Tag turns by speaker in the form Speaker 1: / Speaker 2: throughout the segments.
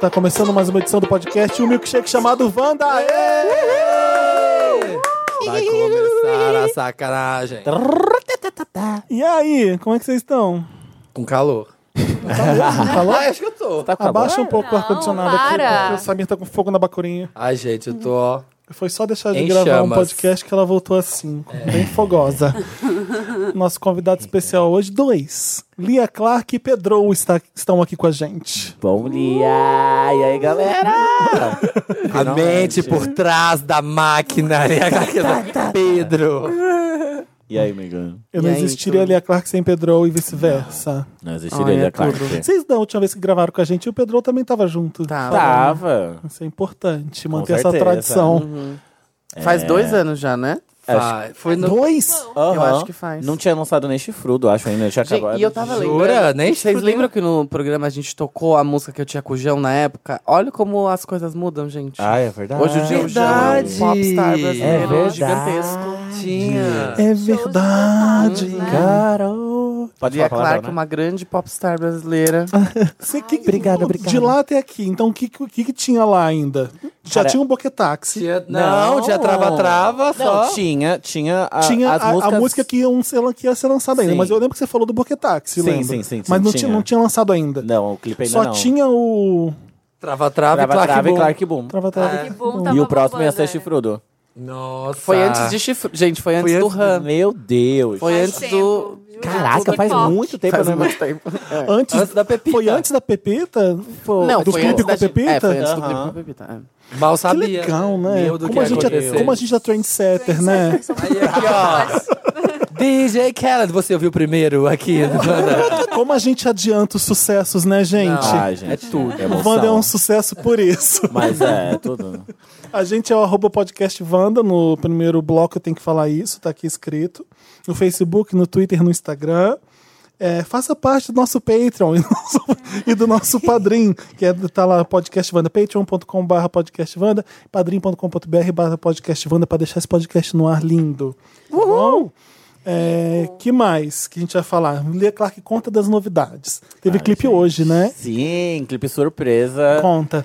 Speaker 1: Tá começando mais uma edição do podcast O Milkshake chamado Wanda. Aê!
Speaker 2: Vai começar a sacanagem.
Speaker 1: E aí, como é que vocês estão? Tá
Speaker 2: Com calor.
Speaker 1: Calor?
Speaker 2: Ah, acho que eu tô.
Speaker 1: Abaixa um pouco o
Speaker 3: Não,
Speaker 1: ar-condicionado aqui,
Speaker 3: para.
Speaker 1: porque o Samir tá com fogo na bacurinha.
Speaker 2: Ai, gente, eu tô. ó.
Speaker 1: Foi só deixar de
Speaker 2: Em
Speaker 1: gravar um
Speaker 2: chamas.
Speaker 1: podcast que ela voltou assim, bem fogosa. Nosso convidado especial hoje, dois. Lia Clark e Pedro está- estão aqui com a gente.
Speaker 4: Bom dia! E aí, galera?
Speaker 2: A mente por trás da máquina. né? Aquela- Pedro.
Speaker 4: E aí, amigo?
Speaker 1: Eu não
Speaker 2: E aí,
Speaker 1: existiria
Speaker 2: tudo?
Speaker 1: Lia Clark sem Pedro e vice-versa.
Speaker 4: Não
Speaker 2: Ai,
Speaker 4: existiria
Speaker 2: é
Speaker 4: Lia Clark.
Speaker 2: tudo.
Speaker 1: Vocês da última vez que gravaram com a gente, o Pedro também tava junto. Tá
Speaker 2: Tava.
Speaker 4: Tava.
Speaker 1: Isso é importante,
Speaker 4: Com
Speaker 1: manter essa
Speaker 4: certeza. Uhum.
Speaker 1: tradição.
Speaker 5: Faz dois anos já, né?
Speaker 2: Vai. Foi no.
Speaker 1: Dois?
Speaker 4: Aham.
Speaker 5: acho que faz.
Speaker 4: Não tinha lançado nem chifrudo, acho ainda. Tinha
Speaker 5: Gente,
Speaker 4: acabado.
Speaker 5: e eu tava
Speaker 2: Jura?
Speaker 5: lembrando.
Speaker 2: Nem
Speaker 5: Vocês
Speaker 2: fudeu.
Speaker 5: lembram que no programa a gente tocou a música que eu tinha com o Jão na época? Olha como as coisas mudam, gente.
Speaker 4: Ah, é verdade.
Speaker 5: Hoje o dia o Jão é
Speaker 2: Verdade.
Speaker 5: um popstar
Speaker 4: É
Speaker 5: brasileiro
Speaker 4: verdade.
Speaker 5: gigantesco.
Speaker 2: Tinha.
Speaker 1: É verdade.
Speaker 3: né?
Speaker 4: Carol. Pode
Speaker 5: Lia
Speaker 4: falar,
Speaker 5: Clark,
Speaker 4: Bel, né?
Speaker 5: uma grande popstar brasileira.
Speaker 1: Você que-
Speaker 4: Obrigado, obrigado.
Speaker 1: De lá até aqui. Então, o que, o que, que tinha lá ainda? Já
Speaker 4: Cara,
Speaker 1: tinha um boquetáxi.
Speaker 2: Tinha- Não, tinha trava-trava
Speaker 4: Não,
Speaker 2: só.
Speaker 4: tinha, tinha, a,
Speaker 1: Tinha
Speaker 4: as
Speaker 1: a, a
Speaker 4: músicas...
Speaker 1: música que, iam ser lan- que ia ser lançada ainda.
Speaker 4: Sim.
Speaker 1: Mas eu lembro que você falou do boquetáxi,
Speaker 4: Sim,
Speaker 1: lembra?
Speaker 4: sim, sim, sim,
Speaker 1: Mas não
Speaker 4: tinha.
Speaker 1: tinha, não tinha lançado ainda.
Speaker 4: Não, o clipe ainda
Speaker 1: Só
Speaker 4: não.
Speaker 1: tinha o...
Speaker 2: Trava-trava e
Speaker 4: Trava,
Speaker 2: Clark
Speaker 4: Trava e
Speaker 2: Boom.
Speaker 4: Clark Boom.
Speaker 1: Trava, trava.
Speaker 3: Que bom,
Speaker 4: E
Speaker 3: tava
Speaker 4: o próximo ia
Speaker 3: bombando,
Speaker 4: ser
Speaker 3: é.
Speaker 4: chifrudo.
Speaker 2: Nossa.
Speaker 5: Foi antes de Chifre. Gente, foi antes
Speaker 2: Foi
Speaker 5: do
Speaker 2: antes
Speaker 5: Ram.
Speaker 4: Meu Deus.
Speaker 5: Foi
Speaker 3: Faz
Speaker 5: antes
Speaker 3: tempo,
Speaker 5: do-
Speaker 3: juro.
Speaker 4: Caraca,
Speaker 3: Do
Speaker 4: faz
Speaker 3: K-pop.
Speaker 4: muito tempo.
Speaker 5: Faz
Speaker 4: né?
Speaker 5: muito tempo. É.
Speaker 1: Antes,
Speaker 2: Antes da Pepita.
Speaker 1: Foi antes da Pepita?
Speaker 5: Não,
Speaker 1: do
Speaker 5: foi
Speaker 1: clipe
Speaker 5: antes
Speaker 1: com a
Speaker 5: da gente-
Speaker 1: Pepita?
Speaker 5: É, foi antes do
Speaker 4: Aham.
Speaker 5: clipe com a Pepita. é.
Speaker 2: Mal
Speaker 1: Que
Speaker 2: sabia.
Speaker 1: legal, né?
Speaker 2: Meu, do
Speaker 1: Como,
Speaker 2: que
Speaker 1: a gente é,
Speaker 2: aconteceu.
Speaker 1: como a gente é trendsetter, né?
Speaker 2: Aí aqui, ó. DJ Khaled, você ouviu primeiro aqui? Wanda?
Speaker 1: Como a gente adianta os sucessos, né, gente?
Speaker 4: Ah, gente. É tudo.
Speaker 1: O Wanda é um sucesso por isso.
Speaker 4: Mas é, é tudo.
Speaker 1: A gente é o arroba podcast Wanda. No primeiro bloco eu tenho que falar isso, tá aqui escrito. No Facebook, no Twitter, no Instagram. É, faça parte do nosso Patreon e do nosso, e do nosso Padrim, que é, tá lá, podcast Wanda, patreon.com barra podcast Wanda, padrim.com.br barra podcast Wanda, pra deixar esse podcast no ar lindo. Uhul! É, que mais que a gente vai falar? Lia Clark conta das novidades. Teve
Speaker 4: Ai,
Speaker 1: clipe
Speaker 4: gente.
Speaker 1: hoje,
Speaker 2: É?
Speaker 1: né?
Speaker 4: Sim, clipe surpresa.
Speaker 1: Conta.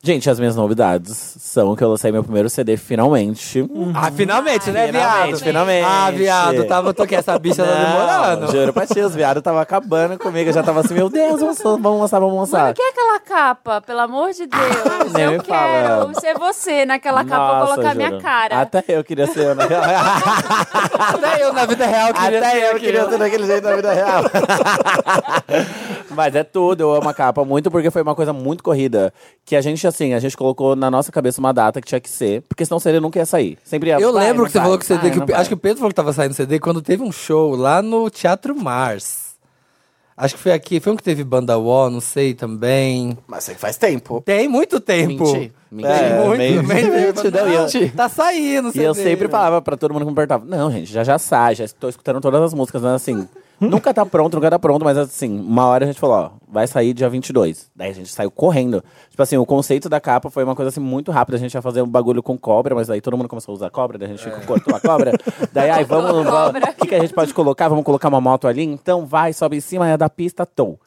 Speaker 4: Gente, as minhas novidades são que eu lancei meu primeiro CD finalmente.
Speaker 2: Ah, finalmente, né, viado?
Speaker 4: Finalmente, finalmente.
Speaker 2: Ah, viado, tava, tô aqui, essa bicha tá demorando.
Speaker 4: Juro pra ti, os viados tava acabando comigo. Eu já tava assim, meu Deus, vamos lançar, vamos lançar, vamos
Speaker 3: Mano,
Speaker 4: lançar.
Speaker 3: o que é aquela capa? Pelo amor de Deus.
Speaker 4: Nem
Speaker 3: eu
Speaker 4: me
Speaker 3: quero
Speaker 4: fala.
Speaker 3: ser você naquela capa.
Speaker 4: Nossa,
Speaker 3: vou colocar
Speaker 4: juro.
Speaker 3: minha cara.
Speaker 4: Até eu queria ser. né? Na...
Speaker 2: Até eu, na vida real, queria ser
Speaker 4: Até eu
Speaker 2: aquilo.
Speaker 4: queria ser daquele jeito na vida real. Mas é tudo, eu amo a capa muito, porque foi uma coisa muito corrida. Que a gente, assim, a gente colocou na nossa cabeça uma data que tinha que ser, porque senão o CD nunca ia sair. Sempre ia
Speaker 2: Eu
Speaker 4: vai,
Speaker 2: lembro
Speaker 4: não
Speaker 2: que você
Speaker 4: vai,
Speaker 2: falou que o CD.
Speaker 4: vai,
Speaker 2: que o-
Speaker 4: não vai.
Speaker 2: acho que o Pedro falou que tava saindo CD quando teve um show lá no Teatro Mars. Acho que foi aqui. Foi um que teve Banda Wall, não sei também.
Speaker 5: Mas sei que faz tempo.
Speaker 2: Tem muito tempo.
Speaker 5: Menti, menti.
Speaker 2: Tem
Speaker 4: É,
Speaker 2: muito,
Speaker 4: meio-
Speaker 2: muito.
Speaker 4: Não, e eu-
Speaker 2: Tá saindo,
Speaker 4: E eu sempre falava pra todo mundo que me perguntava: Não, gente, já já sai, já estou escutando todas as músicas, mas assim, nunca tá pronto, nunca tá pronto, mas assim, uma hora a gente falou: Ó, vai sair dia 22. Daí a gente saiu correndo. Tipo assim, o conceito da capa foi uma coisa assim muito rápida. A gente ia fazer um bagulho com cobra, mas daí todo mundo começou a usar cobra, daí a gente cortou a cobra. daí, ai, vamos, vamos. O que, que a gente pode colocar? Vamos colocar uma moto ali? Então vai, sobe em cima, é da pista, tom.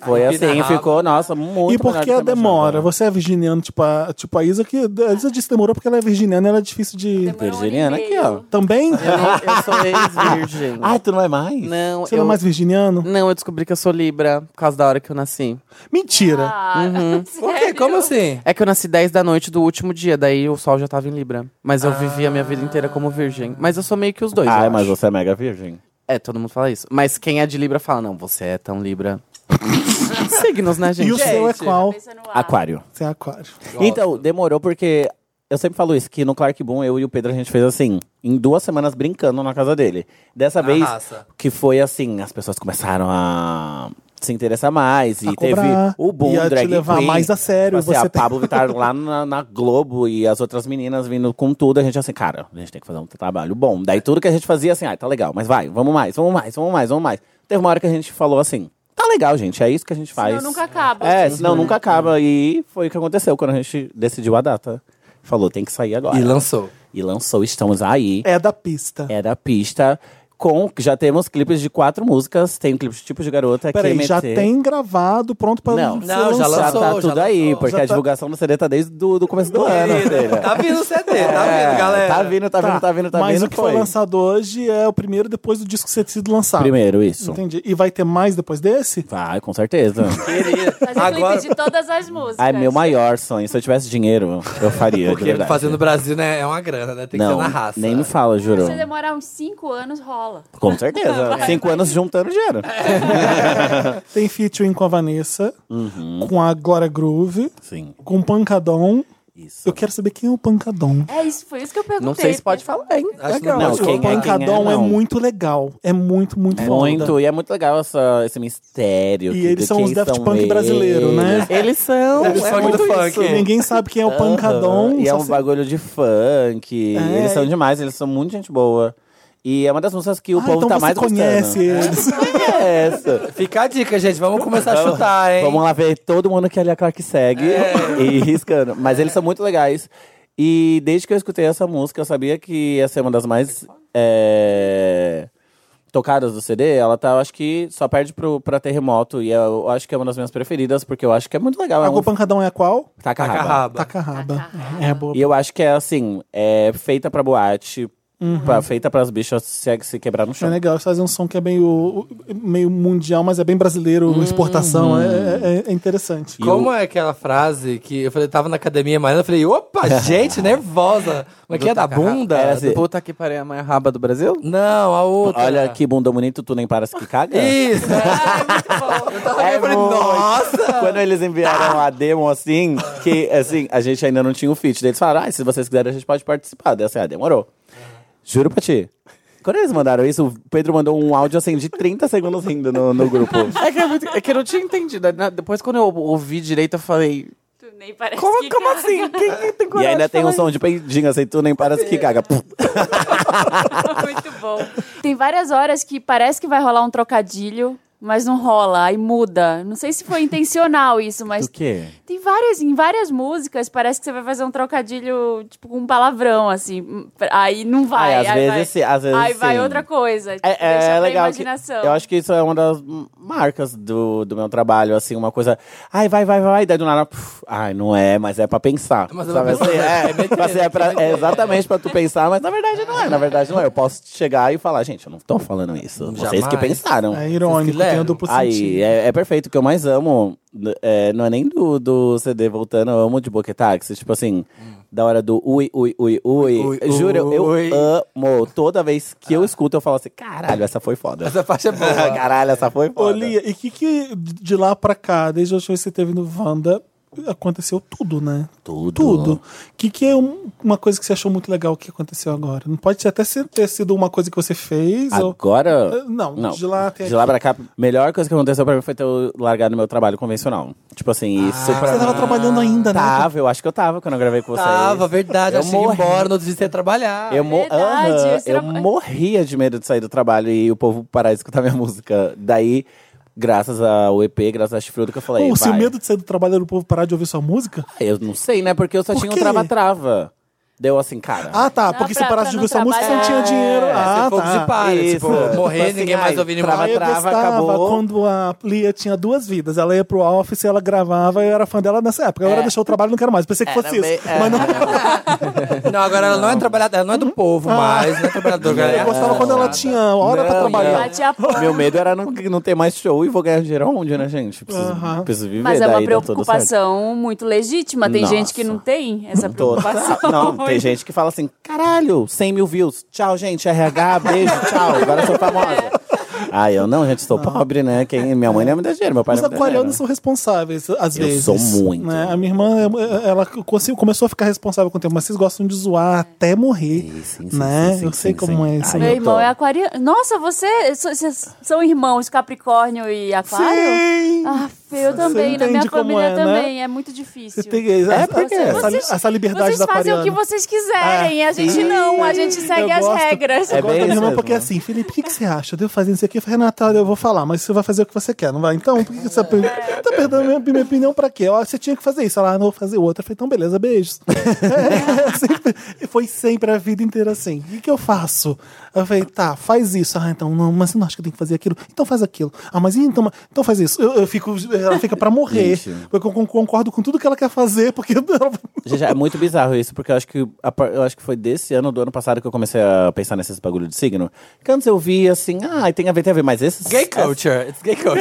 Speaker 4: Foi assim, ficou, nossa, muito
Speaker 1: e por
Speaker 4: melhor
Speaker 1: que
Speaker 4: do
Speaker 1: a
Speaker 4: eu
Speaker 1: demora?
Speaker 4: imaginava.
Speaker 1: Você é virginiano, tipo a, tipo a Isa, que a Isa disse que demorou porque ela é virginiana, ela é difícil de.
Speaker 3: Demorou um
Speaker 4: Virginiana
Speaker 3: ano e
Speaker 4: aqui,
Speaker 3: meio.
Speaker 4: ó.
Speaker 1: Também?
Speaker 5: Eu, não- eu sou ex-virgem.
Speaker 1: Ah,
Speaker 4: Ai, tu não é mais?
Speaker 5: Não,
Speaker 1: Você
Speaker 5: eu...
Speaker 1: não é mais virginiano?
Speaker 5: Não, eu descobri que eu sou Libra por causa da hora que eu nasci.
Speaker 1: Mentira!
Speaker 3: Ah,
Speaker 2: Por quê? Como assim?
Speaker 5: É que eu nasci 10 da noite do último dia, daí o sol já tava em Libra. Mas eu vivi a minha vida inteira como virgem. Mas eu sou meio que os dois.
Speaker 4: Ai,
Speaker 5: eu
Speaker 4: mas
Speaker 5: acho.
Speaker 4: você é mega virgem.
Speaker 5: É, todo mundo fala isso. Mas quem é de Libra fala, não, você é tão Libra. Signos, né, gente?
Speaker 1: e o seu é
Speaker 2: gente.
Speaker 1: qual?
Speaker 3: Cabeça no ar.
Speaker 4: Aquário.
Speaker 1: Você é aquário.
Speaker 4: Então, demorou porque eu sempre falo isso, que no Clark Boom eu e o Pedro a gente fez assim, em duas semanas brincando na casa dele. Dessa vez,
Speaker 2: raça.
Speaker 4: que foi assim, as pessoas começaram a se interessar mais e
Speaker 1: A
Speaker 4: teve
Speaker 1: cobrar,
Speaker 4: o boom
Speaker 1: e a te
Speaker 4: drag
Speaker 1: levar
Speaker 4: queen.
Speaker 1: mais a sério,
Speaker 4: Tipo assim,
Speaker 1: você
Speaker 4: a
Speaker 1: tem-
Speaker 4: Pablo Vittar lá na, na Globo e as outras meninas vindo com tudo, a gente assim, cara, a gente tem que fazer um trabalho bom. Daí tudo que a gente fazia assim, ah, tá legal, mas vai, vamos mais, vamos mais, vamos mais, vamos mais. Teve uma hora que a gente falou assim, tá legal, gente, é isso que a gente faz.
Speaker 3: nunca acaba.
Speaker 4: É,
Speaker 1: Uhum.
Speaker 4: senão nunca acaba. E foi o que aconteceu quando a gente decidiu a data. Falou, tem que sair agora.
Speaker 2: E lançou.
Speaker 4: E lançou, estamos aí.
Speaker 1: É da pista.
Speaker 4: Era a pista. Com, já temos clipes de quatro músicas, tem um clipe de tipo de garota.
Speaker 1: Peraí,
Speaker 4: QMT.
Speaker 1: já tem gravado, pronto pra
Speaker 4: Não,
Speaker 2: não,
Speaker 1: ser
Speaker 2: já
Speaker 1: lançado.
Speaker 4: Já
Speaker 2: lançou,
Speaker 4: tá tudo
Speaker 2: já
Speaker 4: aí,
Speaker 2: lançou.
Speaker 4: porque
Speaker 1: Já
Speaker 4: a
Speaker 1: tá-
Speaker 4: divulgação do CD tá desde do, do começo do ano.
Speaker 2: Querida,
Speaker 4: filha.
Speaker 2: Tá vindo o CD, tá
Speaker 4: É,
Speaker 2: vindo, galera.
Speaker 4: Tá vindo, tá vindo, tá vindo, tá
Speaker 1: Mas
Speaker 4: vindo.
Speaker 1: o que foi. lançado hoje é o primeiro depois do disco ser sido lançado.
Speaker 4: Primeiro, isso.
Speaker 1: Entendi. E vai ter mais depois desse?
Speaker 4: Vai, com certeza.
Speaker 2: Querida.
Speaker 3: Fazer
Speaker 2: Agora,
Speaker 3: é clipe de todas as músicas.
Speaker 4: Ai, meu maior sonho. Se eu tivesse dinheiro, eu faria. de
Speaker 2: porque
Speaker 4: verdade.
Speaker 2: fazer no Brasil, né, é uma grana, né? Tem que
Speaker 4: não,
Speaker 2: ser na raça.
Speaker 4: Nem me fala,
Speaker 3: Se
Speaker 4: juro.
Speaker 3: você demorar uns 5 anos, rola.
Speaker 4: Com certeza. Cinco anos juntando dinheiro.
Speaker 1: É. Tem featuring com a Vanessa,
Speaker 4: Uhum.
Speaker 1: com a Glória Groove,
Speaker 4: Sim,
Speaker 1: com o Pancadon.
Speaker 4: isso.
Speaker 1: Eu quero saber quem é o Pancadon.
Speaker 3: É isso, foi isso que eu perguntei.
Speaker 5: Não sei se pode falar, hein?
Speaker 2: Acho que
Speaker 5: Legal.
Speaker 2: não
Speaker 4: Não,
Speaker 2: pode
Speaker 4: quem-
Speaker 1: o
Speaker 2: falar.
Speaker 4: quem-
Speaker 1: Pancadon é,
Speaker 4: não.
Speaker 1: muito legal. É muito, muito foda.
Speaker 4: Muito, e é muito legal essa- esse mistério.
Speaker 1: E
Speaker 4: que-
Speaker 1: eles
Speaker 4: de
Speaker 1: são
Speaker 4: quem
Speaker 1: os Daft
Speaker 4: são
Speaker 1: Punk brasileiro, né?
Speaker 5: Eles são.
Speaker 2: Eles
Speaker 5: é
Speaker 2: são
Speaker 5: muito
Speaker 2: do
Speaker 5: isso.
Speaker 2: funk.
Speaker 1: Ninguém sabe quem é o Pancadon.
Speaker 4: Aham, E é
Speaker 1: só
Speaker 4: um
Speaker 1: se-
Speaker 4: bagulho de funk.
Speaker 1: assim. É.
Speaker 4: Eles são demais, eles são muito gente boa. E é uma das músicas que o
Speaker 1: Ah,
Speaker 4: povo
Speaker 1: então
Speaker 4: tá
Speaker 1: você
Speaker 4: mais
Speaker 1: conhece
Speaker 4: gostando.
Speaker 1: eles.
Speaker 4: É essa.
Speaker 2: Fica a dica, gente. Vamos começar a chutar, hein?
Speaker 4: Vamos lá ver todo mundo que é a Lia Clark segue e riscando. Mas eles são muito legais. E desde que eu escutei essa música, eu sabia que ia ser uma das mais é, tocadas do CD. Ela tá, eu acho que só perde pro, pra Terremoto. E eu acho que é uma das minhas preferidas, porque eu acho que é muito legal. É
Speaker 1: Ah, o
Speaker 4: um...
Speaker 1: Pancadon é qual?
Speaker 4: Taca
Speaker 2: Taca
Speaker 4: raba.
Speaker 2: Tá raba.
Speaker 1: Tacarraba. É boa.
Speaker 4: E eu acho que é assim, é feita pra boate, pra- feita pras bichas se, se quebrar no
Speaker 1: É
Speaker 4: chão.
Speaker 1: legal eles fazem um som que é meio, meio mundial, mas é bem brasileiro,
Speaker 4: Hum.
Speaker 1: exportação. É, é- é interessante.
Speaker 2: Como é aquela frase que eu falei, tava na academia malhando, eu falei, opa, gente, nervosa. Mas que é da bunda?
Speaker 4: Era assim,
Speaker 5: Puta que pariu, é a maior raba do Brasil?
Speaker 2: Não, a outra.
Speaker 4: Olha que bunda bonita, tu nem paras que caga.
Speaker 2: Isso, é muito bom. Eu tava
Speaker 4: É
Speaker 2: aqui, eu falei,
Speaker 4: muito.
Speaker 2: nossa!
Speaker 4: Quando eles enviaram a demo assim, que assim, a gente ainda não tinha o feat. Daí eles falaram, ah, se vocês quiserem, a gente pode participar. Daí assim, ah, demorou. Juro pra ti. Quando eles mandaram isso, o Pedro mandou um áudio assim de 30 segundos rindo no, no grupo.
Speaker 5: É que, é muito- é que eu não tinha entendido. Na- Depois, quando eu ouvi direito, eu falei.
Speaker 3: Tu nem parece
Speaker 5: Como,
Speaker 3: que
Speaker 5: como
Speaker 3: cara.
Speaker 5: assim? Quem, quem tem
Speaker 4: E
Speaker 5: coragem
Speaker 4: ainda
Speaker 5: de
Speaker 4: tem um
Speaker 5: falar
Speaker 4: som de peidinho assim, tu nem paras que caga. Pum.
Speaker 3: Muito bom. Tem várias horas que parece que vai rolar um trocadilho, mas não rola, aí muda. Não sei se foi intencional isso, mas
Speaker 4: O quê?
Speaker 3: tem várias, em várias músicas parece que você vai fazer um trocadilho, tipo, com um palavrão, assim. Aí não vai.
Speaker 4: Ah, às
Speaker 3: aí
Speaker 4: vezes
Speaker 3: vai,
Speaker 4: sim, às vezes
Speaker 3: aí vai
Speaker 4: sim.
Speaker 3: outra coisa. tipo,
Speaker 4: É- É,
Speaker 3: deixa pra
Speaker 4: legal. que-
Speaker 3: imaginação.
Speaker 4: eu acho que isso é uma das marcas do, do meu trabalho, assim, uma coisa. Ai, vai, vai, vai, daí do nada. puf, ai, não é, mas é pra pensar.
Speaker 2: Mas é
Speaker 4: sabe
Speaker 2: pra pensar, é
Speaker 4: assim?
Speaker 2: meter,
Speaker 4: É, assim, é pra- é exatamente pra tu pensar, mas na verdade não é. Na verdade não é. Eu posso chegar e falar, gente, eu não tô falando isso. Vocês que
Speaker 2: Jamais.
Speaker 4: pensaram.
Speaker 1: É irônico, tem um
Speaker 2: fizeram?
Speaker 1: duplo
Speaker 4: Aí,
Speaker 1: sentido.
Speaker 4: é, é perfeito. O que eu mais amo n- é, não é nem do, do CD voltando, eu amo de Boquetaxi. Tipo assim, da hora do ui, ui, ui, ui.
Speaker 2: Hum. Ui,
Speaker 4: Juro, eu-
Speaker 2: ui. Ah.
Speaker 4: eu amo. Toda vez que eu escuto, eu falo assim: caralho, essa foi foda.
Speaker 2: Essa faixa é boa.
Speaker 4: caralho, essa foi
Speaker 1: Ô,
Speaker 4: foda.
Speaker 1: Lia, e o que, que de lá pra cá, desde a última vez que você teve no Wanda, aconteceu tudo, né?
Speaker 4: Tudo.
Speaker 1: Tudo. O que, que é um- uma coisa que você achou muito legal que aconteceu agora? Não pode ser- até ser- ter sido uma coisa que você fez. ou-
Speaker 4: Agora.
Speaker 2: Ah,
Speaker 1: Eh, Não,
Speaker 4: Não.
Speaker 1: de lá até
Speaker 4: De lá
Speaker 1: aqui.
Speaker 4: pra cá, melhor coisa que aconteceu pra mim foi ter eu largado meu trabalho convencional. Tipo assim, isso
Speaker 2: Ah,
Speaker 4: pra
Speaker 1: Você tava
Speaker 4: mim-
Speaker 1: trabalhando ainda, né?
Speaker 4: Tava, eu acho que eu tava quando eu gravei com vocês.
Speaker 2: Tava, verdade.
Speaker 4: Eu
Speaker 2: Eu achei que ia
Speaker 4: morri.
Speaker 2: embora, no outro dia você ia trabalhar.
Speaker 4: Eu, mo-
Speaker 3: Ah, Verdade,
Speaker 4: Aham,
Speaker 3: esse
Speaker 4: eu
Speaker 3: era-
Speaker 4: morria de medo de sair do trabalho e o povo parar de escutar minha música. Daí, graças ao EP, graças à Chifrudo, que eu falei.
Speaker 1: Ou se o
Speaker 4: vai.
Speaker 1: medo de sair do trabalho era o povo parar de ouvir sua música?
Speaker 4: Ah, Eu não sei, né? Porque eu só
Speaker 1: Por
Speaker 4: tinha um
Speaker 1: quê?
Speaker 4: trava-trava. Deu assim, cara.
Speaker 1: Ah, tá.
Speaker 3: Não,
Speaker 1: porque se
Speaker 3: pra-
Speaker 1: parasse
Speaker 3: pra
Speaker 1: de
Speaker 3: não
Speaker 1: ouvir sua música, você não tinha
Speaker 3: trabalhar.
Speaker 4: É,
Speaker 1: dinheiro. Ah,
Speaker 2: Você fogo
Speaker 1: tá.
Speaker 2: de palha,
Speaker 4: Isso.
Speaker 2: tipo, morrer,
Speaker 4: Tipo assim,
Speaker 2: ninguém mais
Speaker 4: ai,
Speaker 2: ouvindo
Speaker 4: trava-
Speaker 2: ninguém.
Speaker 1: eu
Speaker 4: trava,
Speaker 1: gostava
Speaker 4: acabou.
Speaker 1: quando a Lia tinha duas vidas. Ela ia pro office, ela gravava, eu era fã dela nessa época.
Speaker 4: É.
Speaker 1: Agora deixou o trabalho, não quero mais. Pensei que
Speaker 5: Era
Speaker 1: fosse isso.
Speaker 5: meio- é.
Speaker 1: Mas não.
Speaker 2: Não, agora ela não é trabalhadora, ela não é do povo mais, não é trabalhadora. ela é
Speaker 1: Uhum. Ah. Eu gostava
Speaker 2: a-
Speaker 1: quando ela tinha hora pra
Speaker 4: Não,
Speaker 1: trabalhar.
Speaker 4: não.
Speaker 3: Bate a porta.
Speaker 4: é. Meu medo era não, não ter mais show e vou ganhar dinheiro onde, né, gente? Preciso,
Speaker 1: Aham.
Speaker 4: preciso viver.
Speaker 3: Mas é uma
Speaker 4: daí deu tudo certo.
Speaker 3: preocupação muito legítima. Tem gente que não
Speaker 4: Nossa.
Speaker 3: tem essa
Speaker 4: Total.
Speaker 3: preocupação.
Speaker 4: Não, tem gente que fala assim, caralho, 100 mil views. Tchau, gente, RH, beijo, tchau. Agora eu sou famosa. Ah, eu não, gente, sou pobre, né? Quem, minha mãe não me dá dinheiro, meu pai
Speaker 1: Os
Speaker 4: não me dá dinheiro.
Speaker 1: aquarianos são responsáveis, às
Speaker 4: É, né? Eu
Speaker 1: vezes.
Speaker 4: sou muito.
Speaker 1: né? A minha irmã, eh, ela consi- começou a ficar responsável com o tempo, mas vocês gostam de zoar até morrer.
Speaker 4: Sim, sim, sim,
Speaker 1: né?
Speaker 4: sim, sim,
Speaker 1: eu sei
Speaker 4: sim, Ah,
Speaker 1: como
Speaker 4: sim.
Speaker 1: é isso.
Speaker 4: Ai,
Speaker 1: né?
Speaker 3: Meu
Speaker 4: Eu
Speaker 3: irmão
Speaker 4: tô-
Speaker 3: é aquariano. Nossa, você, so- vocês são irmãos Capricórnio e Aquário?
Speaker 1: Sim!
Speaker 3: Ah, eu também. Na
Speaker 1: entende
Speaker 3: minha
Speaker 1: como
Speaker 3: família
Speaker 1: é, né?
Speaker 3: também. É muito difícil.
Speaker 1: Você tem essa,
Speaker 4: É, porque-
Speaker 1: essa,
Speaker 3: Vocês-
Speaker 1: essa liberdade
Speaker 3: Vocês
Speaker 1: da
Speaker 3: fazem o que vocês quiserem. a gente não. A gente segue
Speaker 1: eu
Speaker 3: as
Speaker 1: gosto.
Speaker 3: regras.
Speaker 1: Eu gosto
Speaker 4: É bem
Speaker 1: da minha
Speaker 4: isso
Speaker 1: irmã
Speaker 4: mesmo. né?
Speaker 1: porque assim, Felipe, o que, que você acha? Eu devo fazer isso isso aqui, eu falei, Renata, olha, eu vou falar, mas você vai fazer o que você quer, não vai? Então, por que que você tá, tá perdendo minha, minha opinião pra quê? Ó, você tinha que fazer isso. Ela, ah, não vou fazer outra. Eu falei, então beleza, beijos. É, é, sempre- e foi sempre a vida inteira assim. O que, que eu faço? Eu falei, tá, faz isso. Ah, então, não, mas você não acha que eu tenho que fazer aquilo? Então faz aquilo. Ah, mas então, mas- então faz isso. Eu, eu fico, ela fica pra morrer.
Speaker 4: Gente.
Speaker 1: Porque eu con- concordo com tudo que ela quer fazer, porque
Speaker 4: Gente, é muito bizarro isso, porque eu acho que a par- eu acho que foi desse ano do ano passado que eu comecei a pensar nesses bagulho de signo. Que antes eu via assim, ah, tem a ver, tem a ver, mas esses.
Speaker 2: Gay culture. It's gay culture.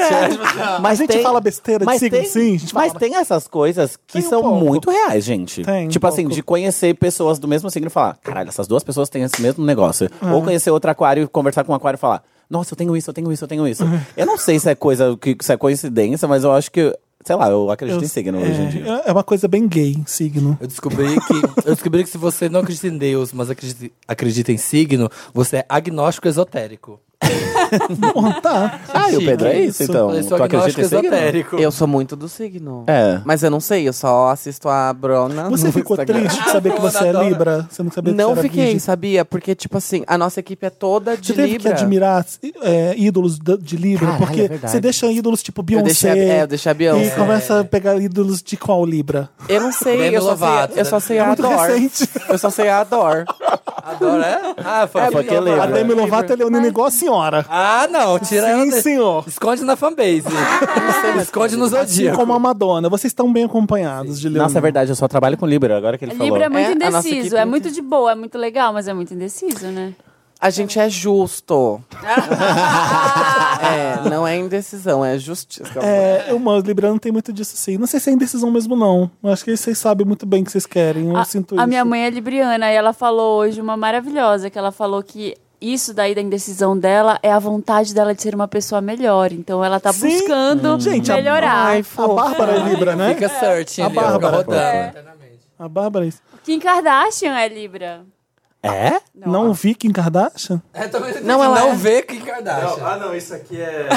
Speaker 4: Mas
Speaker 1: A gente fala besteira de signo, sim, a gente
Speaker 4: mas
Speaker 1: fala.
Speaker 4: tem essas coisas que
Speaker 1: Tem um
Speaker 4: são
Speaker 1: pouco.
Speaker 4: muito reais, gente.
Speaker 1: Tem um
Speaker 4: tipo assim,
Speaker 1: pouco.
Speaker 4: de conhecer pessoas do mesmo signo e falar, caralho, essas duas pessoas têm esse mesmo negócio.
Speaker 1: É.
Speaker 4: Ou conhecer outro aquário e conversar com um aquário e falar, nossa, eu tenho isso, eu tenho isso, eu tenho isso. Eu não sei se é coisa, que, se é coincidência, mas eu acho que, sei lá, eu acredito em signo hoje em dia.
Speaker 1: é, é uma coisa bem gay, signo.
Speaker 2: Eu descobri que. Eu descobri que se você não acredita em Deus, mas acredita, acredita em signo, você é agnóstico esotérico.
Speaker 1: Bom, tá.
Speaker 4: Ah, e o
Speaker 2: Chique.
Speaker 4: Pedro é isso,
Speaker 1: Isso.
Speaker 4: então.
Speaker 2: eu sou
Speaker 4: Tu acredita
Speaker 2: agnóstico
Speaker 4: em signo?
Speaker 2: esotérico.
Speaker 5: Eu sou muito do signo.
Speaker 4: É.
Speaker 5: Mas eu não sei, eu só assisto a Brona.
Speaker 1: Ah, Você
Speaker 5: no
Speaker 1: ficou
Speaker 5: Instagram. Ah,
Speaker 1: triste de saber que você é
Speaker 2: Adoro.
Speaker 1: Libra? Você não sabia que
Speaker 5: Não
Speaker 1: você era
Speaker 5: fiquei,
Speaker 1: virgem?
Speaker 5: sabia? Porque, tipo assim, a nossa equipe é toda de
Speaker 1: Você teve
Speaker 5: Libra.
Speaker 1: que admirar é, ídolos da- de Libra,
Speaker 5: Caralho,
Speaker 1: porque
Speaker 5: é verdade.
Speaker 1: você deixa ídolos tipo Beyoncé.
Speaker 5: deixei a- é, eu deixei a Beyoncé.
Speaker 1: E começa a pegar ídolos de qual Libra?
Speaker 5: Eu não sei,
Speaker 2: Demi
Speaker 5: eu só
Speaker 2: Lovato,
Speaker 5: sei, eu só
Speaker 2: né?
Speaker 5: sei a
Speaker 1: muito
Speaker 5: Ador.
Speaker 1: recente.
Speaker 5: Eu só sei a Ador.
Speaker 2: Adoro, é? Ah, foi,
Speaker 5: É,
Speaker 2: foi
Speaker 5: porque
Speaker 2: aquele.
Speaker 1: A
Speaker 5: Libra.
Speaker 1: Demi Lovato é leonina igual a senhora.
Speaker 2: Ah, não, tira ela.
Speaker 1: Sim,
Speaker 2: da-
Speaker 1: senhor.
Speaker 2: Esconde na fanbase. Esconde no
Speaker 1: Assim
Speaker 2: zodíaco.
Speaker 1: como a Madonna. Vocês estão bem acompanhados de Leonina.
Speaker 4: Nossa, é verdade, eu só trabalho com Libra, agora que ele falou.
Speaker 3: Libra é muito
Speaker 5: É, a nossa
Speaker 3: indeciso.
Speaker 5: equipe
Speaker 3: É
Speaker 5: não
Speaker 3: muito de boa, é muito legal, mas é muito indeciso, né?
Speaker 5: A gente é justo. é, não é indecisão, é justiça.
Speaker 1: É, uma Libra não tem muito disso assim. Não sei se é indecisão mesmo, não. Eu acho que vocês sabem muito bem o que vocês querem. Eu
Speaker 3: a,
Speaker 1: sinto
Speaker 3: a
Speaker 1: isso.
Speaker 3: minha mãe é libriana e ela falou hoje uma maravilhosa, que ela falou que isso daí da indecisão dela é a vontade dela de ser uma pessoa melhor. Então ela tá
Speaker 1: Sim. Hum.
Speaker 3: buscando
Speaker 1: Gente, a-
Speaker 3: melhorar.
Speaker 1: A Bárbara é Libra, né?
Speaker 2: Fica searching
Speaker 1: A
Speaker 2: ali,
Speaker 1: né,
Speaker 2: ó, fica
Speaker 1: Bárbara.
Speaker 2: rodando.
Speaker 1: A Bárbara. é isso.
Speaker 3: Kim Kardashian é Libra.
Speaker 4: É?
Speaker 1: Não, vi Kim Kardashian?
Speaker 2: É, também não, ela não vê Kim Kardashian.
Speaker 6: Ah, não, isso aqui é.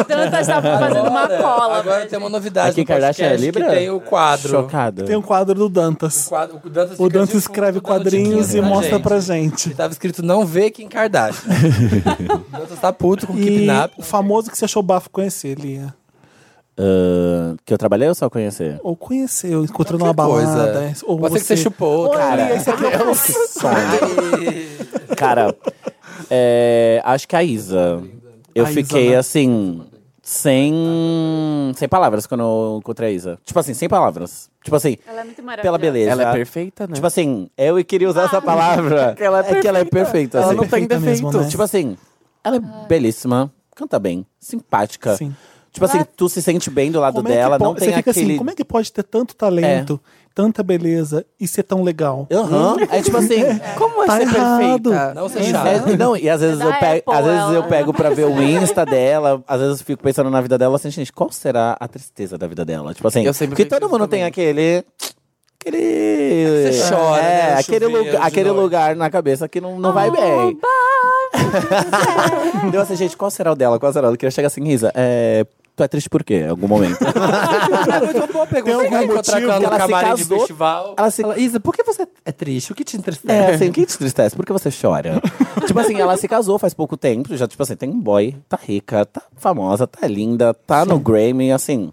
Speaker 3: O Dantas tá fazendo uma
Speaker 2: Agora-
Speaker 3: cola.
Speaker 2: Agora
Speaker 3: velho.
Speaker 2: tem uma novidade
Speaker 4: A Kim
Speaker 2: no podcast
Speaker 4: Kardashian é Libra?
Speaker 2: que tem o quadro.
Speaker 4: Chocado.
Speaker 1: Tem um quadro do Dantas.
Speaker 2: Quadro- O Dantas,
Speaker 1: O
Speaker 2: fica
Speaker 1: Dantas
Speaker 2: de fundo
Speaker 1: escreve
Speaker 2: tá dando
Speaker 1: quadrinhos
Speaker 2: dica
Speaker 1: e
Speaker 2: pra
Speaker 1: mostra
Speaker 2: gente.
Speaker 1: pra gente.
Speaker 2: E tava escrito não vê Kim Kardashian. o Dantas tá puto com o
Speaker 1: E
Speaker 2: Kidnap.
Speaker 1: o famoso que você achou bafo conhecer, Lia.
Speaker 4: Ah, que eu trabalhei ou só conhecer?
Speaker 1: Ou conheceu, encontrou numa
Speaker 2: Qualquer coisa.
Speaker 1: balada. é, Ou
Speaker 2: Pode ser que você chupou,
Speaker 1: Olha,
Speaker 2: cara.
Speaker 1: esse aqui é o-
Speaker 4: Cara, é, acho que a Isa. Eu
Speaker 1: A Isa,
Speaker 4: fiquei
Speaker 1: né?
Speaker 4: assim. Sem. Sem palavras quando eu encontrei a Isa. Tipo assim, sem palavras. Tipo assim,
Speaker 3: Ela é muito
Speaker 4: pela
Speaker 3: maravilhosa.
Speaker 4: beleza.
Speaker 5: Ela é perfeita, né? Ah.
Speaker 4: Tipo assim, eu queria usar essa palavra.
Speaker 5: ela é
Speaker 4: é que ela é perfeita.
Speaker 5: Ela
Speaker 4: assim.
Speaker 2: tá
Speaker 5: não tem
Speaker 1: Perfeita mesmo,
Speaker 5: defeito. Ah.
Speaker 1: né?
Speaker 4: Tipo assim, ela é belíssima, canta bem, simpática.
Speaker 1: Sim.
Speaker 4: Tipo assim, tu se sente bem do lado
Speaker 1: Como é que
Speaker 4: dela,
Speaker 1: po-
Speaker 4: não
Speaker 1: você
Speaker 4: tem
Speaker 1: fica
Speaker 4: aquele.
Speaker 1: assim, como é que pode ter tanto talento, tanta beleza e ser tão legal?
Speaker 4: Aham. É tipo assim.
Speaker 5: Como é
Speaker 1: Tá
Speaker 5: ser
Speaker 1: errado.
Speaker 5: perfeita?
Speaker 2: Não seja chato.
Speaker 4: É, é, não, e às vezes,
Speaker 3: Da
Speaker 4: eu pego,
Speaker 3: Apple,
Speaker 4: às vezes eu
Speaker 3: ela.
Speaker 4: pego pra ver o Insta dela, às vezes eu fico pensando na vida dela, assim, gente, qual será a tristeza da vida dela? Tipo assim,
Speaker 5: Eu sempre
Speaker 4: porque
Speaker 5: penso
Speaker 4: todo
Speaker 5: isso
Speaker 4: mundo
Speaker 5: também.
Speaker 4: tem aquele... Aquele...
Speaker 2: Você chora,
Speaker 4: É,
Speaker 2: né, no
Speaker 4: aquele,
Speaker 2: chuveiro
Speaker 4: lugar,
Speaker 2: de
Speaker 4: aquele
Speaker 2: noite.
Speaker 4: lugar na cabeça que não, não vai
Speaker 3: Oh,
Speaker 4: bem. Então assim, gente, qual será o dela? Qual será o dela? Eu queria chegar assim, Risa, é... Tu é triste por quê? Em algum momento.
Speaker 2: É muito boa pergunta.
Speaker 1: Tem
Speaker 2: Você vai
Speaker 1: algum
Speaker 2: encontrar
Speaker 1: motivo
Speaker 2: com ela no
Speaker 4: que ela se
Speaker 2: camarim de
Speaker 4: casou?
Speaker 2: festival.
Speaker 4: Ela se-
Speaker 2: Fala, Isa, por que você é triste? O que te
Speaker 4: É,
Speaker 2: entristece?
Speaker 4: assim, que te tristece? Por que você chora? tipo assim, ela se casou faz pouco tempo, já, tipo assim, tem um boy, tá rica, tá famosa, tá linda, tá no Grammy, assim.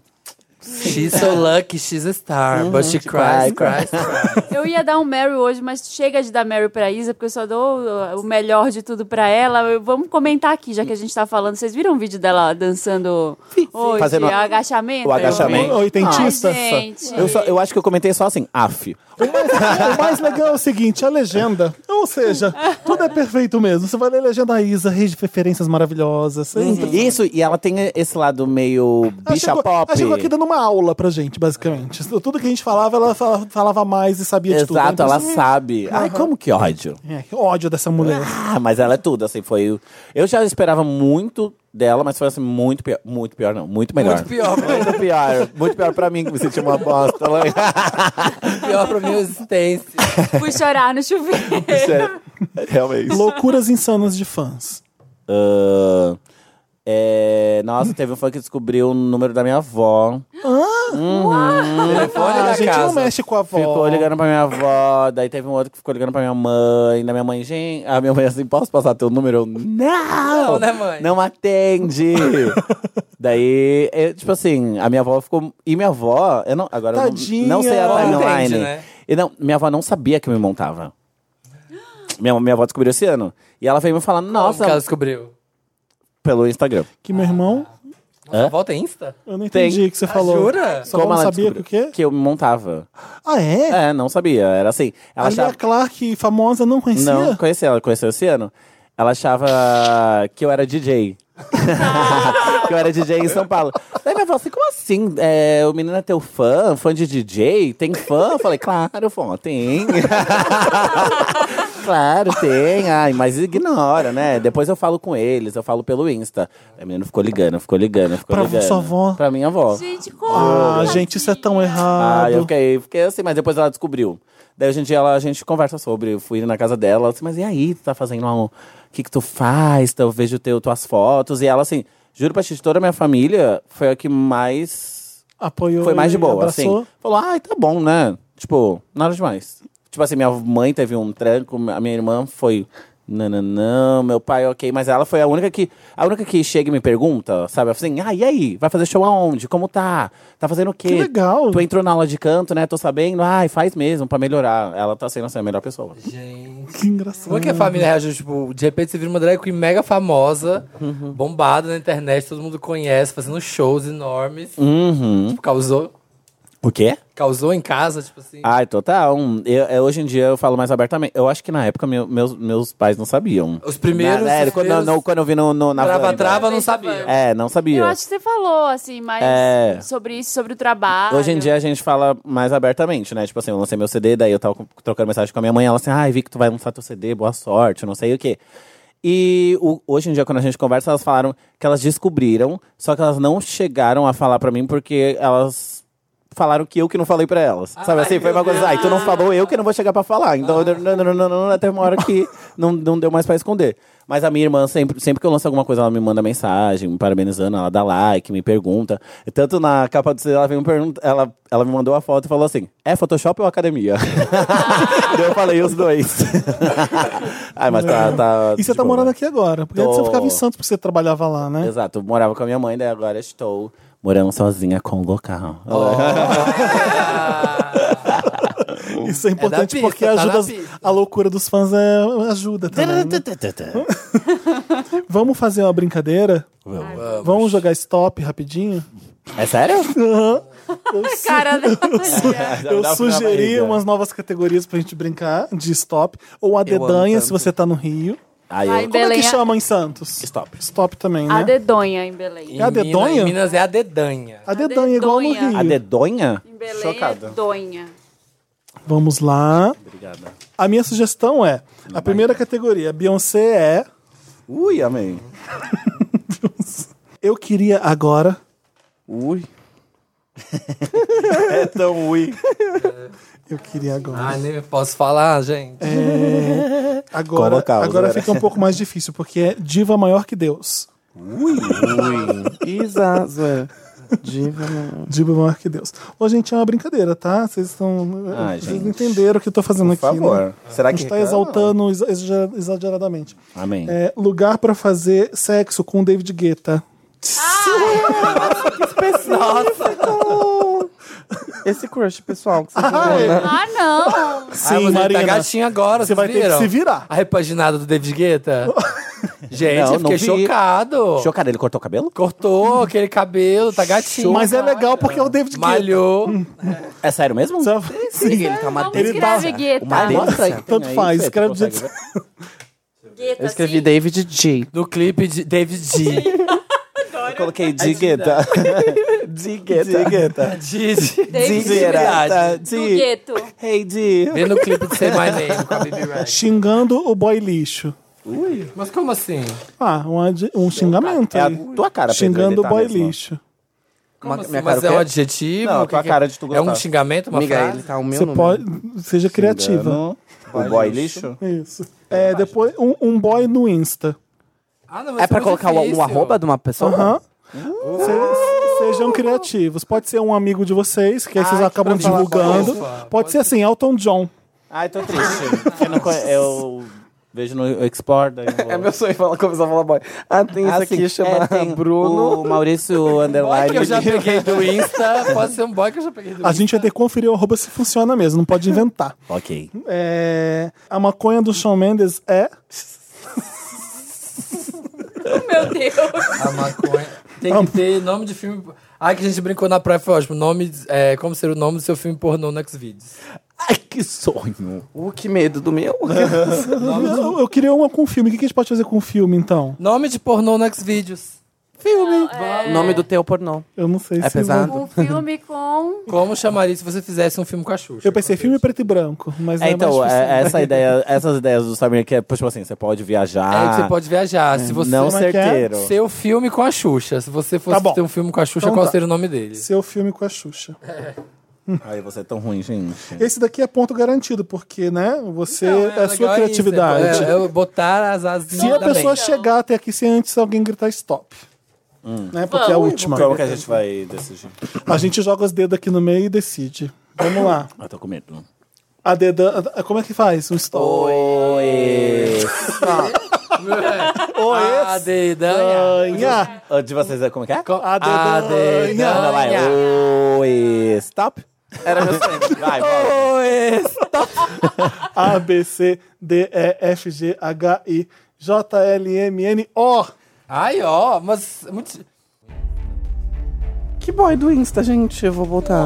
Speaker 2: She's so lucky, she's a star,
Speaker 1: Uhum.
Speaker 2: but she
Speaker 4: cry,
Speaker 2: cries, cries,
Speaker 3: Eu ia dar um Mary hoje, mas chega de dar Mary pra Isa, porque eu só dou uh, o melhor de tudo pra ela. Eu- Vamos comentar aqui, já que a gente tá falando. Vocês viram o vídeo dela dançando hoje?
Speaker 4: Fazendo
Speaker 3: o agachamento?
Speaker 4: o agachamento.
Speaker 1: Ou oitentista?
Speaker 3: Ai, gente.
Speaker 4: Eu, só, eu acho que eu comentei só assim, af.
Speaker 1: o mais legal é o seguinte, a legenda. Ou seja, tudo é perfeito mesmo. Você vai ler a legenda da Isa, rei de referências maravilosas. você entra-
Speaker 4: Isso, e ela tem esse lado meio
Speaker 1: Ela
Speaker 4: bicha
Speaker 1: chegou,
Speaker 4: pop.
Speaker 1: ela chegou aqui dando uma aula pra gente, basicamente. Tudo que a gente falava, ela fala- falava mais e sabia de tudo.
Speaker 4: Exato,
Speaker 1: Então,
Speaker 4: ela sabe. Ai, como que ódio.
Speaker 1: É, que ódio dessa mulher.
Speaker 4: Ah, mas ela é tudo, assim, foi... Eu já esperava muito dela, mas foi assim, muito pior. Muito pior, não, muito melhor.
Speaker 2: Muito pior,
Speaker 1: né?
Speaker 4: muito pior. Muito pior pra mim, que me senti uma bosta. né?
Speaker 2: Pior pra minha existência.
Speaker 1: Ah,
Speaker 3: Fui chorar no chuveiro.
Speaker 4: é Realmente.
Speaker 1: Loucuras insanas de fãs.
Speaker 4: Ah, é, nossa, teve um fã que descobriu o número da minha avó.
Speaker 2: Telefone
Speaker 1: Ah,
Speaker 2: da
Speaker 1: a gente
Speaker 2: casa.
Speaker 1: não mexe com a avó.
Speaker 4: Ficou ligando pra minha avó, daí teve um outro que ficou ligando pra minha mãe, da minha mãe, gente. A minha mãe assim, posso passar teu número? Eu, não!
Speaker 2: Não, né, mãe?
Speaker 4: Não atende! daí, é, tipo assim, a minha avó ficou. E minha avó, eu não. Agora eu não-
Speaker 1: Tadinha,
Speaker 4: não sei a
Speaker 1: ela
Speaker 2: não
Speaker 4: timeline.
Speaker 2: entende, né?
Speaker 4: E não, minha avó não sabia que eu me montava. Minha, minha avó descobriu esse ano. E ela veio me falar,
Speaker 2: Como que
Speaker 4: nossa,
Speaker 2: ela descobriu?
Speaker 4: pelo Instagram.
Speaker 1: Que meu irmão,
Speaker 2: Nossa,
Speaker 4: Hã?
Speaker 2: volta é Insta?
Speaker 1: eu não
Speaker 4: Tem. Ah,
Speaker 1: entendi o que você falou.
Speaker 2: jura?
Speaker 1: Só não sabia que
Speaker 4: descobriu
Speaker 1: o quê?
Speaker 4: Que eu me montava.
Speaker 1: Ah, é?
Speaker 4: É, não sabia. Era assim. Ela
Speaker 1: a Lia
Speaker 4: achava...
Speaker 1: Clark, famosa, não conhecia?
Speaker 4: Não, conhecia ela, conheceu esse ano. Ela achava que eu era DJ. que eu era DJ em São Paulo. Daí minha avó assim, como assim? É, o menino é teu fã? Fã de DJ? Tem fã? Eu falei, claro, fã, tem. claro, tem. Ai, mas ignora, né? Depois eu falo com eles, eu falo pelo Insta. Aí o menino ficou ligando, ficou ligando, ficou
Speaker 1: Pra
Speaker 4: ligando.
Speaker 1: sua avó?
Speaker 4: Pra minha avó.
Speaker 3: Gente, como? assim?
Speaker 1: Ah, gente, isso é tão
Speaker 4: Ah, eu
Speaker 1: errado.
Speaker 4: fiquei, fiquei assim, mas depois ela descobriu. Daí hoje em dia ela, a gente conversa sobre, eu fui na casa dela, ela disse, mas e aí, tu tá fazendo lá um... O que que tu faz? Então, Eu vejo teu, tuas fotos. E ela assim, juro pra ti, de toda a minha família, foi a que mais...
Speaker 1: Apoiou.
Speaker 4: Foi mais de
Speaker 1: e
Speaker 4: boa,
Speaker 1: abraçou.
Speaker 4: assim. Falou, ai, tá bom, né? Tipo, nada demais. Tipo assim, minha mãe teve um tranco, a minha irmã foi... Não, não, não, meu pai, ok, mas ela foi a única que. A única que chega e me pergunta, sabe? Assim, ah, e aí? Vai fazer show aonde? Como tá? Tá fazendo o quê?
Speaker 1: Que legal.
Speaker 4: Tu entrou na aula de canto, né? Tô sabendo. Ai, faz mesmo pra melhorar. Ela tá sendo assim, a melhor pessoa.
Speaker 2: Gente.
Speaker 1: Que engraçado.
Speaker 2: Como é que a
Speaker 1: Uhum.
Speaker 2: família reage? Tipo, de repente você vira uma drag queen mega famosa,
Speaker 1: Uhum.
Speaker 2: bombada na internet, todo mundo conhece, fazendo shows enormes.
Speaker 4: Uhum.
Speaker 2: Tipo, causou,
Speaker 4: O quê?
Speaker 2: causou em casa, tipo assim.
Speaker 1: Ah,
Speaker 4: Ai, total. Um, Eu, eu- hoje em dia eu falo mais abertamente. Eu acho que na época meu- meus, meus pais não sabiam.
Speaker 2: Os primeiros.
Speaker 4: Na- é,
Speaker 2: os
Speaker 4: quando,
Speaker 2: primeiros
Speaker 4: não, quando eu vi no, no- na
Speaker 2: trava,
Speaker 1: né?
Speaker 4: Wanda.
Speaker 2: trava, não sabia.
Speaker 4: É, não sabia.
Speaker 3: Eu acho que você falou, assim, mais
Speaker 4: É.
Speaker 3: sobre isso, sobre o trabalho.
Speaker 4: Hoje em dia é a gente fala mais abertamente, né? Tipo assim, eu lancei meu CD, daí eu tava com- trocando mensagem com a minha mãe, ela assim, ai, vi que tu vai lançar teu CD, boa sorte, não sei o quê. E o- hoje em dia, quando a gente conversa, elas falaram que elas descobriram, só que elas não chegaram a falar pra mim porque elas falaram que eu que não falei pra elas. Sabe assim, foi uma coisa, ai, tu não falou, eu que não vou chegar pra falar. Então, não, não, não, não, não, até uma hora que não, não deu mais pra esconder. Mas a minha irmã, sempre, sempre que eu lanço alguma coisa, ela me manda mensagem, me parabenizando, ela dá like, me pergunta. Tanto na capa do CD, ela, veio me pergunta, ela, ela me mandou a foto e falou assim, é Photoshop ou Academia? Daí eu falei os dois. ai, mas tá... tá
Speaker 1: E você
Speaker 4: de
Speaker 1: tá
Speaker 4: boa.
Speaker 1: morando aqui agora? Porque antes
Speaker 4: Tô.
Speaker 1: você ficava em Santos porque você trabalhava lá, né?
Speaker 4: Exato, eu morava com a minha mãe, daí agora estou morando sozinha com o local.
Speaker 1: Isso é importante
Speaker 2: pista,
Speaker 1: porque
Speaker 2: tá na
Speaker 1: ajuda as-
Speaker 2: pista.
Speaker 1: a loucura dos fãs é, ajuda também. né? Vamos fazer uma brincadeira? Vamos, jogar stop rapidinho?
Speaker 4: É sério?
Speaker 3: Cara, dela.
Speaker 4: Dá-
Speaker 1: Eu
Speaker 4: dá pra dar
Speaker 1: sugeri
Speaker 4: barriga.
Speaker 1: umas novas categorias pra gente brincar de stop ou a dedanha se você tá no Rio.
Speaker 4: Aí
Speaker 3: Ai,
Speaker 4: eu...
Speaker 1: Como é
Speaker 3: Belém,
Speaker 1: que
Speaker 3: a-
Speaker 1: chama em Santos?
Speaker 4: Stop.
Speaker 1: Stop também,
Speaker 3: a
Speaker 1: né?
Speaker 3: dedonha em Belém.
Speaker 2: Em
Speaker 1: a
Speaker 2: Minas,
Speaker 1: dedonha?
Speaker 2: em Minas é a dedanha.
Speaker 1: A dedanha, é igual no
Speaker 3: dedonha.
Speaker 1: Rio.
Speaker 4: A dedonha?
Speaker 3: Em Belém
Speaker 4: Chocada.
Speaker 3: é donha.
Speaker 1: Vamos lá.
Speaker 4: Obrigada.
Speaker 1: A minha sugestão é: a primeira categoria, Beyoncé é.
Speaker 4: Ui, amém.
Speaker 1: Eu queria agora.
Speaker 4: Ui. é tão ui.
Speaker 1: Eu queria agora.
Speaker 2: Ah, nem posso falar, gente.
Speaker 1: É. Agora,
Speaker 4: Colocar os
Speaker 1: agora
Speaker 4: horários.
Speaker 1: fica um pouco mais difícil, porque é diva maior que Deus.
Speaker 5: Isa, zoeira. Diva. não.
Speaker 1: Diva maior que Deus. Ô, gente, é uma brincadeira, tá? Vocês estão.
Speaker 4: Ah,
Speaker 1: Vocês
Speaker 4: gente.
Speaker 1: não entenderam o que eu tô fazendo
Speaker 4: Por
Speaker 1: aqui.
Speaker 4: favor.
Speaker 1: Né?
Speaker 4: Será
Speaker 1: A
Speaker 4: que
Speaker 1: gente tá
Speaker 4: reclama?
Speaker 1: exaltando exa- exa- exageradamente.
Speaker 4: Amém.
Speaker 1: É, lugar pra fazer sexo com David Guetta.
Speaker 5: Esse crush, pessoal, que você
Speaker 3: Ah, não!
Speaker 2: ah,
Speaker 1: Sim,
Speaker 2: mas ele
Speaker 1: Marina.
Speaker 2: tá gatinho agora,
Speaker 1: Você
Speaker 2: vocês
Speaker 1: vai ter que
Speaker 2: viram?
Speaker 1: se virar.
Speaker 2: A repaginada do David Guetta? gente,
Speaker 4: Não,
Speaker 2: eu
Speaker 4: não
Speaker 2: fiquei
Speaker 4: vi.
Speaker 2: chocado.
Speaker 4: Chocada, ele cortou o cabelo?
Speaker 2: Cortou aquele cabelo, tá gatinho.
Speaker 1: Mas é Hum. legal porque é o David Guetta.
Speaker 2: Malhou.
Speaker 4: É sério mesmo?
Speaker 1: Sabe?
Speaker 5: Sim, ele tá
Speaker 3: Vamos
Speaker 5: matando.
Speaker 1: Ele tá-
Speaker 3: escrever Guetta.
Speaker 4: Mostra aí que tem
Speaker 1: Tanto
Speaker 4: aí,
Speaker 1: faz,
Speaker 4: Fê, tu
Speaker 1: escreve
Speaker 4: consegue
Speaker 1: de-
Speaker 4: ver?
Speaker 3: Guetta,
Speaker 5: Eu escrevi
Speaker 3: sim.
Speaker 5: David J.
Speaker 2: Do clipe de David G.
Speaker 4: Eu coloquei digueta. Digueta. Digueta.
Speaker 2: de, de, de
Speaker 3: David
Speaker 2: intimidade.
Speaker 5: assim.
Speaker 3: Do
Speaker 4: Di.
Speaker 3: gueto.
Speaker 4: Hey, Di.
Speaker 2: Vê no clipe de Say My Name com a Baby Rex.
Speaker 1: Xingando o boy lixo.
Speaker 2: Mas como assim?
Speaker 1: Ah, um, ad- um xingamento.
Speaker 4: É a
Speaker 1: aí.
Speaker 4: tua cara, Pedro,
Speaker 1: Xingando
Speaker 4: ele
Speaker 1: o
Speaker 4: tá
Speaker 1: boy
Speaker 4: mesmo.
Speaker 1: lixo.
Speaker 2: Como
Speaker 5: Uma-
Speaker 2: assim?
Speaker 5: minha cara
Speaker 2: Mas
Speaker 5: o
Speaker 2: é
Speaker 5: quê?
Speaker 2: um adjetivo?
Speaker 4: Não,
Speaker 2: O que
Speaker 4: tua
Speaker 2: que
Speaker 4: cara de tu
Speaker 2: É
Speaker 4: gostar.
Speaker 2: um xingamento, uma
Speaker 5: Amiga,
Speaker 2: frase?
Speaker 5: ele tá o meu
Speaker 1: Você
Speaker 5: número.
Speaker 1: pode. Seja criativa.
Speaker 4: Engano. O boy lixo?
Speaker 1: Isso. É, depois, um, um boy no Insta.
Speaker 2: Ah, não, mas
Speaker 5: É
Speaker 2: isso
Speaker 5: pra
Speaker 2: muito
Speaker 5: colocar o, o
Speaker 2: difícil.
Speaker 5: arroba de uma pessoa?
Speaker 1: Aham. Sejam criativos. Pode ser um amigo de vocês, que aí vocês
Speaker 4: Ai, que
Speaker 1: acabam
Speaker 4: pra falar
Speaker 1: divulgando.
Speaker 2: coisa.
Speaker 1: Pode, ser assim, Elton John.
Speaker 4: Ai, tô triste. Porque eu, não conhe- eu vejo no Export. daí eu vou-
Speaker 5: É meu sonho falar, começar a falar boy. Ah, tem isso
Speaker 4: Assim,
Speaker 5: aqui, chama
Speaker 4: é, tem
Speaker 5: Bruno.
Speaker 4: O Maurício
Speaker 2: Boy que
Speaker 4: Underline.
Speaker 2: eu já peguei do Insta. Pode ser um boy que eu já peguei do Insta.
Speaker 1: A gente vai ter que conferir o arroba se funciona mesmo, não pode inventar.
Speaker 4: Ok.
Speaker 1: É, A maconha do Shawn Mendes é.
Speaker 3: Meu Deus.
Speaker 2: A maconha. Tem que ter nome de filme. Ah, que a gente brincou na praia, foi ótimo. Nome, é, como ser o nome do seu filme pornô no Xvideos.
Speaker 4: Ai, que sonho.
Speaker 5: Uh, que medo do meu.
Speaker 2: Nome,
Speaker 1: Eu, eu queria uma com filme. O que que a gente pode fazer com filme, então?
Speaker 2: nome de pornô no Xvideos.
Speaker 5: Filme. O nome do teu pornô.
Speaker 1: Eu não sei
Speaker 5: É
Speaker 1: se.
Speaker 5: pesado?
Speaker 1: vai-
Speaker 3: Um filme com.
Speaker 2: Como chamaria se você fizesse um filme com a Xuxa?
Speaker 1: Eu pensei filme preto e branco, mas
Speaker 4: É,
Speaker 1: não é
Speaker 4: então,
Speaker 1: mais
Speaker 4: é-
Speaker 1: possível.
Speaker 4: essa ideia, essas ideias do Samir que é, tipo assim, você pode viajar.
Speaker 2: É que você pode viajar. Se você
Speaker 4: Ah, Não
Speaker 1: Como é que é?
Speaker 4: certeiro.
Speaker 2: Seu filme com a Xuxa. Se você fosse
Speaker 1: Tá bom.
Speaker 2: ter um filme com a Xuxa,
Speaker 1: Então
Speaker 2: qual
Speaker 1: tá.
Speaker 2: seria o nome
Speaker 4: é-
Speaker 2: dele?
Speaker 1: Seu filme com a Xuxa.
Speaker 4: Ai, você é tão ruim, gente.
Speaker 1: Esse daqui é ponto garantido, porque, né? Você.
Speaker 2: Não,
Speaker 1: é a sua
Speaker 2: Então, legal isso,
Speaker 1: criatividade.
Speaker 2: É, é botar as asinhas
Speaker 1: Se a
Speaker 2: da
Speaker 1: pessoa
Speaker 2: mente.
Speaker 1: chegar até aqui sem antes alguém gritar stop. Né? Porque é a
Speaker 3: Vamos.
Speaker 1: última.
Speaker 4: Como que a gente vai decidir?
Speaker 1: A gente joga os dedos aqui no meio e decide. Vamos lá.
Speaker 4: Ah, tô com medo.
Speaker 1: A deda. a- Como é que faz? Um stop.
Speaker 4: Oi!
Speaker 2: A dedanha.
Speaker 1: Ganha.
Speaker 4: Ah, De vocês, é como que é?
Speaker 1: A
Speaker 2: A
Speaker 1: dedanha.
Speaker 4: Não, não, vai.
Speaker 2: dedanha.
Speaker 4: Oi! Stop! Era meu sonho. Vai, volta.
Speaker 1: A, B, C, D, E, F, G, H, I, J, L, M, N, O.
Speaker 2: Ai, ó, mas... Muito...
Speaker 5: Que boy do Insta, gente? Eu vou botar.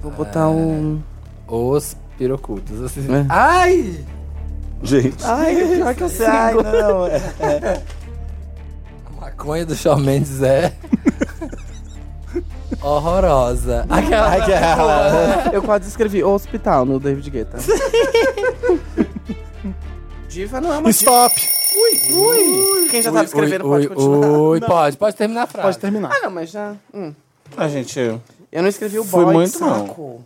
Speaker 5: Vou botar um.
Speaker 2: Os pirocultos. Assim.
Speaker 5: É.
Speaker 2: Ai!
Speaker 4: Gente.
Speaker 5: Ai, pior que eu sei.
Speaker 4: Ai, não. é.
Speaker 2: A maconha do Shawn Mendes é... Horrorosa. Aquela...
Speaker 4: Ai, que ela.
Speaker 5: Eu quase escrevi hospital no David Guetta. Diva não é uma.
Speaker 1: Stop.
Speaker 5: Quem já tava escrevendo
Speaker 2: ui,
Speaker 5: pode continuar.
Speaker 2: Ui, ui, pode, pode terminar a frase.
Speaker 1: Pode terminar.
Speaker 5: Ah, não, mas já. hum.
Speaker 4: A gente.
Speaker 5: Eu não escrevi o
Speaker 4: Fui
Speaker 5: boy,
Speaker 4: muito
Speaker 5: que saco.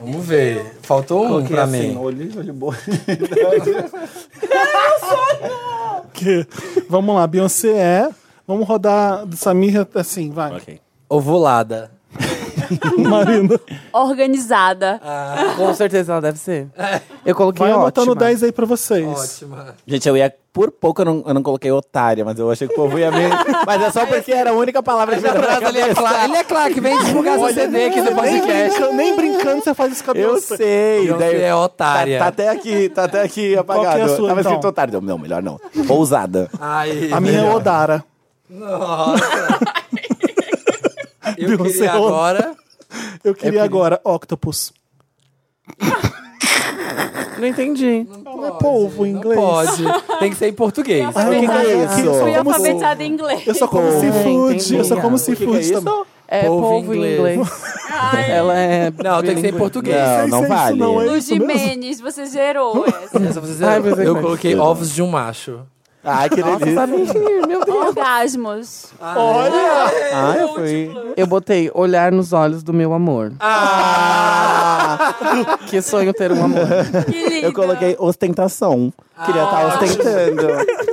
Speaker 2: Vamos ver. Faltou um pra mim.
Speaker 4: assim, olho, olho boi.
Speaker 1: Que- Vamos lá. Beyoncé é. Vamos rodar do Samir assim, vai.
Speaker 4: Ok.
Speaker 2: Ovulada.
Speaker 1: Marina.
Speaker 3: Organizada.
Speaker 5: Com certeza ela deve ser. Eu coloquei
Speaker 1: Vai anotando
Speaker 5: ótima.
Speaker 1: 10 aí pra vocês.
Speaker 2: Ótima.
Speaker 4: Gente, eu ia. Por pouco eu não, eu não coloquei otária, mas eu achei que o povo ia me. Mas é só porque era a única palavra que me dava na
Speaker 2: Ele é
Speaker 4: cabeça.
Speaker 2: claro, ele é claro que vem divulgar seu CD aqui do
Speaker 1: Nem
Speaker 2: podcast.
Speaker 1: brincando, nem brincando você faz isso com a
Speaker 4: Eu
Speaker 1: Beyoncé.
Speaker 4: sei.
Speaker 2: Beyoncé
Speaker 4: daí-
Speaker 2: é otária.
Speaker 4: Tá, tá até aqui, tá até aqui
Speaker 1: que é a
Speaker 4: apagado.
Speaker 1: sua,
Speaker 4: Tava escrito
Speaker 1: então?
Speaker 4: otária. Não, melhor não. Ousada.
Speaker 2: Ai,
Speaker 1: A minha é
Speaker 2: melhor.
Speaker 1: Odara.
Speaker 2: Nossa. Eu
Speaker 1: Beyoncé
Speaker 2: queria
Speaker 1: ouve.
Speaker 2: agora...
Speaker 1: Eu queria agora Octopus.
Speaker 5: Não entendi.
Speaker 1: Não é polvo em inglês.
Speaker 2: Não pode. Tem que ser em português.
Speaker 1: Ah, eu,
Speaker 3: Tem
Speaker 1: que
Speaker 4: é
Speaker 1: eu,
Speaker 3: razão.
Speaker 1: que- eu só
Speaker 3: Fui
Speaker 1: como,
Speaker 3: alfabetizada em inglês.
Speaker 1: eu só como
Speaker 5: Entendi,
Speaker 1: seafood.
Speaker 5: entendi.
Speaker 1: Eu só como
Speaker 5: O que
Speaker 1: seafood também.
Speaker 5: É
Speaker 2: Polvo
Speaker 5: polvo,
Speaker 2: em
Speaker 5: em
Speaker 2: inglês.
Speaker 5: inglês. Ela é.
Speaker 2: Não, tem que ser em
Speaker 5: bilingue.
Speaker 2: português.
Speaker 4: Não,
Speaker 1: Sei
Speaker 4: não
Speaker 1: se é isso,
Speaker 4: vale.
Speaker 1: não, é
Speaker 3: Luz
Speaker 1: isso mesmo?
Speaker 3: Jimenez, você zerou essa.
Speaker 2: Essa vocês
Speaker 5: Ai,
Speaker 2: eram-
Speaker 5: meu Deus.
Speaker 2: eu coloquei ovos de um macho.
Speaker 4: Ai, que delícia.
Speaker 5: Ih, Meu Deus.
Speaker 3: Orgasmos.
Speaker 1: Olha!
Speaker 4: Ai, eu fui.
Speaker 5: Eu botei olhar nos olhos do meu amor. Que sonho ter um amor.
Speaker 3: Que lindo.
Speaker 4: Eu coloquei ostentação. Queria
Speaker 1: Ah,
Speaker 4: estar ostentando.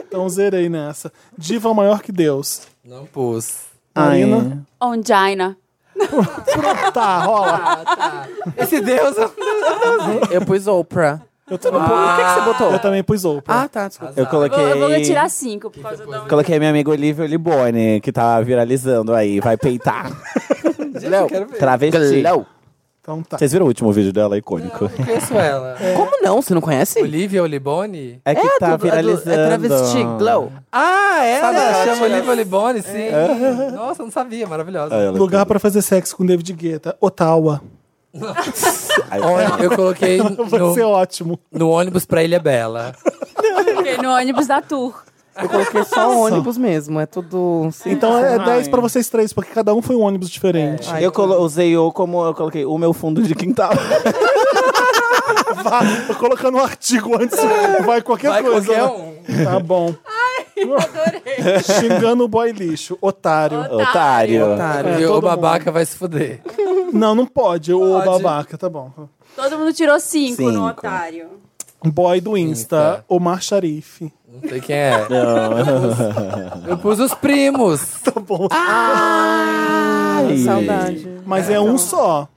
Speaker 1: Então zerei nessa. Diva maior que Deus.
Speaker 2: Não pus.
Speaker 1: Marina.
Speaker 3: Oh, um Ongina.
Speaker 1: Tá, rola.
Speaker 2: Esse Deus.
Speaker 5: Eu pus Oprah.
Speaker 1: Eu também, pus-
Speaker 5: Ah. O que, que você botou?
Speaker 1: eu também pus Oprah.
Speaker 5: Ah, tá, desculpa.
Speaker 4: Eu
Speaker 3: Eu vou, eu vou
Speaker 4: coloquei.
Speaker 3: tirar cinco por causa da
Speaker 4: Coloquei minha amiga Olivia Olibone, que tá viralizando aí. Vai peitar.
Speaker 2: eu quero ver.
Speaker 4: Travesti.
Speaker 1: Então tá.
Speaker 4: Vocês viram o último vídeo dela, icônico?
Speaker 2: Eu conheço ela.
Speaker 5: Como não? Você não conhece?
Speaker 2: Olivia Oliboni?
Speaker 4: É que
Speaker 5: É,
Speaker 4: tá
Speaker 5: do- do-
Speaker 4: viralizando.
Speaker 5: É travesti, glow.
Speaker 2: Ah, ela chama Olivia Oliboni, sim. Nossa, não sabia.
Speaker 1: Ah,
Speaker 2: Maravilhosa.
Speaker 4: Ela-
Speaker 1: Lugar pra fazer sexo com David Guetta. Ottawa.
Speaker 4: Ai,
Speaker 2: Olha, eu coloquei
Speaker 1: Vai ser
Speaker 2: no,
Speaker 1: ótimo.
Speaker 2: no ônibus pra Ilha Bela.
Speaker 3: Coloquei no ônibus da Tour.
Speaker 5: Eu coloquei só ônibus mesmo. É tudo. Sim.
Speaker 1: Então é 10 pra vocês três, porque cada um foi um ônibus diferente.
Speaker 4: eu colo- usei o como eu coloquei o meu fundo de quintal.
Speaker 1: Vá,
Speaker 5: É.
Speaker 1: tô colocando um artigo antes. Vai qualquer
Speaker 2: Vai
Speaker 1: coisa.
Speaker 2: qualquer
Speaker 1: né?
Speaker 2: um.
Speaker 1: Tá bom. Xingando o boy lixo. Otário.
Speaker 4: Otário.
Speaker 5: Otário.
Speaker 2: E o
Speaker 1: todo
Speaker 2: babaca vai se fuder.
Speaker 1: Não, não pode. O
Speaker 2: Pode.
Speaker 1: babaca, tá bom.
Speaker 3: Todo mundo tirou cinco, no
Speaker 4: Cinco.
Speaker 3: otário.
Speaker 1: Boy do Insta,
Speaker 5: tá.
Speaker 2: Insta.
Speaker 1: Omar Sharif.
Speaker 2: Não sei quem é. Eu pus os primos.
Speaker 1: Tá bom.
Speaker 4: Ai.
Speaker 5: Saudade.
Speaker 1: Mas é,
Speaker 2: então-
Speaker 1: um só.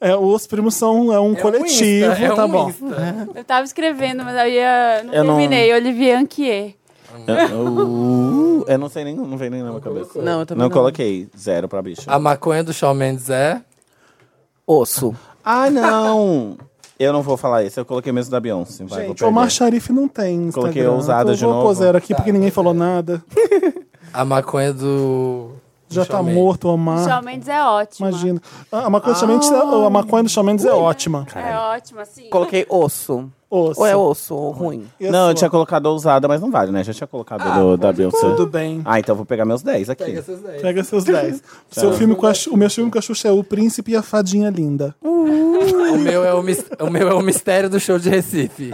Speaker 1: É, os primos são é um coletivo,
Speaker 2: Insta, é um
Speaker 1: tá bom.
Speaker 2: Insta.
Speaker 3: Eu tava escrevendo, mas aí ah, não
Speaker 4: Eu não-
Speaker 3: terminei. Olivier Anquier.
Speaker 4: uh, Eu, eu não sei nem, não vem nem na minha cabeça.
Speaker 5: Não, eu também
Speaker 4: Não
Speaker 5: não.
Speaker 4: coloquei zero pra bicha.
Speaker 2: A maconha do Shawn Mendes é.
Speaker 5: Osso.
Speaker 4: Ah, não! Eu não vou falar isso, eu coloquei mesmo da Beyoncé. Vai, vou
Speaker 1: Gente, o
Speaker 4: perder.
Speaker 1: Omar Sharif não tem Instagram.
Speaker 4: Coloquei ousada
Speaker 1: então
Speaker 4: de
Speaker 1: eu vou pôr
Speaker 4: novo.
Speaker 1: zero aqui
Speaker 2: Tá,
Speaker 1: porque ninguém falou nada.
Speaker 2: A maconha do. do
Speaker 1: Já tá
Speaker 2: Shawn Mendes.
Speaker 1: morto o
Speaker 3: Ah.
Speaker 1: Omar.
Speaker 3: Mendes é ótimo.
Speaker 1: Imagina. Ah, A maconha, do Shawn Mendes é- a maconha do Shawn Mendes é ótima.
Speaker 3: É ótimo, assim.
Speaker 5: Coloquei osso.
Speaker 1: Osso.
Speaker 5: Ou é osso, ou ruim.
Speaker 1: E a
Speaker 4: Não, eu
Speaker 1: sua? Ah,
Speaker 4: tinha colocado ousada, mas não vale, né? Já tinha colocado do- da Beyoncé.
Speaker 1: Tudo bem.
Speaker 4: Ah, então eu vou pegar meus 10 aqui.
Speaker 2: Pega essas daí.
Speaker 1: Pega seus 10. Seu filme com a Xu- o meu filme com a Xuxa é O Príncipe e a Fadinha Linda.
Speaker 2: O meu, é o, mis- o meu é o mistério do show de Recife.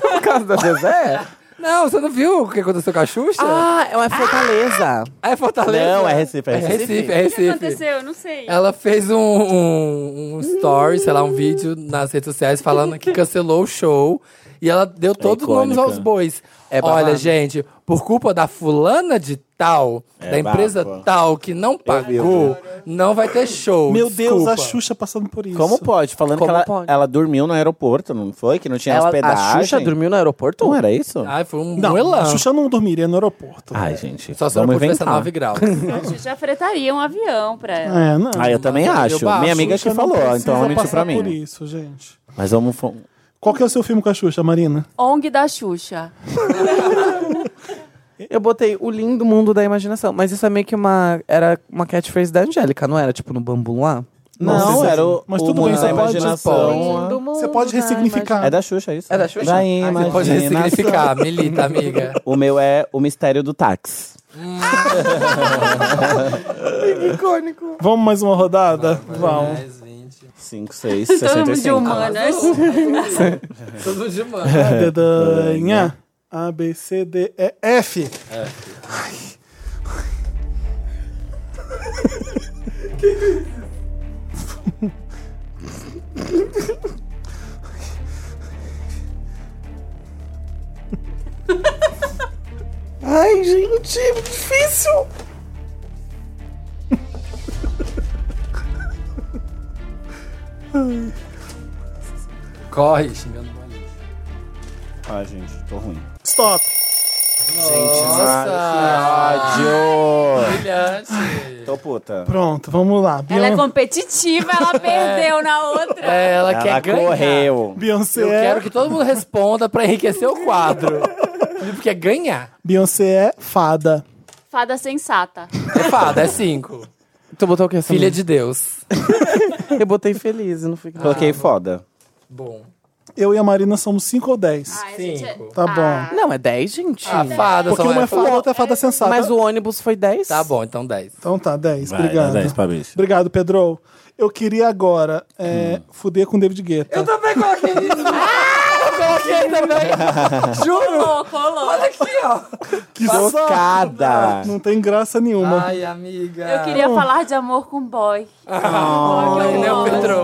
Speaker 5: Por causa da Zezé?
Speaker 2: Não, você não viu o que aconteceu com a Xuxa?
Speaker 5: ah, é uma Fortaleza.
Speaker 2: Ah, é Fortaleza?
Speaker 4: Não, é Recife, é
Speaker 2: É
Speaker 4: Recife.
Speaker 2: Recife, é
Speaker 3: O que
Speaker 2: Recife.
Speaker 3: aconteceu? Eu Não
Speaker 1: É
Speaker 3: sei.
Speaker 2: Ela fez um, um, um story, sei lá, um vídeo nas redes sociais falando que cancelou o show. E ela deu todos os nomes
Speaker 4: É icônica.
Speaker 2: aos bois.
Speaker 5: É babado.
Speaker 2: Olha, gente, por culpa da fulana de tal,
Speaker 4: É
Speaker 2: da empresa
Speaker 4: bafo.
Speaker 2: tal, que não pagou, não vai ter show.
Speaker 1: Meu Deus,
Speaker 2: desculpa.
Speaker 1: a Xuxa passando por isso.
Speaker 4: Como pode? Falando
Speaker 5: Como
Speaker 4: que ela,
Speaker 5: pode?
Speaker 4: ela dormiu no aeroporto, não foi? Que não tinha
Speaker 5: Ela,
Speaker 4: hospedagem.
Speaker 5: a Xuxa dormiu Ah, no
Speaker 4: Não
Speaker 5: aeroporto?
Speaker 4: era isso?
Speaker 2: Ai, foi um,
Speaker 1: Não,
Speaker 2: um
Speaker 1: a
Speaker 2: elan.
Speaker 1: Xuxa não dormiria no aeroporto.
Speaker 4: Ai, gente,
Speaker 2: Só se ela
Speaker 4: vamos
Speaker 2: tivesse
Speaker 4: inventar.
Speaker 2: 9 graus.
Speaker 3: A gente já fretaria um avião pra ela.
Speaker 1: É, não.
Speaker 4: Ah, eu também
Speaker 2: Eu
Speaker 4: acho.
Speaker 2: baixo,
Speaker 4: Minha amiga que
Speaker 1: Xuxa não
Speaker 4: falou,
Speaker 1: precisa
Speaker 4: então ela mentiu
Speaker 1: passar
Speaker 4: pra
Speaker 1: por
Speaker 4: mim.
Speaker 1: isso, gente.
Speaker 4: Mas vamos... fo-
Speaker 1: Qual que é o seu filme com a Xuxa, Marina?
Speaker 3: ONG da Xuxa.
Speaker 5: Eu botei o lindo mundo da imaginação. Mas isso é meio que uma. Era uma catchphrase da Angélica, não era? Tipo no bambu lá?
Speaker 4: Não,
Speaker 1: Nossa,
Speaker 4: era o,
Speaker 1: mas
Speaker 4: o
Speaker 1: tudo
Speaker 4: mundo
Speaker 1: bem,
Speaker 4: da
Speaker 1: você pode-
Speaker 4: imaginação.
Speaker 1: Você pode ressignificar.
Speaker 4: É da Xuxa, isso?
Speaker 5: É da Xuxa?
Speaker 4: Da
Speaker 5: Ah,
Speaker 4: imaginação.
Speaker 5: você
Speaker 2: Pode ressignificar, milita, amiga.
Speaker 4: O meu é o mistério do táxi.
Speaker 5: Icônico.
Speaker 1: Vamos mais uma rodada? Vamos.
Speaker 2: 10, 20.
Speaker 4: 5, 6,
Speaker 3: Todo mundo de
Speaker 4: 65.
Speaker 3: humanas.
Speaker 2: Todo de mano.
Speaker 4: É.
Speaker 1: Dedanha. A, B, C, D, E, F.
Speaker 4: É.
Speaker 5: Ai, gente, é difícil.
Speaker 2: Corre, xingando o banheiro.
Speaker 4: Ah, gente, tô ruim.
Speaker 1: Stop.
Speaker 2: Nossa!
Speaker 4: Ódio!
Speaker 2: Brilhante!
Speaker 4: Tô puta.
Speaker 1: Pronto, vamos lá.
Speaker 3: Ela é
Speaker 1: Beyon-
Speaker 3: competitiva, ela
Speaker 1: É.
Speaker 3: perdeu na outra.
Speaker 2: É, ela,
Speaker 4: Ela
Speaker 2: quer ganhar.
Speaker 4: correu.
Speaker 1: Beyoncé
Speaker 2: Eu quero
Speaker 1: é...
Speaker 2: que todo mundo responda pra enriquecer o quadro. O Felipe quer ganhar.
Speaker 1: Beyoncé é fada.
Speaker 3: Fada sensata.
Speaker 2: É fada, é cinco.
Speaker 5: Tu botou o quê? Samir?
Speaker 2: Filha de Deus.
Speaker 5: Eu botei feliz, eu não fica.
Speaker 4: Coloquei foda.
Speaker 2: Bom.
Speaker 1: Eu e a Marina somos 5 ou 10.
Speaker 3: Ah, a gente é-
Speaker 2: Cinco.
Speaker 1: Tá bom.
Speaker 5: Não, é 10, gente.
Speaker 2: Ah, fada,
Speaker 1: Porque
Speaker 2: só
Speaker 1: uma é fada, a
Speaker 2: fada.
Speaker 1: outra é fada sensata.
Speaker 5: Mas o ônibus foi 10?
Speaker 2: Tá bom, então dez.
Speaker 1: Então tá, 10. Obrigado.
Speaker 4: pra bicho.
Speaker 1: Obrigado, Pedro. Eu queria agora é,
Speaker 4: Hum.
Speaker 1: fuder com David Guetta.
Speaker 2: também coloquei isso. Eu coloquei
Speaker 3: é
Speaker 2: também. Juro.
Speaker 3: Colou, colou.
Speaker 2: Aqui, ó.
Speaker 1: que
Speaker 4: Chocada.
Speaker 1: Não tem graça nenhuma.
Speaker 2: Ai, amiga.
Speaker 3: Eu queria falar de amor com boy.
Speaker 2: Ah,
Speaker 3: Boy que eu
Speaker 2: Entendeu,
Speaker 3: amo.
Speaker 2: né, Pedro?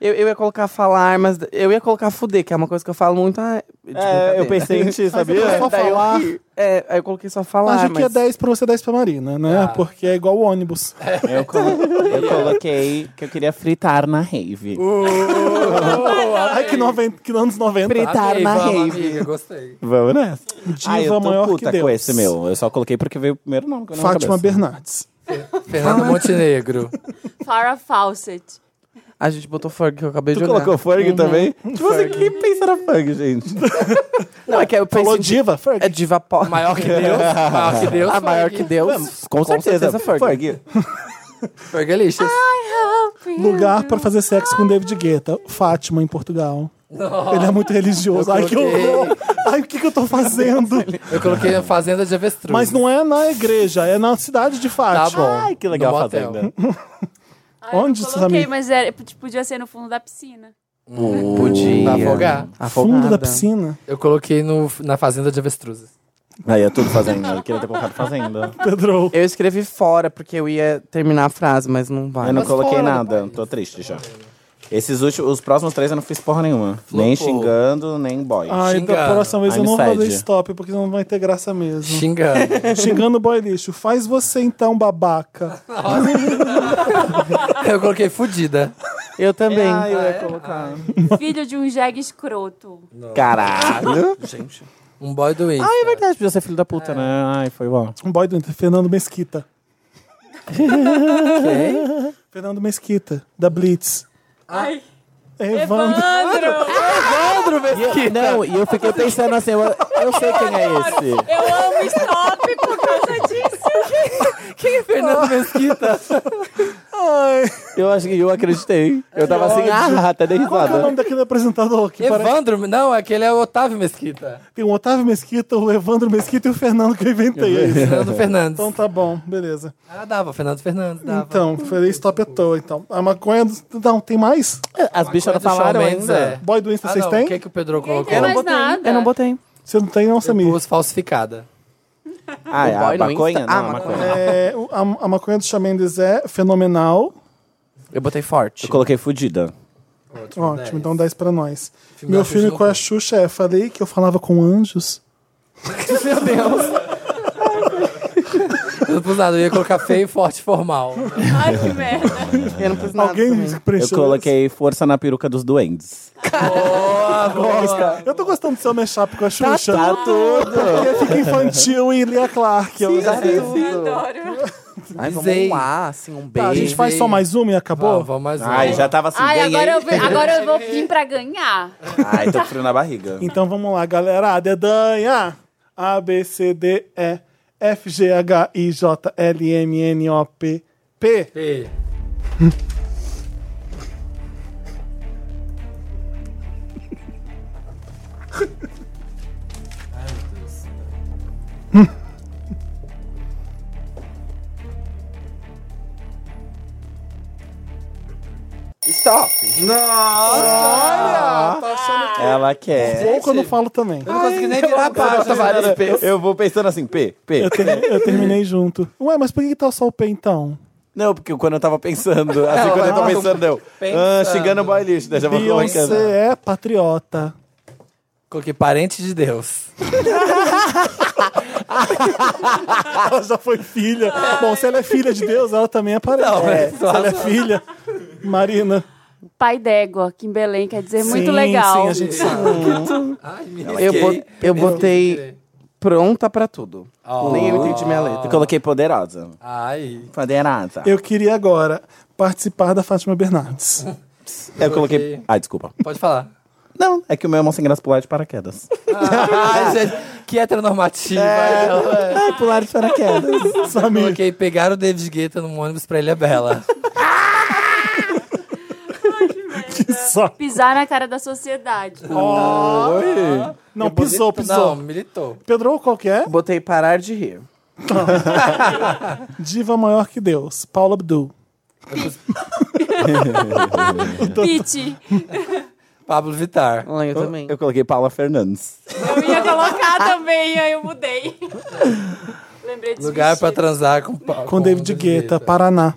Speaker 5: Eu, eu ia colocar falar, mas eu ia colocar fuder, que é uma coisa que eu falo muito. Ah, tipo,
Speaker 4: É, eu
Speaker 5: cadê?
Speaker 4: pensei em ti,
Speaker 1: Mas
Speaker 4: sabia?
Speaker 1: só
Speaker 5: Daí eu
Speaker 1: falar.
Speaker 5: ri. É, aí eu coloquei só falar.
Speaker 1: Acho que é
Speaker 5: mas-
Speaker 1: 10 pra você, 10 pra Marina, né? Porque é igual o ônibus.
Speaker 4: Eu, colo- eu coloquei que eu queria fritar na rave.
Speaker 1: Ai, que, noven... que anos 90.
Speaker 2: Amei, vamos, amiga, gostei.
Speaker 4: Vamos nessa. Ai, Ah, eu
Speaker 1: Diva
Speaker 4: tô
Speaker 1: maior que
Speaker 4: puta
Speaker 1: Deus.
Speaker 4: com esse meu. Eu só coloquei porque veio o primeiro nome. que eu não
Speaker 1: Fátima
Speaker 4: cabeça.
Speaker 1: Bernardes.
Speaker 2: Fernando Montenegro.
Speaker 3: Farrah Fawcett.
Speaker 5: A gente botou Ferg que eu acabei de
Speaker 4: Tu
Speaker 5: olhar.
Speaker 4: colocou Ferg também? Tipo assim, quem pensa na Ferg, gente?
Speaker 5: Não, é que eu pensei.
Speaker 1: Falou
Speaker 5: em-
Speaker 1: diva, Ferg.
Speaker 5: É diva pop.
Speaker 2: Maior que Deus. Maior que Deus.
Speaker 5: a maior que Deus.
Speaker 4: Com certeza,
Speaker 5: Ferg.
Speaker 4: Ferg.
Speaker 2: Fergalicious.
Speaker 1: Lugar pra fazer sexo com David Guetta. Fátima, em Portugal. Ele é muito religioso.
Speaker 2: Eu
Speaker 1: Ai, que
Speaker 2: coloquei. é
Speaker 1: horror. Ai, o que, que eu tô fazendo?
Speaker 2: Eu coloquei a Fazenda de Avestruz.
Speaker 1: Mas não é na igreja, é na cidade de
Speaker 2: Tá
Speaker 1: Fátima.
Speaker 2: bom.
Speaker 4: Ai, que legal
Speaker 2: No
Speaker 4: a
Speaker 2: motel.
Speaker 4: fazenda.
Speaker 3: Ai, eu
Speaker 1: Onde esses
Speaker 3: coloquei,
Speaker 1: amigos?
Speaker 3: mas era, tipo, podia ser no fundo da piscina.
Speaker 5: Podia.
Speaker 4: é.
Speaker 2: Pra afogar.
Speaker 5: Afogada.
Speaker 1: Fundo da piscina.
Speaker 2: Eu coloquei no, na Fazenda de Avestruzes.
Speaker 4: Aí é tudo fazenda. Eu queria ter colocado fazenda.
Speaker 1: Pedro.
Speaker 5: Eu escrevi fora, porque eu ia terminar a frase, mas não vai.
Speaker 4: Eu não
Speaker 2: Mas fora
Speaker 4: coloquei
Speaker 2: do
Speaker 4: nada. Tô triste já. Esses últimos, os próximos três eu não fiz porra nenhuma. Nem
Speaker 2: Flopou.
Speaker 4: xingando, nem boy.
Speaker 1: Ai, da
Speaker 2: Xingando.
Speaker 1: próxima vez eu não vou
Speaker 4: Amistade.
Speaker 1: fazer stop, porque não vai ter graça mesmo.
Speaker 2: Xingando.
Speaker 1: Xingando o boy lixo. Faz você então, babaca.
Speaker 2: Eu coloquei fudida.
Speaker 5: Eu também.
Speaker 4: Ai, eu ia colocar.
Speaker 3: Filho de um jegue escroto.
Speaker 4: Caralho.
Speaker 5: gente.
Speaker 2: Um boy do Insta.
Speaker 4: Ai, é verdade, podia ser filho da puta, né? Ai, foi bom.
Speaker 1: Um boy do Fernando Mesquita.
Speaker 2: Quem?
Speaker 1: Fernando Mesquita, da Blitz.
Speaker 3: Ai.
Speaker 1: É, Evandro.
Speaker 3: Evandro!
Speaker 4: E eu- não, e eu fiquei pensando assim, eu, eu sei quem é esse.
Speaker 3: Eu amo stop por causa disso.
Speaker 2: Quem é Fernando Mesquita?
Speaker 1: Ai,
Speaker 4: Eu acho que eu acreditei. Eu tava assim, ah, até dei
Speaker 1: qual que é o nome
Speaker 4: risada.
Speaker 1: daquele apresentador que parece?
Speaker 2: Evandro? Não, aquele é o Otávio Mesquita.
Speaker 1: Tem o Otávio Mesquita, o Evandro Mesquita e o Fernando que eu inventei. é isso.
Speaker 2: Fernando Fernandes.
Speaker 1: Então tá bom, beleza.
Speaker 2: Ah, dava, Fernando Fernandes. Dava.
Speaker 1: Então, falei stop à toa, então. A maconha. do- Não, tem mais?
Speaker 4: As bichas não
Speaker 2: do Shawn
Speaker 4: falaram
Speaker 2: Mendes,
Speaker 4: ainda.
Speaker 2: é.
Speaker 1: Boy do Insta,
Speaker 2: Ah,
Speaker 1: vocês
Speaker 2: não,
Speaker 1: têm?
Speaker 2: O que, que o Pedro colocou?
Speaker 3: tem
Speaker 5: Eu não
Speaker 3: mais
Speaker 5: botei.
Speaker 3: nada.
Speaker 5: Eu não botei.
Speaker 1: Se não tem, não, Samir.
Speaker 2: Pus falsificada.
Speaker 4: Ah, é
Speaker 5: O boy
Speaker 4: a
Speaker 5: no
Speaker 4: maconha?
Speaker 5: Insta?
Speaker 4: Não,
Speaker 5: Ah,
Speaker 4: a maconha.
Speaker 1: É, o- a, a maconha do Chamendes é fenomenal.
Speaker 5: Eu botei forte.
Speaker 4: Eu coloquei fudida.
Speaker 2: Ótimo,
Speaker 1: Ótimo, então 10 pra nós.
Speaker 2: Filme
Speaker 1: Meu
Speaker 2: da Xuxa
Speaker 1: filme
Speaker 2: não
Speaker 1: com a Xuxa é Falei que eu falava com anjos.
Speaker 2: Eu não pus nada, eu ia colocar feio, forte, formal.
Speaker 3: Ai, que merda.
Speaker 5: Eu não
Speaker 2: Ah,
Speaker 5: pus nada
Speaker 1: Alguém
Speaker 5: também.
Speaker 4: Eu
Speaker 1: preencheu
Speaker 4: coloquei força na peruca dos duendes.
Speaker 1: essa? Eu tô gostando do seu mashup com a Xuxa.
Speaker 4: Tá tudo!
Speaker 1: Porque fica infantil e Lia Clark. eu já-
Speaker 3: Adoro.
Speaker 5: Ai, vamos
Speaker 2: Pisei.
Speaker 5: lá, assim, um
Speaker 1: Tá, a
Speaker 5: beijo.
Speaker 1: gente faz só mais uma e acabou?
Speaker 2: Vamos, vamos mais um.
Speaker 4: Ai, já tava assim,
Speaker 3: Ai,
Speaker 4: ganhei.
Speaker 3: agora eu, vi- agora eu vou vir pra ganhar.
Speaker 4: Ai, tô com frio na barriga.
Speaker 1: Então vamos lá, galera. Dedanha! A, B, C, D, E, F, G, H, I, J, L, M, N, O, P, P.
Speaker 2: P.
Speaker 5: Stop.
Speaker 4: Ela quer.
Speaker 1: Ou quando eu falo também.
Speaker 2: Eu não consegui nem virar a página. várias vezes.
Speaker 4: Eu vou pensando assim, P, P.
Speaker 1: Eu, ter- eu terminei junto. Ué, mas por que, que tá só o P então?
Speaker 4: Não, porque quando eu tava pensando, assim, quando eu tô pensando, eu. Ah, xingando o boy lixo, daí já vou colocando.
Speaker 1: Beyoncé
Speaker 2: né?
Speaker 1: é patriota.
Speaker 2: Coloquei parente de Deus.
Speaker 1: Ela já foi filha. Bom, se ela é filha de Deus, ela também aparece.
Speaker 2: Não, é
Speaker 1: se ela é filha. Marina.
Speaker 3: Pai d'égua, que em Belém quer dizer muito
Speaker 1: Sim,
Speaker 3: legal.
Speaker 1: Sim, a gente sabe.
Speaker 2: Ai, me
Speaker 5: Eu, bo-
Speaker 2: risquei.
Speaker 5: eu botei pronta pra tudo. Nem eu entendi minha
Speaker 4: Eu
Speaker 5: letra.
Speaker 4: coloquei poderosa.
Speaker 2: Ai.
Speaker 4: Poderosa.
Speaker 1: Eu queria agora participar da Fátima Bernardes.
Speaker 4: Eu coloquei. Ah, desculpa.
Speaker 2: Pode falar.
Speaker 4: Não, é que o meu irmão sem graça pular de paraquedas.
Speaker 2: Ai, gente, que heteronormativa.
Speaker 1: É.
Speaker 2: então.
Speaker 4: Ai, pular de paraquedas.
Speaker 2: é?
Speaker 1: Samir.
Speaker 2: Coloquei pegar o David Guetta num ônibus pra Ilha Bela.
Speaker 1: Só.
Speaker 3: Pisar na cara da sociedade.
Speaker 4: Oi.
Speaker 1: Não, pisou,
Speaker 2: Ah, Não,
Speaker 1: pisou.
Speaker 2: militou.
Speaker 1: Pedro, qual que é?
Speaker 5: Botei parar de rir.
Speaker 1: Diva maior que Deus. Paula Abdul.
Speaker 3: Pete,
Speaker 2: Pablo Vittar.
Speaker 5: Ah, eu também.
Speaker 4: Eu coloquei Paula Fernandes.
Speaker 3: eu ia colocar também, aí eu mudei. Lembrei de
Speaker 2: Lugar pra transar com pa-
Speaker 1: Com David Guetta, Paraná.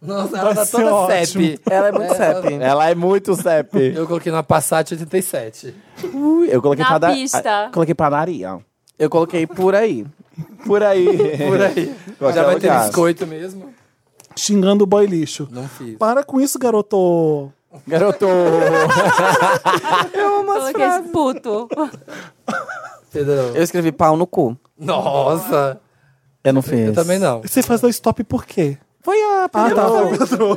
Speaker 2: Nossa, ela
Speaker 1: Vai
Speaker 2: tá
Speaker 1: ser
Speaker 2: toda
Speaker 1: ótimo.
Speaker 2: CEP.
Speaker 5: Ela é muito CEP.
Speaker 4: Ela é muito CEP.
Speaker 2: Eu coloquei na Passat 87.
Speaker 4: Ui, Eu coloquei
Speaker 3: Na
Speaker 4: pada-
Speaker 3: pista.
Speaker 4: Ah, Coloquei padaria.
Speaker 5: Eu coloquei por aí.
Speaker 4: Por aí.
Speaker 2: Por aí.
Speaker 4: Qualquer
Speaker 2: Já vai ter
Speaker 4: lugar.
Speaker 2: biscoito mesmo?
Speaker 1: Xingando o boy lixo.
Speaker 2: Não fiz.
Speaker 1: Para com isso, garoto.
Speaker 4: Garoto.
Speaker 3: Coloquei esse puto.
Speaker 2: Pedrão.
Speaker 5: Eu escrevi pau no cu.
Speaker 2: Nossa.
Speaker 4: Eu não fiz.
Speaker 2: Eu também não.
Speaker 1: Você faz o stop por quê?
Speaker 5: Foi a
Speaker 1: Ah, tá.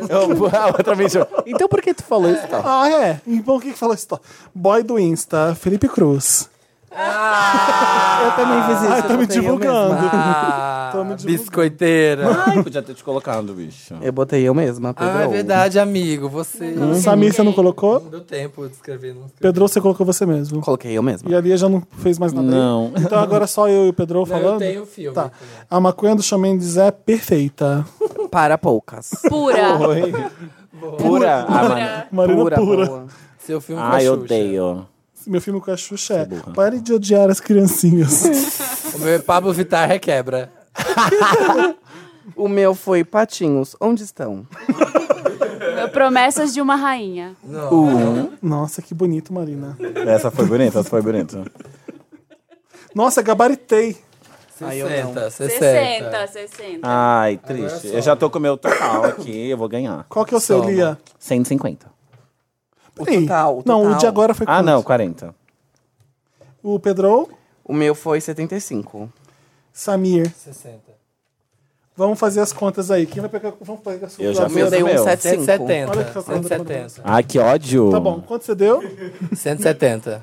Speaker 4: Eu, a outra vez eu- Então por que tu falou isso, tal?
Speaker 1: Ah, é. Então o que que fala stop? Boy do Insta, Felipe Cruz.
Speaker 5: Eu também fiz isso.
Speaker 1: Ai, tá me divulgando.
Speaker 2: Ah,
Speaker 1: Tô me divulgando.
Speaker 2: biscoiteira.
Speaker 4: Ai, podia ter te colocado, bicho.
Speaker 5: Eu botei eu mesma, Pedro.
Speaker 2: Ah, é verdade, amigo. Você.
Speaker 1: Um Samir, você não
Speaker 2: Não
Speaker 1: colocou?
Speaker 2: deu tempo de escrever. Não escrevi.
Speaker 1: Pedro, você colocou você mesmo.
Speaker 5: Coloquei eu mesma.
Speaker 1: E a Lia já não fez mais nada. aí?
Speaker 4: Não.
Speaker 1: Então agora só eu e o Pedro
Speaker 2: Não,
Speaker 1: falando?
Speaker 2: eu tenho o filme.
Speaker 1: Tá. A maconha do Xamendes é perfeita.
Speaker 5: Para poucas.
Speaker 3: Pura.
Speaker 4: Oi. Pura. Ah, mano.
Speaker 1: Marina pura.
Speaker 5: boa.
Speaker 2: Seu filme com a
Speaker 4: Ai, eu
Speaker 2: Xuxa.
Speaker 4: odeio.
Speaker 1: Meu filme com a Xuxa é Pare de odiar as criancinhas.
Speaker 2: O meu é Pablo Vittar requebra.
Speaker 5: O meu foi patinhos. Onde estão?
Speaker 3: Promessas de uma rainha.
Speaker 1: Uh, Nossa, que bonito, Marina.
Speaker 4: Essa foi bonita, essa foi bonita.
Speaker 1: Nossa, gabaritei.
Speaker 2: 60, 60.
Speaker 3: 60, 60.
Speaker 1: Ah,
Speaker 4: Ai,
Speaker 1: é
Speaker 4: triste. Eu já tô com o meu total aqui, eu vou ganhar.
Speaker 1: Qual que é o seu,
Speaker 2: Soma.
Speaker 1: Lia?
Speaker 4: 150.
Speaker 5: O
Speaker 1: Peraí.
Speaker 5: total, o
Speaker 1: Não, o
Speaker 5: total.
Speaker 1: de agora foi
Speaker 4: Ah,
Speaker 1: quanto?
Speaker 4: não, 40.
Speaker 1: O Pedro,
Speaker 5: O meu foi 75.
Speaker 1: Samir.
Speaker 2: 60.
Speaker 1: Vamos fazer as contas aí. Quem vai pegar? Vamos pegar a sua
Speaker 4: Eu já
Speaker 5: O
Speaker 4: fiz
Speaker 5: meu
Speaker 1: Tá
Speaker 5: deu
Speaker 4: o meu.
Speaker 2: 170.
Speaker 5: 175.
Speaker 1: Olha que coisa
Speaker 2: 170.
Speaker 4: Ai, que ódio.
Speaker 1: Tá bom. Quanto você deu?
Speaker 2: 170.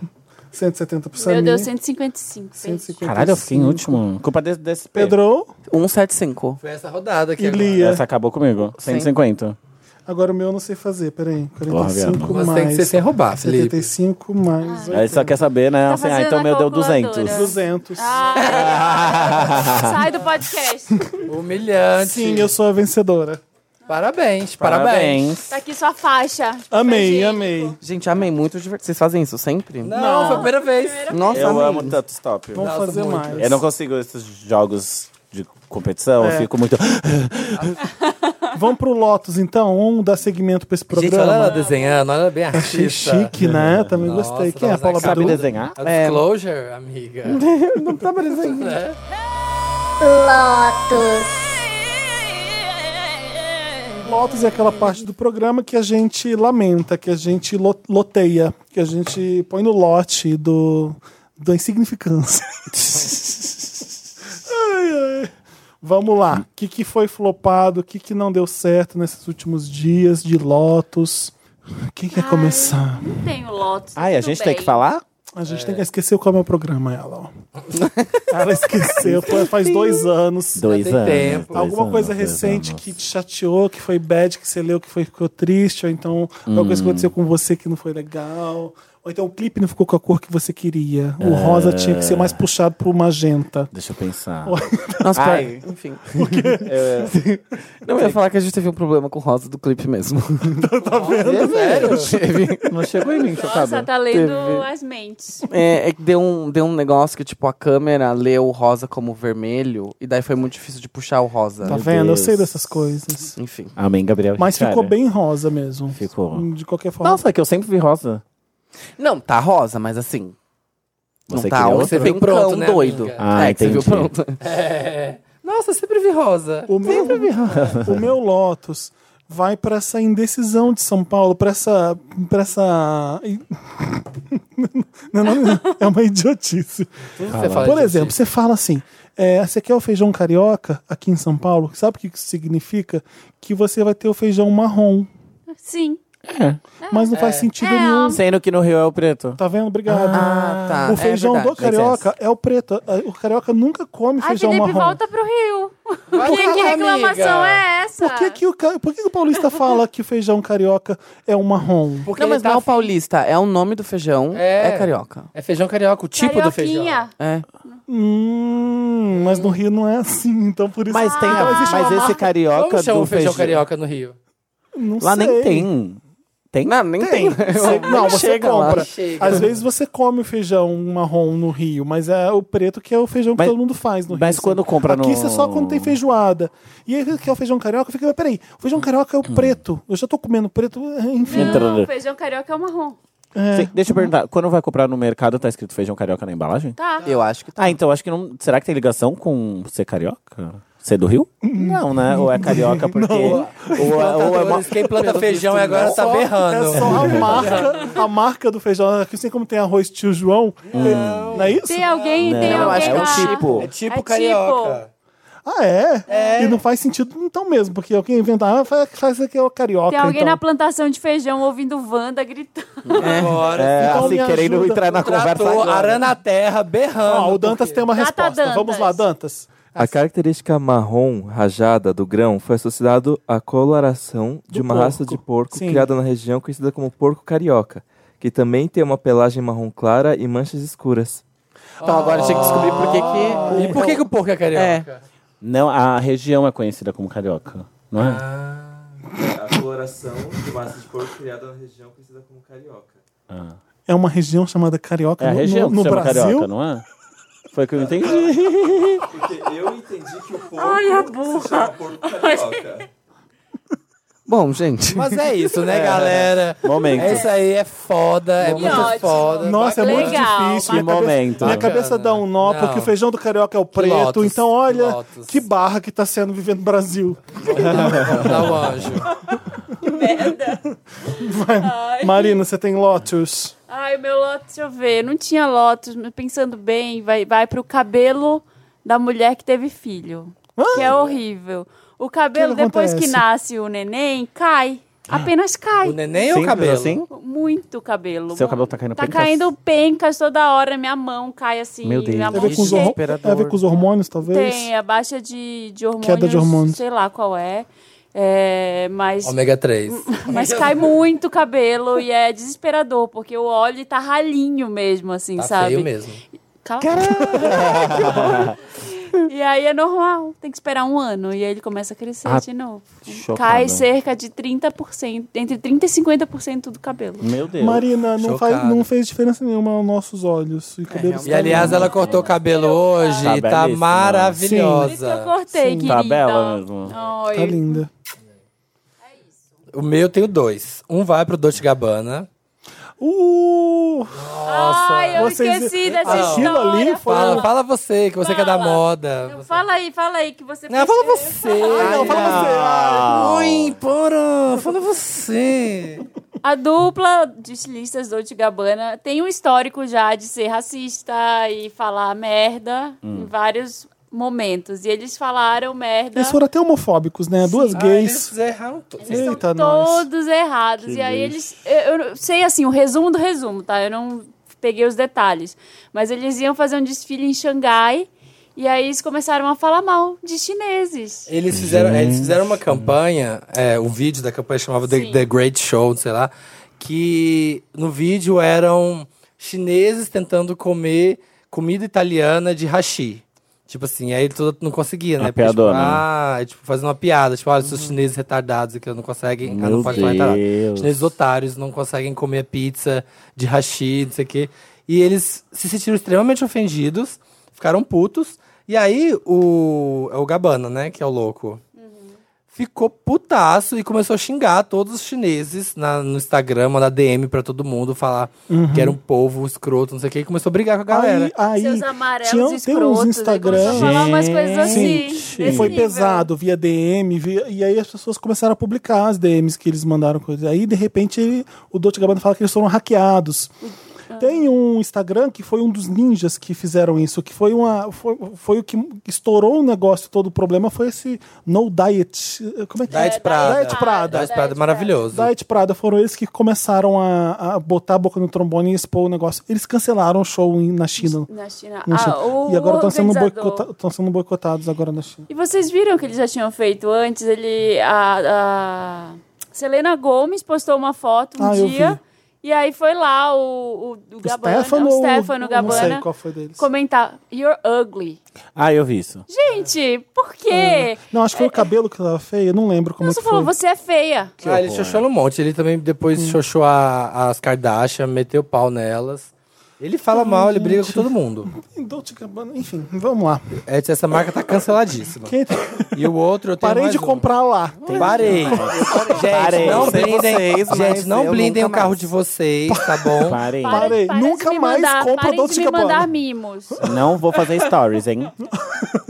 Speaker 1: 170 pro Samir.
Speaker 3: Meu Deus, 155.
Speaker 1: 155.
Speaker 4: Caralho, eu fiquei em último. Culpa desse, desse Pedro.
Speaker 1: Pedro,
Speaker 5: 175.
Speaker 2: Foi essa rodada aqui
Speaker 1: E
Speaker 2: agora.
Speaker 1: Lia.
Speaker 4: Essa acabou comigo. 150.
Speaker 1: agora o meu eu não sei fazer. Peraí. 45
Speaker 4: Porra,
Speaker 2: Você
Speaker 1: mais.
Speaker 2: tem que ser sem roubar, Felipe.
Speaker 1: 75 mais.
Speaker 4: Aí só quer saber, né?
Speaker 3: Tá
Speaker 4: assim, ah,
Speaker 3: fazendo
Speaker 4: então
Speaker 3: a
Speaker 4: meu deu
Speaker 3: calculadora.
Speaker 4: 200.
Speaker 1: 200.
Speaker 3: Ah, sai do podcast.
Speaker 2: Humilhante.
Speaker 1: Sim, eu sou a vencedora.
Speaker 2: Parabéns, parabéns.
Speaker 4: Parabéns.
Speaker 3: Tá aqui sua faixa.
Speaker 1: Amei,
Speaker 3: Higiênico.
Speaker 1: amei.
Speaker 5: Gente, amei muito divertido. Vocês fazem isso sempre?
Speaker 2: Não, foi a primeira vez.
Speaker 5: Nossa,
Speaker 4: Eu
Speaker 5: amei.
Speaker 4: amo tanto stop.
Speaker 1: Vamos
Speaker 2: Nossa,
Speaker 1: fazer
Speaker 2: muito.
Speaker 1: mais.
Speaker 4: Eu É, não consigo esses jogos de competição,
Speaker 1: É.
Speaker 4: eu fico muito.
Speaker 1: Vamos pro Lotus, então. Vamos dar segmento pra esse
Speaker 2: Gente, olha ela
Speaker 1: programa.
Speaker 2: desenhando, olha ela bem
Speaker 1: Achei
Speaker 2: artista.
Speaker 1: chique, É. né? Também
Speaker 2: Nossa,
Speaker 1: gostei. Quem é a
Speaker 2: tá
Speaker 1: Paula
Speaker 2: usando
Speaker 4: Sabe
Speaker 1: Abdul?
Speaker 4: desenhar?
Speaker 2: A disclosure, amiga.
Speaker 5: Não tá parecendo.
Speaker 2: É.
Speaker 1: Lotus é aquela parte do programa que a gente lamenta, que a gente lo- loteia, que a gente põe no lote do da insignificância. Ai, ai. Vamos lá. O que, que foi flopado? O que, que não deu certo nesses últimos dias de Lotus? Quem quer começar?
Speaker 3: Não tem o Lotus. tá
Speaker 4: Ai, a
Speaker 3: tudo
Speaker 4: gente
Speaker 3: bem.
Speaker 4: tem que falar?
Speaker 1: A gente tem que esquecer qual é o meu programa, ela. Ó. ela esqueceu, foi- faz dois anos.
Speaker 4: Dois
Speaker 2: tem
Speaker 4: anos.
Speaker 2: tempo.
Speaker 4: dois
Speaker 1: Alguma
Speaker 4: anos,
Speaker 1: coisa
Speaker 4: dois
Speaker 1: recente
Speaker 4: anos.
Speaker 1: que te chateou, que foi bad, que você leu, que foi, ficou triste, ou então alguma
Speaker 4: Hum.
Speaker 1: coisa que aconteceu com você que não foi legal, ou então o clipe não ficou com a cor que você queria, o
Speaker 4: É.
Speaker 1: rosa tinha que ser mais puxado pro magenta.
Speaker 4: Deixa eu pensar.
Speaker 5: Nossa, pior-
Speaker 4: Ai. é
Speaker 5: enfim. Não, eu ia falar que a gente teve um problema com o rosa do clipe mesmo. Teve.
Speaker 4: É, Não chegou em mim,
Speaker 3: Nossa,
Speaker 4: chocado.
Speaker 3: tá lendo
Speaker 5: Teve.
Speaker 3: as mentes.
Speaker 5: É, é que deu um, deu um negócio que, tipo, a câmera leu o rosa como vermelho, e daí foi muito difícil de puxar o rosa.
Speaker 1: Tá vendo?
Speaker 4: Deus.
Speaker 1: Eu sei dessas coisas.
Speaker 5: Enfim.
Speaker 4: Amém, Gabriel.
Speaker 1: Mas
Speaker 4: Chiara.
Speaker 1: ficou bem rosa mesmo.
Speaker 4: Ficou.
Speaker 1: De qualquer forma.
Speaker 4: Nossa, é que eu sempre vi rosa.
Speaker 5: Não, tá rosa, mas assim. Não
Speaker 4: Você
Speaker 5: tá
Speaker 4: queria
Speaker 5: um,
Speaker 4: outra?
Speaker 5: você viu um
Speaker 2: Pronto,
Speaker 5: cão
Speaker 2: né,
Speaker 5: doido.
Speaker 2: amiga?
Speaker 4: Ah,
Speaker 5: é, que
Speaker 4: entendi.
Speaker 5: Você viu pronto.
Speaker 2: É. Nossa, eu sempre vi rosa.
Speaker 1: O meu, o meu Lotus vai pra essa indecisão de São Paulo, pra essa. Pra essa... Não, não, não, é uma idiotice.
Speaker 2: Tudo que você fala
Speaker 1: Ah, Por
Speaker 2: de-
Speaker 1: exemplo, você fala assim: é, você quer o feijão carioca aqui em São Paulo? Sabe o que isso significa? Que você vai ter o feijão marrom.
Speaker 3: Sim.
Speaker 1: Mas não faz sentido
Speaker 3: Ah. É,
Speaker 1: nenhum.
Speaker 4: Sendo que no Rio é o preto.
Speaker 1: Tá vendo? Obrigado.
Speaker 5: Ah, tá.
Speaker 1: O feijão
Speaker 5: é
Speaker 1: do
Speaker 5: verdade.
Speaker 1: carioca é o preto. O carioca nunca come
Speaker 3: Ai,
Speaker 1: Um feijão
Speaker 3: Felipe,
Speaker 1: marrom.
Speaker 3: volta pro Rio.
Speaker 2: Vai
Speaker 3: que, que
Speaker 2: lá,
Speaker 3: reclamação
Speaker 2: amiga.
Speaker 3: é essa?
Speaker 1: Por que, que o, ca- por que que o paulista fala que o feijão carioca é um marrom?
Speaker 2: Porque
Speaker 5: Não, mas
Speaker 2: tá-
Speaker 5: não é o paulista, é o nome do feijão,
Speaker 2: É.
Speaker 5: é, carioca.
Speaker 2: É feijão carioca, o tipo do feijão.
Speaker 3: Carioquinha.
Speaker 5: É.
Speaker 1: Hum, mas no Rio não é assim, então por isso
Speaker 4: Mas tem.
Speaker 3: Ah.
Speaker 4: a- mas esse carioca
Speaker 2: Como chama
Speaker 4: do
Speaker 2: o feijão
Speaker 4: feijão.
Speaker 2: carioca no Rio?
Speaker 1: não
Speaker 4: Lá
Speaker 1: sei.
Speaker 4: nem tem. Tem?
Speaker 5: Não, nem
Speaker 1: Tem.
Speaker 5: tem.
Speaker 1: Você- não, você
Speaker 5: Chega lá.
Speaker 1: compra.
Speaker 2: Chega.
Speaker 1: Às vezes você come o feijão marrom no Rio, mas é o preto que é o feijão que
Speaker 4: Mas-
Speaker 1: todo mundo faz no
Speaker 4: mas
Speaker 1: Rio.
Speaker 4: quando
Speaker 1: assim.
Speaker 4: compra
Speaker 1: Aqui
Speaker 4: no-
Speaker 1: isso é só quando tem feijoada. E aí que é o feijão carioca, fica, mas peraí, o feijão carioca é o
Speaker 4: Hum.
Speaker 1: preto. Eu já tô comendo preto, eh, enfim.
Speaker 3: Não,
Speaker 4: Entrando.
Speaker 3: o feijão carioca é o marrom.
Speaker 1: É.
Speaker 4: Sim, deixa eu perguntar. Quando vai comprar no mercado, tá escrito feijão carioca na embalagem?
Speaker 3: Tá.
Speaker 5: Eu acho que tá.
Speaker 4: Ah, então acho que não. Será que tem ligação com ser carioca? Ser do Rio? Não, né? Ou é carioca porque. Ou, ou é uma...
Speaker 2: Plantadores, Quem planta feijão e agora tá
Speaker 1: Só-
Speaker 2: berrando.
Speaker 1: É só a marca, a marca do feijão. Assim como tem arroz tio João,
Speaker 4: Hum.
Speaker 1: não é isso?
Speaker 3: Tem alguém, tem
Speaker 4: Não,
Speaker 3: alguém
Speaker 5: acho que é o
Speaker 3: lá.
Speaker 5: tipo.
Speaker 2: É tipo
Speaker 3: É tipo.
Speaker 2: carioca.
Speaker 1: Ah, é? E não faz sentido então mesmo, porque alguém inventar, ah, faz, faz aqui o carioca.
Speaker 3: Tem alguém
Speaker 1: então.
Speaker 3: na plantação de feijão ouvindo Wanda gritando.
Speaker 2: Agora.
Speaker 4: É,
Speaker 1: Então me
Speaker 4: assim, querendo
Speaker 1: ajuda.
Speaker 4: entrar na conversa.
Speaker 2: Trator,
Speaker 4: agora.
Speaker 2: arana terra, berrando.
Speaker 1: Ó, o Dantas tem uma
Speaker 3: Data
Speaker 1: resposta. Vamos
Speaker 3: Dantas.
Speaker 1: lá, Dantas.
Speaker 6: A característica marrom rajada do grão foi associado à coloração de
Speaker 1: Do
Speaker 6: uma raça de
Speaker 1: porco.
Speaker 6: porco
Speaker 1: Sim.
Speaker 6: criada na região conhecida como porco carioca, que também tem uma pelagem marrom clara e manchas escuras.
Speaker 5: Então agora tinha que descobrir por que que...
Speaker 2: E por que, que o porco é carioca?
Speaker 4: Não, a região é conhecida como carioca, não é?
Speaker 6: A coloração de uma raça de porco criada na região conhecida como carioca.
Speaker 1: É uma região chamada Carioca
Speaker 4: é a
Speaker 1: no,
Speaker 4: região
Speaker 1: no, no
Speaker 4: que chama
Speaker 1: Brasil.
Speaker 4: carioca, não é? Foi o que eu entendi.
Speaker 6: Porque eu entendi que o porco
Speaker 3: Ai, a burra.
Speaker 6: chama porco carioca.
Speaker 5: Bom, gente.
Speaker 2: Mas é isso, né, galera?
Speaker 4: Momento.
Speaker 2: É isso aí, é foda, é muito
Speaker 3: ótimo.
Speaker 2: foda.
Speaker 1: Nossa, é muito
Speaker 3: Legal,
Speaker 1: difícil.
Speaker 4: Que
Speaker 1: Minha cabeça-
Speaker 4: momento.
Speaker 1: Minha cabeça dá um nó,
Speaker 2: Não.
Speaker 1: porque o feijão do carioca é o preto.
Speaker 2: Lotus,
Speaker 1: então, olha,
Speaker 2: Lotus.
Speaker 1: que barra que tá sendo vivendo no Brasil.
Speaker 2: Vamos dar o anjo.
Speaker 1: Marina, você tem Lotus?
Speaker 3: Ai, meu Lotus, deixa eu ver. Não tinha Lotus, mas pensando bem, vai, vai pro cabelo da mulher que teve filho. Que é horrível. O cabelo,
Speaker 1: Que que
Speaker 3: depois que
Speaker 1: acontece?
Speaker 3: nasce o neném, cai. Apenas cai.
Speaker 2: O neném ou o
Speaker 4: Simples
Speaker 2: cabelo?
Speaker 4: assim?
Speaker 3: Muito cabelo.
Speaker 4: Seu cabelo tá caindo
Speaker 3: Tá
Speaker 4: pencas?
Speaker 3: caindo pencas toda hora, minha mão cai assim.
Speaker 4: Meu Deus.
Speaker 3: Minha
Speaker 1: Tem
Speaker 3: mão
Speaker 1: a ver com os,
Speaker 3: cheia-
Speaker 1: hormo- tem a ver com os hormônios, talvez?
Speaker 3: Tem, a baixa de, de hormônios.
Speaker 1: Queda de hormônios.
Speaker 3: Sei lá qual é. É, mas,
Speaker 2: Ômega 3.
Speaker 3: mas cai muito cabelo e é desesperador, porque o óleo tá ralinho mesmo, assim,
Speaker 2: Tá
Speaker 3: sabe?
Speaker 2: feio mesmo.
Speaker 3: Cala- e aí é normal, tem que esperar um ano. E aí ele começa a crescer
Speaker 4: Ah,
Speaker 3: de novo.
Speaker 4: chocado.
Speaker 3: Cai cerca de 30%, entre 30% e 50% do cabelo.
Speaker 4: Meu Deus.
Speaker 1: Marina, não,
Speaker 2: Chocado.
Speaker 1: faz, não fez diferença nenhuma aos nossos olhos. E, o cabelo
Speaker 5: realmente.
Speaker 2: É, E
Speaker 1: está
Speaker 2: aliás,
Speaker 1: lindo.
Speaker 2: ela cortou o cabelo hoje
Speaker 4: Tá
Speaker 2: e tá
Speaker 1: Sim.
Speaker 4: belíssima.
Speaker 3: Por isso que eu
Speaker 2: maravilhosa.
Speaker 3: cortei,
Speaker 1: Sim.
Speaker 3: querida.
Speaker 4: Tá
Speaker 3: Então,
Speaker 4: bela mesmo.
Speaker 3: Ai,
Speaker 1: Tá linda.
Speaker 2: O meu tenho dois. Um vai pro Dolce Gabbana.
Speaker 1: Uh,
Speaker 3: ai, eu
Speaker 1: Vocês-
Speaker 3: esqueci dessa
Speaker 1: Ah,
Speaker 3: história.
Speaker 1: aquilo ali foi-
Speaker 2: Fala, fala você, que você quer dar
Speaker 3: Fala.
Speaker 2: moda.
Speaker 3: Não, fala aí, fala aí que você
Speaker 2: Não, fala você.
Speaker 1: não, fala você.
Speaker 4: Ah.
Speaker 2: Oi, para. Fala você.
Speaker 3: A dupla de estilistas Dolce Gabbana tem um histórico já de ser racista e falar merda em vários momentos. E eles falaram merda.
Speaker 1: Eles foram até homofóbicos, né? Duas
Speaker 2: Ah,
Speaker 1: gays.
Speaker 2: eles erraram tudo.
Speaker 3: Eles são
Speaker 1: Eita, nós.
Speaker 3: todos errados. e aí eles. Eu, eu sei assim, o resumo do resumo, tá? Eu não peguei os detalhes. Mas eles iam fazer um desfile em Xangai. E aí eles começaram a falar mal de chineses.
Speaker 2: Eles fizeram, eles fizeram uma campanha, é, um vídeo da campanha chamava The,
Speaker 3: Sim.
Speaker 2: The Great Show, sei lá, que no vídeo eram chineses tentando comer comida italiana de hashi. Tipo assim, aí tudo não conseguia, né?
Speaker 4: Uma piadona,
Speaker 2: tipo,
Speaker 4: né?
Speaker 2: ah, é tipo, fazendo uma piada. Tipo, olha, esses chineses retardados aqui não conseguem. ah, não
Speaker 4: Meu
Speaker 2: pode falar retardado.
Speaker 4: Deus.
Speaker 2: Chineses otários não conseguem comer pizza de hashi, não sei o quê. E eles se sentiram extremamente ofendidos, ficaram putos. E aí o, é o Gabana, né, que é o louco, ficou putaço e começou a xingar todos os chineses na- no Instagram, mandar DM pra todo mundo, falar que era um povo escroto, não sei o quê. E começou a brigar com a galera.
Speaker 1: Aí, é,
Speaker 3: Seus
Speaker 1: aí
Speaker 3: amarelos
Speaker 1: tinha- tem
Speaker 3: escrotos.
Speaker 1: uns
Speaker 3: aí
Speaker 1: Instagram.
Speaker 3: começou a falar umas coisas assim.
Speaker 1: Gente.
Speaker 3: desse
Speaker 1: foi
Speaker 3: nível.
Speaker 1: pesado, via DM, via- e aí as pessoas começaram a publicar as DMs que eles mandaram coisas. Aí, de repente, ele- o Dolce Gabbana fala que eles foram hackeados.
Speaker 3: Ah.
Speaker 1: Tem um Instagram que foi um dos ninjas que fizeram isso, que foi uma. Foi, foi o que estourou o negócio todo o problema, foi esse No Diet. Como é que
Speaker 2: Diet
Speaker 1: é?
Speaker 2: Prada.
Speaker 1: Diet Prada.
Speaker 2: Dias Prada, maravilhoso.
Speaker 1: Diet Prada foram eles que começaram a, a botar a boca no trombone e expor o negócio. Eles cancelaram o show em- na China.
Speaker 3: Na China.
Speaker 1: Na China.
Speaker 3: Ah, o
Speaker 1: e agora estão sendo, um
Speaker 3: organizador.
Speaker 1: boicota- tão sendo boicotados agora na China.
Speaker 3: E vocês viram que eles já tinham feito antes? Ele. A, a Selena Gomes postou uma foto um
Speaker 1: Ah, eu
Speaker 3: dia.
Speaker 1: vi.
Speaker 3: E aí foi lá o, o, o Gabbana,
Speaker 1: Stefano,
Speaker 3: o Stefano
Speaker 1: Não sei
Speaker 3: Gabbana,
Speaker 1: qual foi deles.
Speaker 3: comentar You're ugly.
Speaker 4: Ah, eu vi isso.
Speaker 3: Gente, por quê?
Speaker 1: Não, acho que foi o cabelo que tava feio, eu não lembro como
Speaker 3: é, Não,
Speaker 1: é que
Speaker 3: só falou,
Speaker 1: foi.
Speaker 3: você é feia.
Speaker 2: ah, ele xoxou um monte. Ele também depois xoxou a- as Kardashian, meteu pau nelas. Ele fala mal, ele briga com todo mundo.
Speaker 1: Em Dolce Gabbana, enfim, vamos lá.
Speaker 2: É, Essa marca tá canceladíssima.
Speaker 1: Quem tem-
Speaker 2: E o outro eu tenho
Speaker 1: Parei
Speaker 2: mais
Speaker 1: de
Speaker 2: um.
Speaker 1: comprar lá.
Speaker 2: Parei. Gente,
Speaker 4: Parei.
Speaker 2: não
Speaker 4: Eu sei
Speaker 2: blindem,
Speaker 5: vocês, mas
Speaker 2: gente, não
Speaker 5: eu
Speaker 2: blindem o
Speaker 5: nunca
Speaker 2: carro
Speaker 5: mais.
Speaker 2: de vocês, tá bom?
Speaker 4: Parem.
Speaker 1: Parei,
Speaker 3: Parem de
Speaker 1: nunca
Speaker 3: me
Speaker 1: mais
Speaker 3: mandar,
Speaker 1: compro
Speaker 3: parem
Speaker 1: Dolce
Speaker 3: de me
Speaker 1: Gabbana.
Speaker 3: mandar mimos.
Speaker 4: Não vou fazer stories, hein?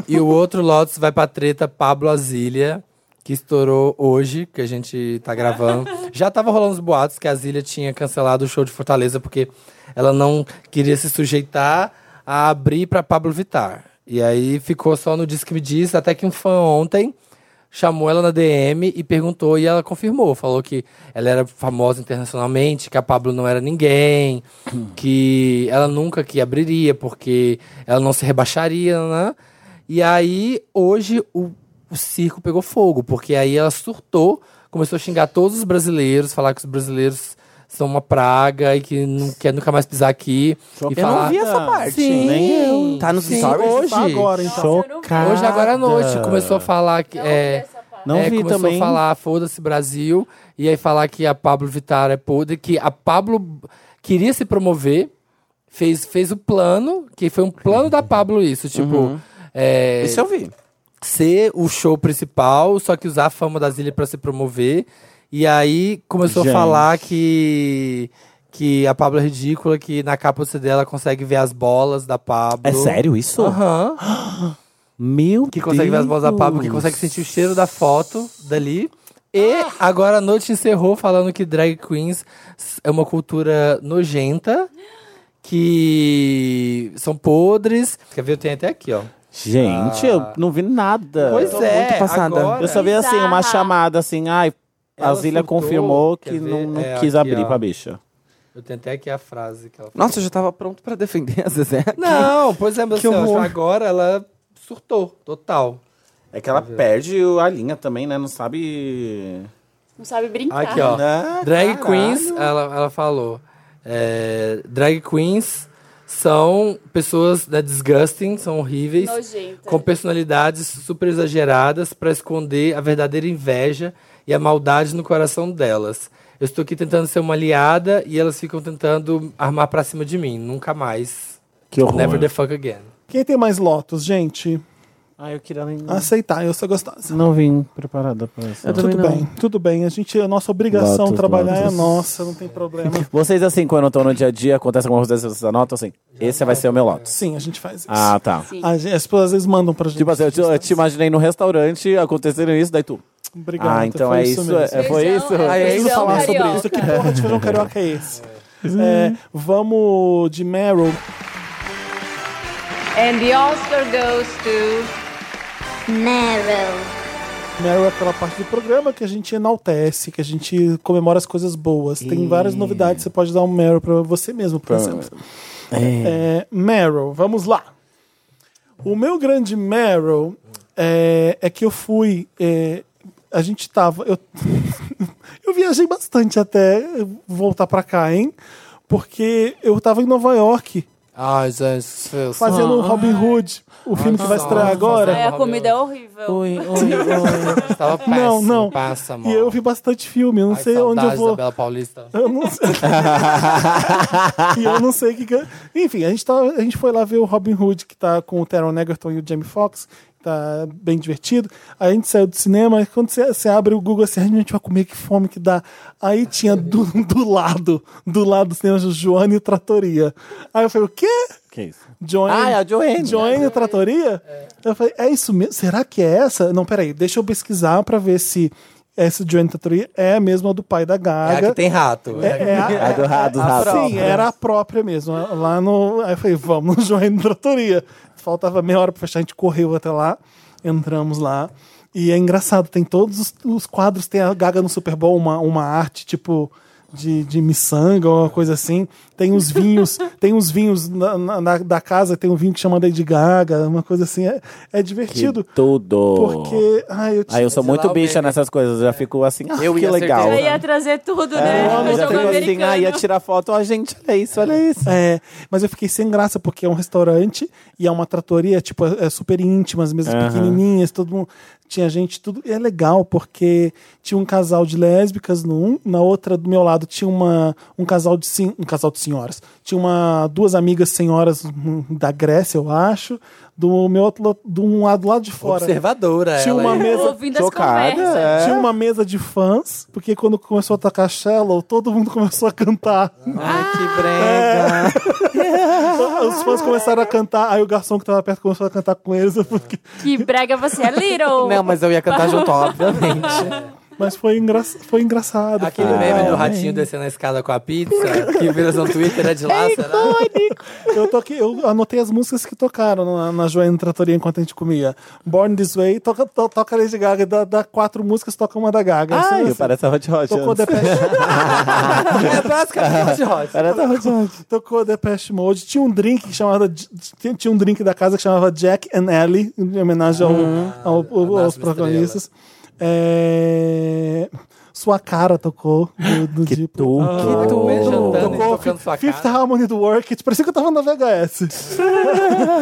Speaker 2: E o outro Lotus vai pra treta Pablo Azilha, que estourou hoje, que a gente tá gravando. Já tava rolando os boatos que a Azilha tinha cancelado o show de Fortaleza porque ela não queria se sujeitar a abrir pra Pablo Vittar. E aí ficou só no Disque Me Diz, até que um fã ontem chamou ela na DM e perguntou, e ela confirmou, falou que ela era famosa internacionalmente, que a Pablo não era ninguém, que ela nunca que abriria, porque ela não se rebaixaria, né? E aí, hoje, o, o circo pegou fogo, porque aí ela surtou, começou a xingar todos os brasileiros, falar que os brasileiros são uma praga e que não quer nunca mais pisar aqui. E
Speaker 5: Eu
Speaker 2: falar...
Speaker 5: não vi essa parte.
Speaker 2: Sim,
Speaker 4: Nem eu.
Speaker 5: Tá nos
Speaker 2: Sim,
Speaker 5: stories?
Speaker 2: hoje.
Speaker 1: Tá agora, então.
Speaker 4: Chocada.
Speaker 2: Hoje, agora à noite, começou a falar que. é,
Speaker 4: Não
Speaker 2: é,
Speaker 4: vi
Speaker 2: começou
Speaker 4: também.
Speaker 2: a falar, foda-se Brasil, e aí falar que a Pablo Vittar é podre, que a Pablo queria se promover,
Speaker 4: Uhum.
Speaker 2: fez, fez o plano, que foi um plano da Pablo isso, tipo... é,
Speaker 5: Isso eu vi.
Speaker 2: ser o show principal, só que usar a fama das ilhas pra se promover. E aí começou a
Speaker 4: Gente.
Speaker 2: falar que que a Pablo é ridícula, que na capa do CD ela consegue ver as bolas da Pablo.
Speaker 4: É sério isso?
Speaker 2: Aham.
Speaker 4: Meu
Speaker 2: Que consegue ver as bolas da Pablo, que consegue sentir o cheiro da foto dali. E agora a noite encerrou falando que drag queens é uma cultura nojenta, que são podres. Quer ver? Eu tenho até aqui, ó.
Speaker 4: Gente, eu não vi nada.
Speaker 2: Ah. Pois
Speaker 5: tô
Speaker 2: é,
Speaker 5: muito passada.
Speaker 2: agora-
Speaker 4: Eu só vi assim, uma
Speaker 3: Bizarra.
Speaker 4: chamada assim, ai, a
Speaker 2: Ela
Speaker 4: Zília
Speaker 2: surtou,
Speaker 4: confirmou
Speaker 2: quer
Speaker 4: que
Speaker 2: ver?
Speaker 4: não, não
Speaker 2: É,
Speaker 4: quis
Speaker 2: aqui,
Speaker 4: abrir
Speaker 2: ó.
Speaker 4: pra bicha.
Speaker 2: Eu tenho até aqui a frase que ela falou.
Speaker 5: Nossa, eu já tava pronto pra defender a Zezé.
Speaker 2: Não, pois é, mas
Speaker 1: Que
Speaker 2: assim, eu acho que
Speaker 1: horror.
Speaker 2: agora ela surtou, total.
Speaker 4: É que ela perde o- a linha também, né? Não sabe.
Speaker 3: Não sabe brincar.
Speaker 2: Aqui, ó.
Speaker 4: Né?
Speaker 2: Drag
Speaker 4: Caralho.
Speaker 2: queens, ela, ela falou. é, drag queens são pessoas né, disgusting, são horríveis.
Speaker 3: Nojenta.
Speaker 2: com personalidades super exageradas para esconder a verdadeira inveja e a maldade no coração delas. Eu estou aqui tentando ser uma aliada e elas ficam tentando armar pra cima de mim. Nunca mais.
Speaker 4: Que horror.
Speaker 2: Never the fuck again.
Speaker 1: Quem tem mais Lotus, gente?
Speaker 4: Ai, eu queria nem.
Speaker 1: Aceitar, eu sou gostosa.
Speaker 4: Não vim preparada pra isso.
Speaker 5: Eu tô-
Speaker 1: Tudo
Speaker 5: também não.
Speaker 1: bem, tudo bem. A gente, a nossa obrigação
Speaker 4: Lotus,
Speaker 1: trabalhar
Speaker 4: Lotus.
Speaker 1: é nossa, não tem problema.
Speaker 4: Vocês, assim, quando estão no dia a dia, acontece alguma coisa, vocês anotam assim? Esse vai ser o meu Lotus.
Speaker 1: Sim, a gente faz isso.
Speaker 4: Ah, tá.
Speaker 3: Sim.
Speaker 1: A gente- as pessoas às vezes mandam pra gente.
Speaker 4: Tipo assim, eu te, eu te imaginei no restaurante acontecendo isso, daí tu.
Speaker 1: Obrigado.
Speaker 4: ah, então
Speaker 1: foi
Speaker 4: é isso.
Speaker 1: mesmo.
Speaker 4: é, foi
Speaker 3: Feijão,
Speaker 4: isso?
Speaker 3: é
Speaker 4: Ah,
Speaker 1: Preciso
Speaker 3: feijão
Speaker 1: falar sobre
Speaker 3: carioca.
Speaker 1: isso. Que porra de feijão carioca é esse? É, vamos de Meryl.
Speaker 7: And the Oscar goes to.
Speaker 8: Meryl.
Speaker 1: Meryl é aquela parte do programa que a gente enaltece, que a gente comemora as coisas boas. Tem várias novidades, você pode dar um Meryl pra você mesmo, por exemplo. É, Meryl, vamos lá. O meu grande Meryl é, é que eu fui. é, a gente tava. Eu, eu viajei bastante até voltar pra cá, hein? Porque eu tava em Nova York
Speaker 2: Ai, gente.
Speaker 1: fazendo um- o Robin
Speaker 2: Ah, é.
Speaker 1: Hood, o filme que
Speaker 2: tá
Speaker 1: vai estrear agora.
Speaker 3: É, a comida é horrível.
Speaker 2: Ui, ui, ui. Tava péssimo.
Speaker 1: Não, não.
Speaker 2: Passa,
Speaker 1: E
Speaker 2: amor.
Speaker 1: eu vi bastante filme, eu não
Speaker 2: Ai,
Speaker 1: sei onde eu
Speaker 2: saudades
Speaker 1: vou.
Speaker 2: da Bela Paulista.
Speaker 1: Eu não sei. e eu não sei o que. que eu- Enfim, a gente, tá, a gente foi lá ver o Robin Hood, que tá com o Teron Egerton e o Jamie Foxx. Tá bem divertido. Aí a gente saiu do cinema. e Quando você, você abre o Google assim, a gente vai comer, que fome que dá. Aí tinha do, do lado, do lado do cinema, Joane e Tratoria. Aí eu falei, o quê?
Speaker 4: Que isso?
Speaker 1: Joanne,
Speaker 4: Ah, é a Joanne.
Speaker 1: Joanne Tratoria? Eu falei, é isso mesmo? Será que é essa? Não, peraí, deixa eu pesquisar pra ver se essa Joanne Tratoria é a mesma do pai da
Speaker 2: É a
Speaker 1: Gaga.
Speaker 2: que tem rato. É,
Speaker 1: É a-
Speaker 4: A do Rados
Speaker 1: Ah,
Speaker 4: Rados.
Speaker 1: Sim, era a própria mesmo. Lá no. Aí eu falei, vamos no Joanne Tratoria. Faltava meia hora pra fechar, a gente correu até lá, entramos lá. E é engraçado, tem todos os, os quadros, tem a Gaga no Super Bowl, uma, uma arte tipo de, de miçanga ou uma coisa assim. Tem os vinhos, tem os vinhos na- na- na- da casa, tem um vinho que chama Lady Gaga, uma coisa assim. É, é divertido.
Speaker 4: Tudo.
Speaker 1: Porque. Ai, eu te-
Speaker 4: Aí eu
Speaker 2: Sei
Speaker 4: sou
Speaker 2: lá,
Speaker 4: muito
Speaker 2: o
Speaker 4: bicha
Speaker 2: Megan.
Speaker 4: nessas coisas, eu já fico assim, ah,
Speaker 5: Eu
Speaker 4: que
Speaker 5: ia
Speaker 4: legal.
Speaker 3: Eu ia trazer tudo, né?
Speaker 4: É,
Speaker 3: Pro
Speaker 4: já fico
Speaker 3: jogo
Speaker 4: assim, ah, ia
Speaker 3: americano.
Speaker 4: tirar foto, ó, gente, olha isso, olha isso.
Speaker 1: É, mas eu fiquei sem graça, porque é um restaurante e é uma tratoria, tipo, é, é super íntima, as mesas
Speaker 4: Aham.
Speaker 1: pequenininhas, todo mundo. Tinha gente, tudo. E é legal, porque tinha um casal de lésbicas num, na outra do meu lado tinha uma, um casal de sen- um casal de senhoras. Tinha uma, duas amigas senhoras hum, da Grécia, eu acho, do meu outro, la- de um lado, do lado de fora.
Speaker 2: Observadora.
Speaker 1: Tinha
Speaker 2: ela
Speaker 1: uma
Speaker 2: é.
Speaker 1: mesa
Speaker 3: Ouvindo as
Speaker 4: Chocada,
Speaker 3: conversas.
Speaker 4: é.
Speaker 1: tinha uma mesa de fãs, porque quando começou a tocar Shallow, todo mundo começou a cantar.
Speaker 2: Ai, que brega.
Speaker 1: Os fãs começaram a cantar, aí o garçom que tava perto começou a cantar com eles. eu fiquei-
Speaker 3: Que brega você é, Little!
Speaker 5: Não, mas eu ia cantar junto, obviamente.
Speaker 1: Mas foi, engra... foi engraçado.
Speaker 2: É.
Speaker 1: É.
Speaker 2: Aquele
Speaker 1: Foi-
Speaker 2: meme do ratinho descendo a escada com a pizza, que vira no Twitter, é de lá, será?
Speaker 1: Eu, tô aqui, eu anotei as músicas que tocaram na, na Joana Tratoria enquanto a gente comia. Born This Way, toca, to, toca Lady Gaga, dá, dá quatro músicas, toca uma da Gaga.
Speaker 4: Ai,
Speaker 1: Assim,
Speaker 4: parece a Hot Hot.
Speaker 1: Tocou
Speaker 4: antes.
Speaker 1: Depeche,
Speaker 2: É basicamente hot.
Speaker 4: Parece a Hot Hot.
Speaker 1: tocou Depeche Mode. Tinha um drink que chamava tinha- tinha um drink da casa que chamava Jack and Ellie, em homenagem ao-
Speaker 4: Ah,
Speaker 1: ao- ao-
Speaker 2: a
Speaker 1: aos
Speaker 2: máxima
Speaker 1: protagonistas. É, Sua cara tocou do, do Deep Purple.
Speaker 2: Ah, Que tu vem jantando e
Speaker 1: Tocou
Speaker 2: tocando sua
Speaker 1: Fifth
Speaker 2: cara.
Speaker 1: Harmony do Work It. Parecia que eu tava na VHS.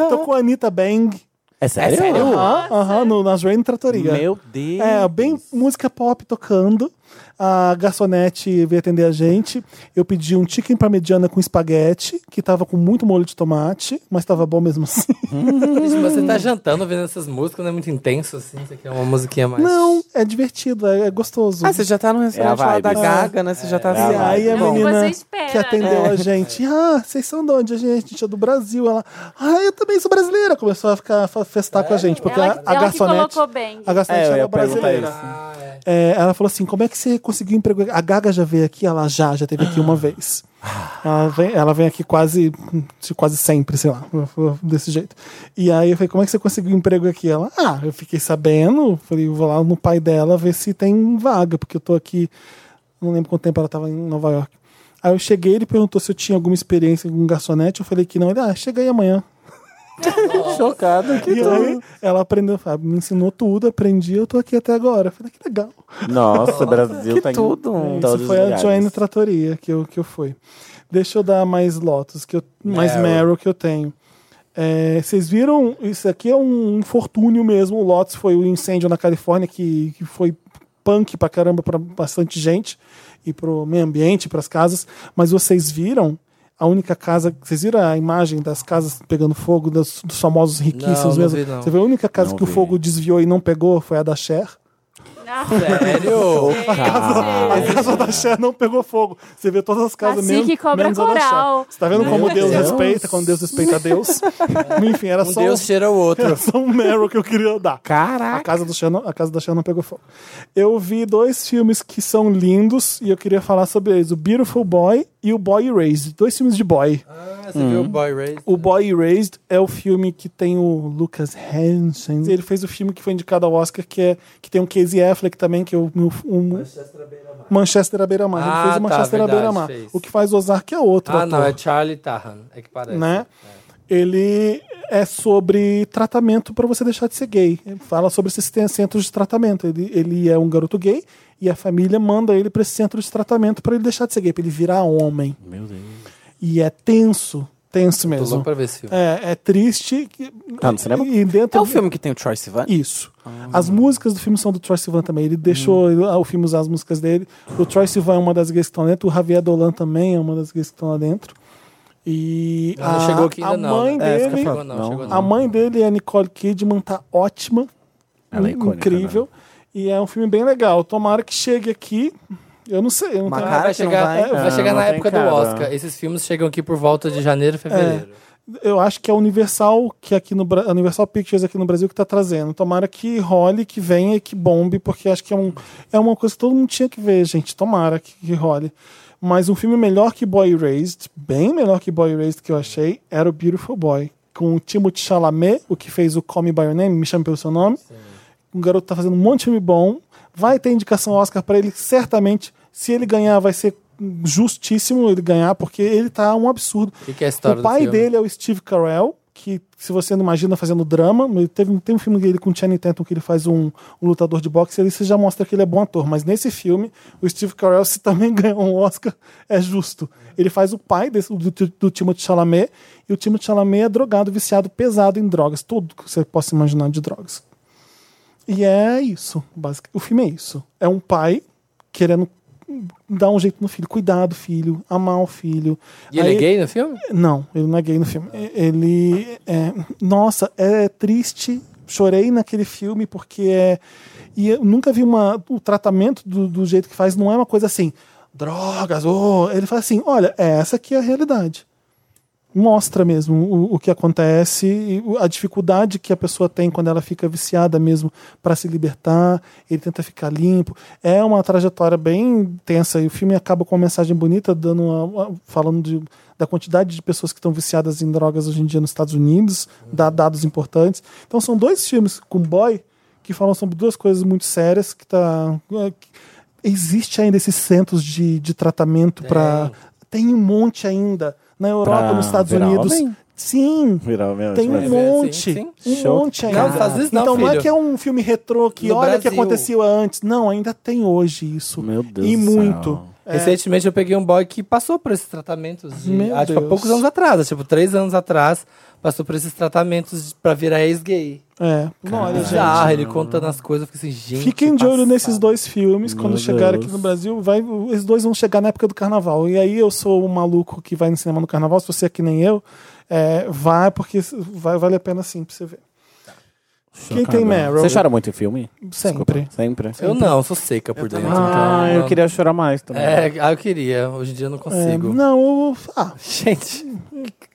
Speaker 1: Tocou a Anitta Bang.
Speaker 4: É sério?
Speaker 2: sério?
Speaker 1: Aham, aham, no, na Joanne Tratoria.
Speaker 4: Meu Deus.
Speaker 1: É, bem música É, pop tocando. A garçonete veio atender a gente. Eu pedi um chicken parmegiana com espaguete, que tava com muito molho de tomate, mas tava bom mesmo assim.
Speaker 2: Gente, você tá jantando ouvindo essas músicas, não é muito intenso assim? Isso aqui é uma musiquinha mais.
Speaker 1: Não, é divertido, é, é gostoso.
Speaker 5: Ah, você já tá no restaurante lá
Speaker 4: vibe.
Speaker 5: da Gaga, né? Você já tá
Speaker 1: E
Speaker 5: assim.
Speaker 1: aí a
Speaker 3: É o que
Speaker 1: menina
Speaker 3: você espera, né?
Speaker 1: que atendeu a gente, ah, vocês são de onde? A gente, a gente é do Brasil. Ela, ah, eu também sou brasileira. Começou a ficar a festar com a gente, é porque
Speaker 3: Ela-
Speaker 1: a, a
Speaker 3: ela que
Speaker 1: garçonete,
Speaker 3: colocou bem.
Speaker 1: a garçonete
Speaker 4: É, eu
Speaker 1: era
Speaker 4: ia perguntar
Speaker 1: brasileira.
Speaker 4: isso.
Speaker 2: Ah, é.
Speaker 1: É, ela falou assim: como é que você conseguiu emprego? aqui?" A Gaga já veio aqui, ela já, já teve aqui uma vez. Ela vem, ela vem aqui quase, quase sempre, sei lá, desse jeito. E aí eu falei, como é que você conseguiu emprego aqui? Ela, ah, eu fiquei sabendo, falei, vou lá no pai dela ver se tem vaga, porque eu tô aqui, não lembro quanto tempo ela tava em Nova York. Aí eu cheguei, ele perguntou se eu tinha alguma experiência com garçonete, eu falei que não, ele, ah, chega aí amanhã.
Speaker 4: Chocado que
Speaker 1: e aí ela aprendeu, ah, me ensinou tudo, aprendi, eu tô aqui até agora. Eu falei, "Ah, que legal.
Speaker 4: Nossa, Brasil tá em
Speaker 5: tudo.
Speaker 4: em todos
Speaker 1: É, Isso
Speaker 4: os
Speaker 1: foi a
Speaker 4: lugares.
Speaker 1: Joanne Tratoria que eu, que eu fui. Deixa eu dar mais Lotus, que eu, mais Meryl que eu tenho. É, vocês viram? Isso aqui é um infortúnio mesmo. O Lotus foi o incêndio na Califórnia que, que foi punk pra caramba pra bastante gente e pro meio ambiente, pras casas. Mas vocês viram a única casa. Vocês viram a imagem das casas pegando fogo, das- dos famosos riquíssimos
Speaker 2: Não, não
Speaker 1: mesmo?
Speaker 2: vi, não.
Speaker 1: Você viu a única casa
Speaker 4: Não
Speaker 1: que o
Speaker 4: vi.
Speaker 1: fogo desviou e não pegou? Foi a da Cher.
Speaker 2: Sério?
Speaker 1: A casa da Cher não pegou fogo. Você vê todas as casas
Speaker 3: Cacique
Speaker 1: mesmo,
Speaker 3: cobra
Speaker 1: menos a da
Speaker 3: coral.
Speaker 1: Cher. Você tá vendo como Deus,
Speaker 2: Deus.
Speaker 1: respeita, quando Deus respeita a Deus. Enfim, era
Speaker 2: Um
Speaker 1: só
Speaker 2: Deus cheira o outro.
Speaker 1: era só um Meryl que eu queria dar.
Speaker 5: Caraca.
Speaker 1: A casa, do Cher não, a casa da Cher não pegou fogo. Eu vi dois filmes que são lindos e eu queria falar sobre eles: O Beautiful Boy e O Boy Erased. Dois filmes de boy.
Speaker 2: Ah, você viu o Boy Race?
Speaker 1: O Boy Erased é o filme que tem o Lucas Hansen. Ele fez o filme que foi indicado ao Oscar, que, é, que tem o Casey Affleck também, que é o, meu- um, Manchester à beira-mar. Ele
Speaker 2: Ah,
Speaker 1: fez o
Speaker 2: tá,
Speaker 1: Manchester à
Speaker 2: verdade,
Speaker 1: beira-mar.
Speaker 2: fez.
Speaker 1: O que faz Ozark é outro
Speaker 2: Ah,
Speaker 1: ator,
Speaker 2: não, é Charlie Tahan. É que parece.
Speaker 1: né? Ele é sobre tratamento para você deixar de ser gay. Ele fala sobre esses ten- centros de tratamento. Ele, ele é um garoto gay e a família manda ele para esse centro de tratamento para ele deixar de ser gay, para ele virar homem.
Speaker 4: Meu Deus.
Speaker 1: E é tenso, tenso
Speaker 2: Tô louco
Speaker 1: mesmo.
Speaker 2: pra ver esse filme.
Speaker 1: É, é triste. que-
Speaker 4: Tá no cinema?
Speaker 1: E
Speaker 5: É
Speaker 1: dentro
Speaker 5: o filme que tem o Troy Sivan?
Speaker 1: isso. As músicas do filme são do Troy Sivan também. Ele deixou ele- ah, o filme usar as músicas dele. O Troy Sivan é uma das gays que estão dentro. O Javier Dolan também é uma das gays que estão lá dentro. E
Speaker 2: Ela não
Speaker 1: a,
Speaker 2: chegou aqui ainda
Speaker 1: a
Speaker 2: não,
Speaker 1: mãe
Speaker 2: né? É, isso que eu
Speaker 1: dele,
Speaker 2: ia falar, não,
Speaker 4: não.
Speaker 2: chegou não.
Speaker 1: a mãe dele é a Nicole Kidman, tá ótima,
Speaker 4: Ela é
Speaker 1: in-
Speaker 4: icônica,
Speaker 1: incrível. E é um filme bem legal. Tomara que chegue aqui. Eu não sei, eu não
Speaker 5: Uma
Speaker 1: tenho-
Speaker 5: cara
Speaker 2: vai
Speaker 5: que não
Speaker 2: chegar,
Speaker 5: vai.
Speaker 2: vai
Speaker 4: Não,
Speaker 2: chegar
Speaker 4: não
Speaker 2: na
Speaker 4: tem
Speaker 2: época do
Speaker 4: cara.
Speaker 2: Oscar. Esses filmes chegam aqui por volta de janeiro, fevereiro.
Speaker 1: eu acho que é a Universal que aqui no Bra- a Universal Pictures aqui no Brasil que tá trazendo. Tomara que role, que venha, e que bombe, porque acho que é, um, é uma coisa que todo mundo tinha que ver, gente. Tomara que, que role. Mas um filme melhor que Boy Raised, bem melhor que Boy Raised que eu achei, era o Beautiful Boy, com o Timothée Chalamet, o que fez o Call Me by Your Name, me chame pelo seu nome. O garoto tá fazendo um monte de filme bom. Vai ter indicação Oscar pra ele, certamente. Se ele ganhar, vai ser justíssimo ele ganhar, porque ele tá um absurdo.
Speaker 2: O que, que é a história
Speaker 1: O pai
Speaker 2: do filme?
Speaker 1: dele é o Steve Carell, que se você não imagina fazendo drama, ele teve, tem um filme dele com o Channing Tatum que ele faz um, um lutador de boxe, ele você já mostra que ele é bom ator, mas nesse filme o Steve Carell se também ganhar um Oscar é justo. Ele faz o pai desse, do, do Timothée Chalamet e o Timothée Chalamet é drogado, viciado, pesado em drogas, tudo que você possa imaginar de drogas. E é isso, basicamente. O filme é isso. É um pai querendo dar um jeito no filho, cuidar do filho, amar o filho.
Speaker 2: E ele
Speaker 1: Aí-
Speaker 2: é gay no filme?
Speaker 1: não, ele não é gay no filme. E- Ele. é- nossa, é triste. Chorei naquele filme porque é. E eu nunca vi uma, o tratamento do, do jeito que faz, não é uma coisa assim, drogas, oh. ele fala assim: olha, é essa aqui é a realidade. Mostra mesmo o, o que acontece, e o- a dificuldade que a pessoa tem quando ela fica viciada mesmo para se libertar, ele tenta ficar limpo. É uma trajetória bem tensa e o filme acaba com uma mensagem bonita, dando uma- uma- falando de da quantidade de pessoas que estão viciadas em drogas hoje em dia nos Estados Unidos, dá dados importantes. Então são dois filmes com boy que falam sobre duas coisas muito sérias que tá é, que- existe ainda esses centros de, de tratamento para tem um monte ainda na Europa,
Speaker 4: Pra
Speaker 1: nos Estados
Speaker 4: virar
Speaker 1: Unidos.
Speaker 4: homem?
Speaker 1: Sim.
Speaker 4: Virar mesmo. tipo,
Speaker 1: Tem um
Speaker 2: sim,
Speaker 1: monte,
Speaker 2: sim.
Speaker 1: um
Speaker 4: Show.
Speaker 1: monte ainda.
Speaker 2: Não, nos Estados Unidos não,
Speaker 1: então não é
Speaker 2: filho.
Speaker 1: que é um filme retrô que
Speaker 2: No
Speaker 1: olha o que
Speaker 2: Brasil.
Speaker 1: aconteceu antes. Não, ainda tem hoje isso.
Speaker 4: Meu Deus
Speaker 1: e
Speaker 4: do céu.
Speaker 1: muito.
Speaker 2: Recentemente eu peguei um boy que passou por esses tratamentos. de-
Speaker 1: Meu
Speaker 2: há, tipo, há
Speaker 1: Deus.
Speaker 2: poucos anos atrás, tipo, três anos atrás, passou por esses tratamentos de- pra virar ex-gay.
Speaker 1: É. Não, olha, gente.
Speaker 2: Bizarro, ele contando as coisas, eu fiquei assim, gente.
Speaker 1: Fiquem de olho
Speaker 2: passado.
Speaker 1: nesses dois filmes. Quando
Speaker 4: Meu
Speaker 1: chegarem
Speaker 4: Deus.
Speaker 1: aqui no Brasil, vai, esses dois vão chegar na época do carnaval. E aí eu sou um maluco que vai no cinema no carnaval. Se você é que nem eu, é, vai, porque vai, vale a pena sim pra você ver.
Speaker 4: Tá.
Speaker 1: Quem tem Meryl?
Speaker 4: Você chora muito em filme?
Speaker 1: Sempre.
Speaker 4: Sempre.
Speaker 2: Eu não, sou seca por dentro.
Speaker 4: Ah,
Speaker 2: então,
Speaker 4: eu
Speaker 2: não.
Speaker 4: queria chorar mais também.
Speaker 2: É, ah, eu queria. Hoje em dia eu não
Speaker 1: É,
Speaker 2: consigo.
Speaker 1: não, eu, ah,
Speaker 2: Gente,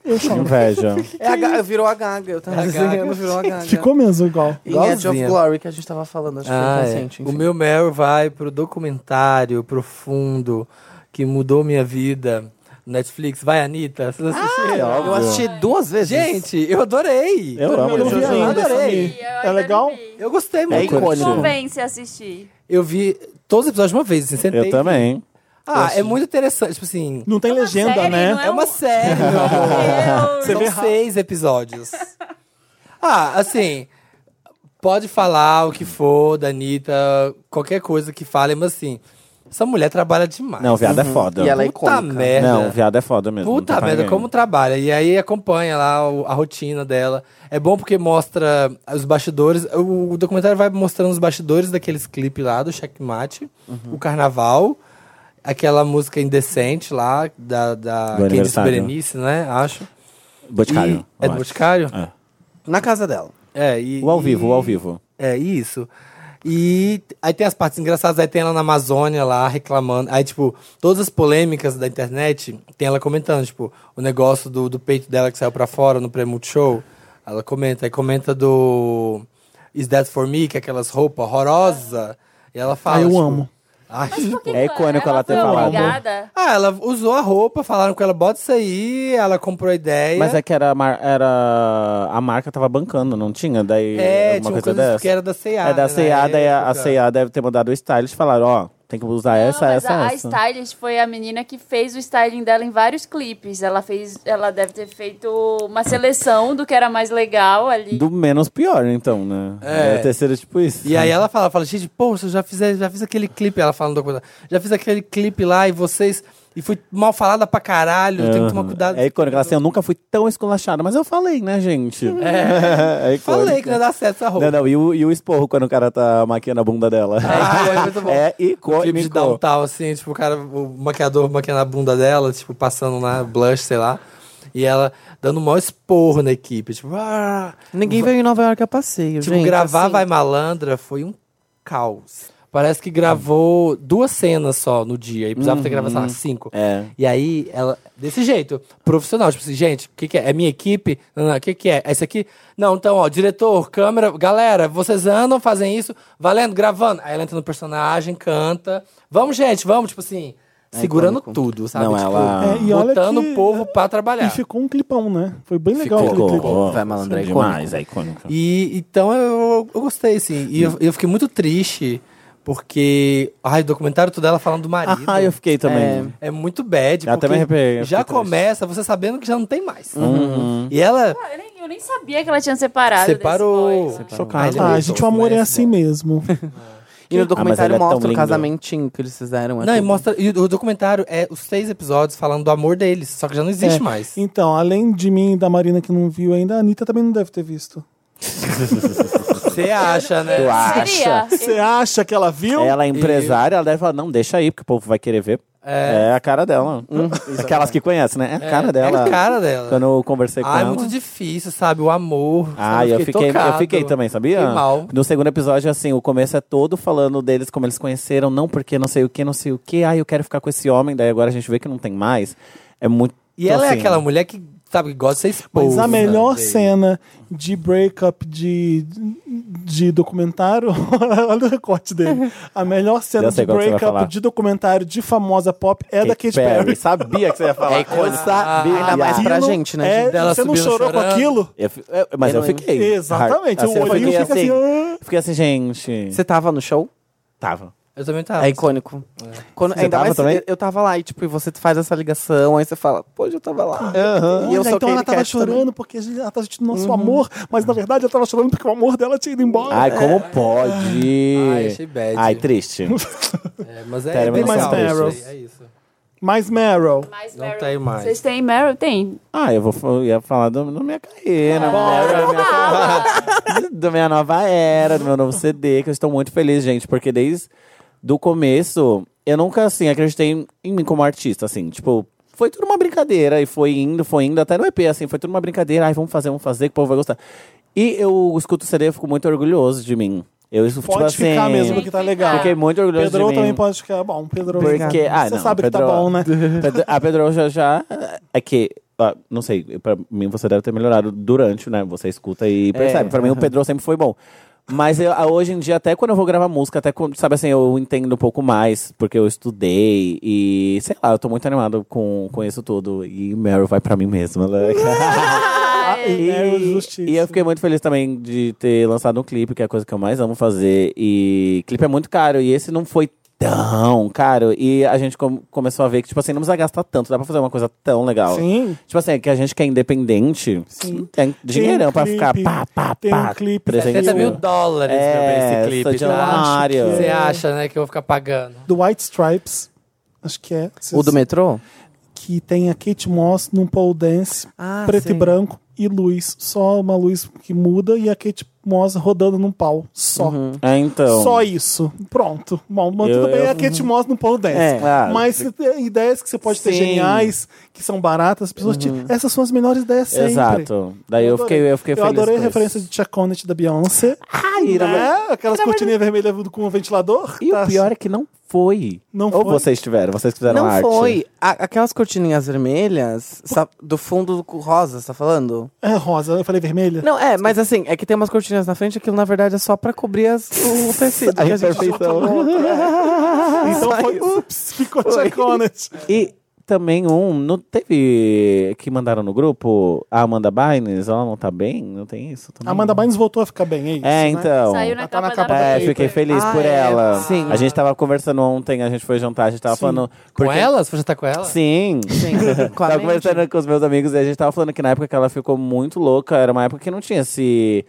Speaker 1: eu choro.
Speaker 4: Inveja.
Speaker 5: É a gaga, virou a gaga. Eu tava
Speaker 2: A
Speaker 5: desenhando,
Speaker 2: gaga.
Speaker 5: virou a gaga.
Speaker 1: Ficou mesmo igual.
Speaker 5: Em Edge of
Speaker 2: igualzinha.
Speaker 5: Glory, que a gente tava falando, acho que
Speaker 2: ah,
Speaker 5: foi
Speaker 2: é.
Speaker 5: recente.
Speaker 2: o
Speaker 5: enfim.
Speaker 2: meu Meryl vai pro documentário profundo que mudou minha vida. Netflix, vai, Anitta. Vocês assistiram?
Speaker 5: Eu assisti duas vezes.
Speaker 2: é Gente, eu adorei.
Speaker 4: Eu amo.
Speaker 1: Eu não vi
Speaker 4: Jojo.
Speaker 1: ainda.
Speaker 2: adorei.
Speaker 1: sabia?
Speaker 3: Eu
Speaker 1: É
Speaker 3: ainda
Speaker 1: legal?
Speaker 3: não vi.
Speaker 2: Eu gostei
Speaker 4: É
Speaker 2: muito.
Speaker 3: Me
Speaker 4: icônico.
Speaker 3: convence a assistir.
Speaker 2: Eu vi todos os episódios de uma vez, assim, sentei.
Speaker 4: Eu também.
Speaker 2: Ah, é muito interessante, tipo assim.
Speaker 1: Não tem
Speaker 3: É uma
Speaker 1: legenda,
Speaker 3: série,
Speaker 1: né?
Speaker 3: não
Speaker 2: É uma série, meu amor.
Speaker 3: Meu
Speaker 2: São
Speaker 3: Deus.
Speaker 2: seis episódios. Ah, assim. Pode falar o que for da Anitta, qualquer coisa que falem, mas assim. Essa mulher trabalha demais.
Speaker 4: Não, viado é foda.
Speaker 5: E ela é
Speaker 2: Puta
Speaker 5: icônica.
Speaker 2: merda.
Speaker 4: Não, viado é foda mesmo. não
Speaker 2: Puta
Speaker 4: tem pra
Speaker 2: merda,
Speaker 4: ninguém.
Speaker 2: como trabalha. E aí acompanha lá o- a rotina dela. É bom porque mostra os bastidores. O, o documentário vai mostrando os bastidores daqueles clipes lá do Checkmate,
Speaker 4: Uhum.
Speaker 2: o carnaval, aquela música indecente lá da, da
Speaker 4: Do
Speaker 2: Candice
Speaker 4: aniversário.
Speaker 2: Berenice, né? Acho.
Speaker 4: Boticário.
Speaker 2: E- é do
Speaker 4: eu acho.
Speaker 2: Boticário?
Speaker 4: É.
Speaker 5: Na casa dela.
Speaker 2: É, e,
Speaker 4: O ao vivo,
Speaker 2: e-
Speaker 4: o ao vivo.
Speaker 2: É, isso. E aí tem as partes engraçadas, aí tem ela na Amazônia lá reclamando. Aí, tipo, todas as polêmicas da internet, tem ela comentando, tipo, o negócio do, do peito dela que saiu pra fora no pré-multi show. Ela comenta, aí comenta do Is That For Me, que é aquelas roupas horrorosas. E ela fala.
Speaker 1: Ah, eu
Speaker 2: tipo,
Speaker 1: amo.
Speaker 2: "Ai,
Speaker 3: Por que
Speaker 4: É
Speaker 3: que
Speaker 4: icônico ela ter
Speaker 3: foi
Speaker 4: falado.
Speaker 3: obrigada?
Speaker 2: Ah, ela usou a roupa, falaram com ela, bota isso aí, ela comprou a ideia.
Speaker 4: Mas é que era, a mar- era. A marca tava bancando, não tinha? Daí
Speaker 2: É,
Speaker 4: alguma
Speaker 2: tinha uma
Speaker 4: coisa
Speaker 2: coisa
Speaker 4: dessa.
Speaker 2: que era né, da C&A.
Speaker 4: é da C&A, daí a- a C&A deve ter mandado o stylist e falaram, ó, tem que usar essa,
Speaker 3: Não, mas
Speaker 4: essa,
Speaker 3: a, a
Speaker 4: essa.
Speaker 3: stylist foi a menina que fez o styling dela em vários clipes. Ela fez, ela deve ter feito uma seleção do que era mais legal ali.
Speaker 4: Do menos pior, então, né?
Speaker 2: É.
Speaker 4: Deve ter sido tipo isso.
Speaker 2: E aí ela fala, fala, gente, poxa, eu já fiz, já fiz aquele clipe, ela fala no documentário, já fiz aquele clipe lá e vocês, e fui mal falada pra caralho, eu tenho que tomar cuidado.
Speaker 4: É icônico. Ela, assim, eu nunca fui tão esculachada, mas eu falei, né, gente? É, icônico.
Speaker 2: Falei que não ia dar certo essa roupa.
Speaker 4: Não, não, e o, e o esporro quando o cara tá maquiando a bunda dela.
Speaker 2: Ah, é muito bom. O
Speaker 4: É
Speaker 2: clipe de
Speaker 4: icônico.
Speaker 2: downtown, assim, tipo, o cara, o maquiador maquiando a bunda dela, tipo, passando lá, blush, sei lá. E ela dando o maior esporro na equipe, tipo, ah,
Speaker 5: Ninguém veio em Nova York a passeio,
Speaker 2: Tipo,
Speaker 5: gente.
Speaker 2: gravar
Speaker 5: assim.
Speaker 2: Vai Malandra foi um caos. Parece que gravou duas cenas só no dia. E precisava ter gravado, sei lá, cinco.
Speaker 4: É.
Speaker 2: E aí, ela. Desse jeito, profissional. Tipo assim, gente, o que, que é? É minha equipe? Não, não, o que, que é? É isso aqui? Não, então, ó, diretor, câmera, galera, vocês andam, fazem isso, valendo, gravando. Aí ela entra no personagem, canta. Vamos, gente, vamos, tipo assim. Segurando tudo, sabe?
Speaker 4: É, Não,
Speaker 2: Tipo,
Speaker 4: ela-
Speaker 1: É, e olha
Speaker 2: botando
Speaker 1: que-
Speaker 2: o povo pra trabalhar.
Speaker 1: E ficou um clipão, né? Foi bem legal
Speaker 4: Ficou.
Speaker 1: aquele clipe.
Speaker 4: Ficou.
Speaker 5: Vai, malandro, é icônico.
Speaker 4: demais, é icônico.
Speaker 2: E então eu, eu gostei, assim. E eu, eu fiquei muito triste, porque. Ai, o documentário todo ela falando do marido.
Speaker 4: Ah, eu fiquei também.
Speaker 2: É muito bad.
Speaker 4: Eu
Speaker 2: porque
Speaker 4: até me arrependi, eu
Speaker 2: Já
Speaker 4: fiquei triste.
Speaker 2: começa você sabendo que já não tem mais. Uhum. E ela
Speaker 3: Ah, Eu nem, eu nem sabia que ela tinha separado. desse
Speaker 2: separou.
Speaker 3: boy.
Speaker 2: Chocada.
Speaker 1: Ah, gente, o amor é assim mesmo.
Speaker 5: E no documentário
Speaker 4: Ah, mas ele é
Speaker 5: mostra
Speaker 4: tão
Speaker 5: o
Speaker 4: lindo.
Speaker 5: casamentinho que eles fizeram. assim.
Speaker 2: Não, e
Speaker 5: aqui.
Speaker 2: mostra. E o documentário é os seis episódios falando do amor deles, só que já não existe
Speaker 1: É.
Speaker 2: mais.
Speaker 1: Então, além de mim e da Marina que não viu ainda, a Anitta também não deve ter visto.
Speaker 2: Você acha, né?
Speaker 3: Seria.
Speaker 1: Você acha que ela viu?
Speaker 4: Ela é empresária, ela deve falar, não, deixa aí, porque o povo vai querer ver. É, a cara dela. Aquelas que conhecem, né? É a cara dela.
Speaker 2: É a cara dela.
Speaker 4: Quando eu conversei com
Speaker 2: Ah, é
Speaker 4: ela.
Speaker 2: muito difícil, sabe? O amor.
Speaker 4: Ah,
Speaker 2: sabe?
Speaker 4: eu fiquei, eu
Speaker 2: tocado.
Speaker 4: fiquei também, sabia?
Speaker 2: Fiquei mal.
Speaker 4: No segundo episódio, assim, o começo é todo falando deles, como eles conheceram, não porque não sei o que, não sei o que, ah, eu quero ficar com esse homem, daí agora a gente vê que não tem mais. É muito.
Speaker 2: E ela é
Speaker 4: assim,
Speaker 2: aquela mulher que, sabe, que gosta de ser né? exposta.
Speaker 1: Mas a melhor
Speaker 2: dele.
Speaker 1: cena de breakup de, de documentário. Olha o recorte dele. A melhor cena
Speaker 4: Eu sei
Speaker 1: de
Speaker 4: qual que você vai
Speaker 1: breakup
Speaker 4: falar.
Speaker 1: de documentário de famosa pop é da Katy Perry.
Speaker 4: Sabia que você ia falar.
Speaker 5: É icônico.
Speaker 4: Eu sabia.
Speaker 5: Ainda mais pra
Speaker 1: Aquilo
Speaker 5: gente, né?
Speaker 1: é-
Speaker 2: Dela
Speaker 1: você não
Speaker 2: subindo
Speaker 1: chorou com
Speaker 2: chorando.
Speaker 1: aquilo?
Speaker 4: Eu fi- eu- mas eu,
Speaker 5: Eu não-
Speaker 4: fiquei.
Speaker 1: Exatamente,
Speaker 4: Assim,
Speaker 1: o
Speaker 4: eu
Speaker 1: olhinho
Speaker 4: fiquei
Speaker 1: fica assim,
Speaker 4: Fiquei assim, gente.
Speaker 5: Você tava no show?
Speaker 4: Tava.
Speaker 2: Eu também tava. assim.
Speaker 5: É icônico. Quando,
Speaker 4: Você
Speaker 5: ainda
Speaker 4: tava
Speaker 5: mais,
Speaker 4: também?
Speaker 5: eu- Eu É. tava lá e, tipo, e você faz essa ligação, aí você fala, poxa, eu tava lá. E eu
Speaker 1: Olha,
Speaker 5: sou é
Speaker 1: então ela
Speaker 5: Kate
Speaker 1: tava
Speaker 5: Kat
Speaker 1: chorando
Speaker 5: também. Uhum.
Speaker 1: porque a gente- ela tava sentindo nosso amor, mas na verdade ela tava chorando porque o amor dela tinha ido embora.
Speaker 4: Ai, como pode?
Speaker 2: Ai, achei bad.
Speaker 4: Ai, triste.
Speaker 2: É, mas é,
Speaker 4: Teremos
Speaker 2: é
Speaker 1: mais
Speaker 2: legal,
Speaker 1: Meryls.
Speaker 2: isso aí, É isso.
Speaker 1: Mas Meryl.
Speaker 4: Tipo
Speaker 3: Mais
Speaker 2: Não
Speaker 3: Meryl.
Speaker 2: tem mais.
Speaker 3: Vocês têm Meryl? Tem.
Speaker 4: Ah, eu vou eu ia falar do- da minha carreira, né? da minha- da minha nova era, do meu novo CD, que eu estou muito feliz, gente, porque desde do começo eu nunca assim acreditei em- em mim como artista, assim, tipo, foi tudo uma brincadeira e foi indo, foi indo até no EP assim, foi tudo uma brincadeira, ai, vamos fazer, vamos fazer, que o povo vai gostar. E eu escuto o CD, eu fico muito orgulhoso de mim. Eu escuto
Speaker 1: Pode
Speaker 4: tipo,
Speaker 1: ficar
Speaker 4: assim,
Speaker 1: mesmo, que tá legal.
Speaker 4: Fiquei muito orgulhoso
Speaker 1: Pedro
Speaker 4: de mim.
Speaker 1: também pode ficar bom. Pedro,
Speaker 4: Porque, ah,
Speaker 1: você
Speaker 4: não,
Speaker 1: sabe que tá
Speaker 4: Pedro-
Speaker 1: bom, né?
Speaker 4: Pedro- a Pedro já já. É que. ó, não sei, pra mim você deve ter melhorado durante, né? Você escuta e percebe. pra mim o Pedro sempre foi bom. Mas eu- a- hoje em dia, até quando eu vou gravar música, até quando, sabe assim, eu entendo um pouco mais, porque eu estudei e sei lá, eu tô muito animado com, com isso tudo. E Meryl vai pra mim mesma, né?
Speaker 1: Meryl
Speaker 4: e,
Speaker 1: É, né? Justiça.
Speaker 4: e eu fiquei muito feliz também de ter lançado um clipe, que é a coisa que eu mais amo fazer. E clipe é muito caro, e esse não foi tão caro. E a gente com- começou a ver que, tipo assim, não precisa gastar tanto, dá pra fazer uma coisa tão legal.
Speaker 1: Sim.
Speaker 4: Tipo assim, que a gente que é independente,
Speaker 1: Sim. um
Speaker 4: tem dinheirão pra
Speaker 1: clipe,
Speaker 4: ficar pá, pá,
Speaker 1: tem
Speaker 4: pá.
Speaker 1: um clipe
Speaker 2: 70 mil
Speaker 1: do,
Speaker 2: dólares
Speaker 4: É,
Speaker 2: pra ver esse clipe,
Speaker 4: sou de
Speaker 2: tá?
Speaker 4: Mário.
Speaker 2: Você acha, né, que eu vou ficar pagando?
Speaker 1: do White Stripes. Acho que é.
Speaker 5: O do metrô?
Speaker 1: Que tem a Kate Moss num pole dance,
Speaker 5: Ah,
Speaker 1: preto
Speaker 5: sei.
Speaker 1: e branco, e luz. Só uma luz que muda e a Kate Moss rodando num pau. Só.
Speaker 4: É, então.
Speaker 1: Só isso. Pronto. Bom, mas
Speaker 4: Eu-
Speaker 1: tudo bem,
Speaker 4: eu-
Speaker 1: é a Kate Moss no pole dance.
Speaker 4: É, claro.
Speaker 1: mas você tem ideias que você pode ter
Speaker 4: Sim.
Speaker 1: geniais, que são baratas, as pessoas te- Essas são as melhores ideias sempre.
Speaker 4: Uhum. Exato. Daí eu,
Speaker 1: adorei.
Speaker 4: fiquei, eu fiquei feliz.
Speaker 1: Eu adorei a
Speaker 4: com
Speaker 1: referência
Speaker 4: isso.
Speaker 1: de Chaconet da Beyoncé.
Speaker 4: Ai,
Speaker 1: né?
Speaker 4: né?
Speaker 1: Aquelas cortininhas vermelhas com o ventilador.
Speaker 4: E
Speaker 1: Tá-
Speaker 4: o pior é que não foi.
Speaker 1: Não
Speaker 4: Ou
Speaker 1: foi.
Speaker 4: vocês tiveram, vocês fizeram
Speaker 5: Não
Speaker 4: arte.
Speaker 5: foi. A- aquelas cortininhas vermelhas, sa- do fundo do rosa, você tá falando?
Speaker 1: É rosa, eu falei vermelha.
Speaker 5: Não, é, mas assim, é que tem umas cortininhas na frente, aquilo na verdade é só pra cobrir as- o tecido.
Speaker 4: A
Speaker 5: que a gente
Speaker 4: imperfeição.
Speaker 5: junta no outro, é.
Speaker 1: então foi, ups, ficou Chaconet.
Speaker 4: E também um, não teve que mandaram no grupo a Amanda Bynes, ela não tá bem, não tem isso também.
Speaker 1: Amanda Bynes voltou a ficar bem, é isso.
Speaker 4: É,
Speaker 1: né?
Speaker 4: então.
Speaker 3: Saiu na
Speaker 1: Ela tá
Speaker 3: capa,
Speaker 1: na capa
Speaker 3: da
Speaker 1: da
Speaker 4: É,
Speaker 1: Paper.
Speaker 4: fiquei feliz
Speaker 5: Ah,
Speaker 4: por
Speaker 5: é.
Speaker 4: ela.
Speaker 5: Sim.
Speaker 4: A gente tava conversando ontem, a gente foi jantar, a gente tava
Speaker 1: Sim.
Speaker 4: falando.
Speaker 2: Com
Speaker 4: porque-
Speaker 2: ela? Você já tá com ela?
Speaker 4: Sim.
Speaker 5: Sim, com a
Speaker 4: tava
Speaker 5: mente.
Speaker 4: conversando com os meus amigos e a gente tava falando que na época que ela ficou muito louca, era uma época que não tinha esse.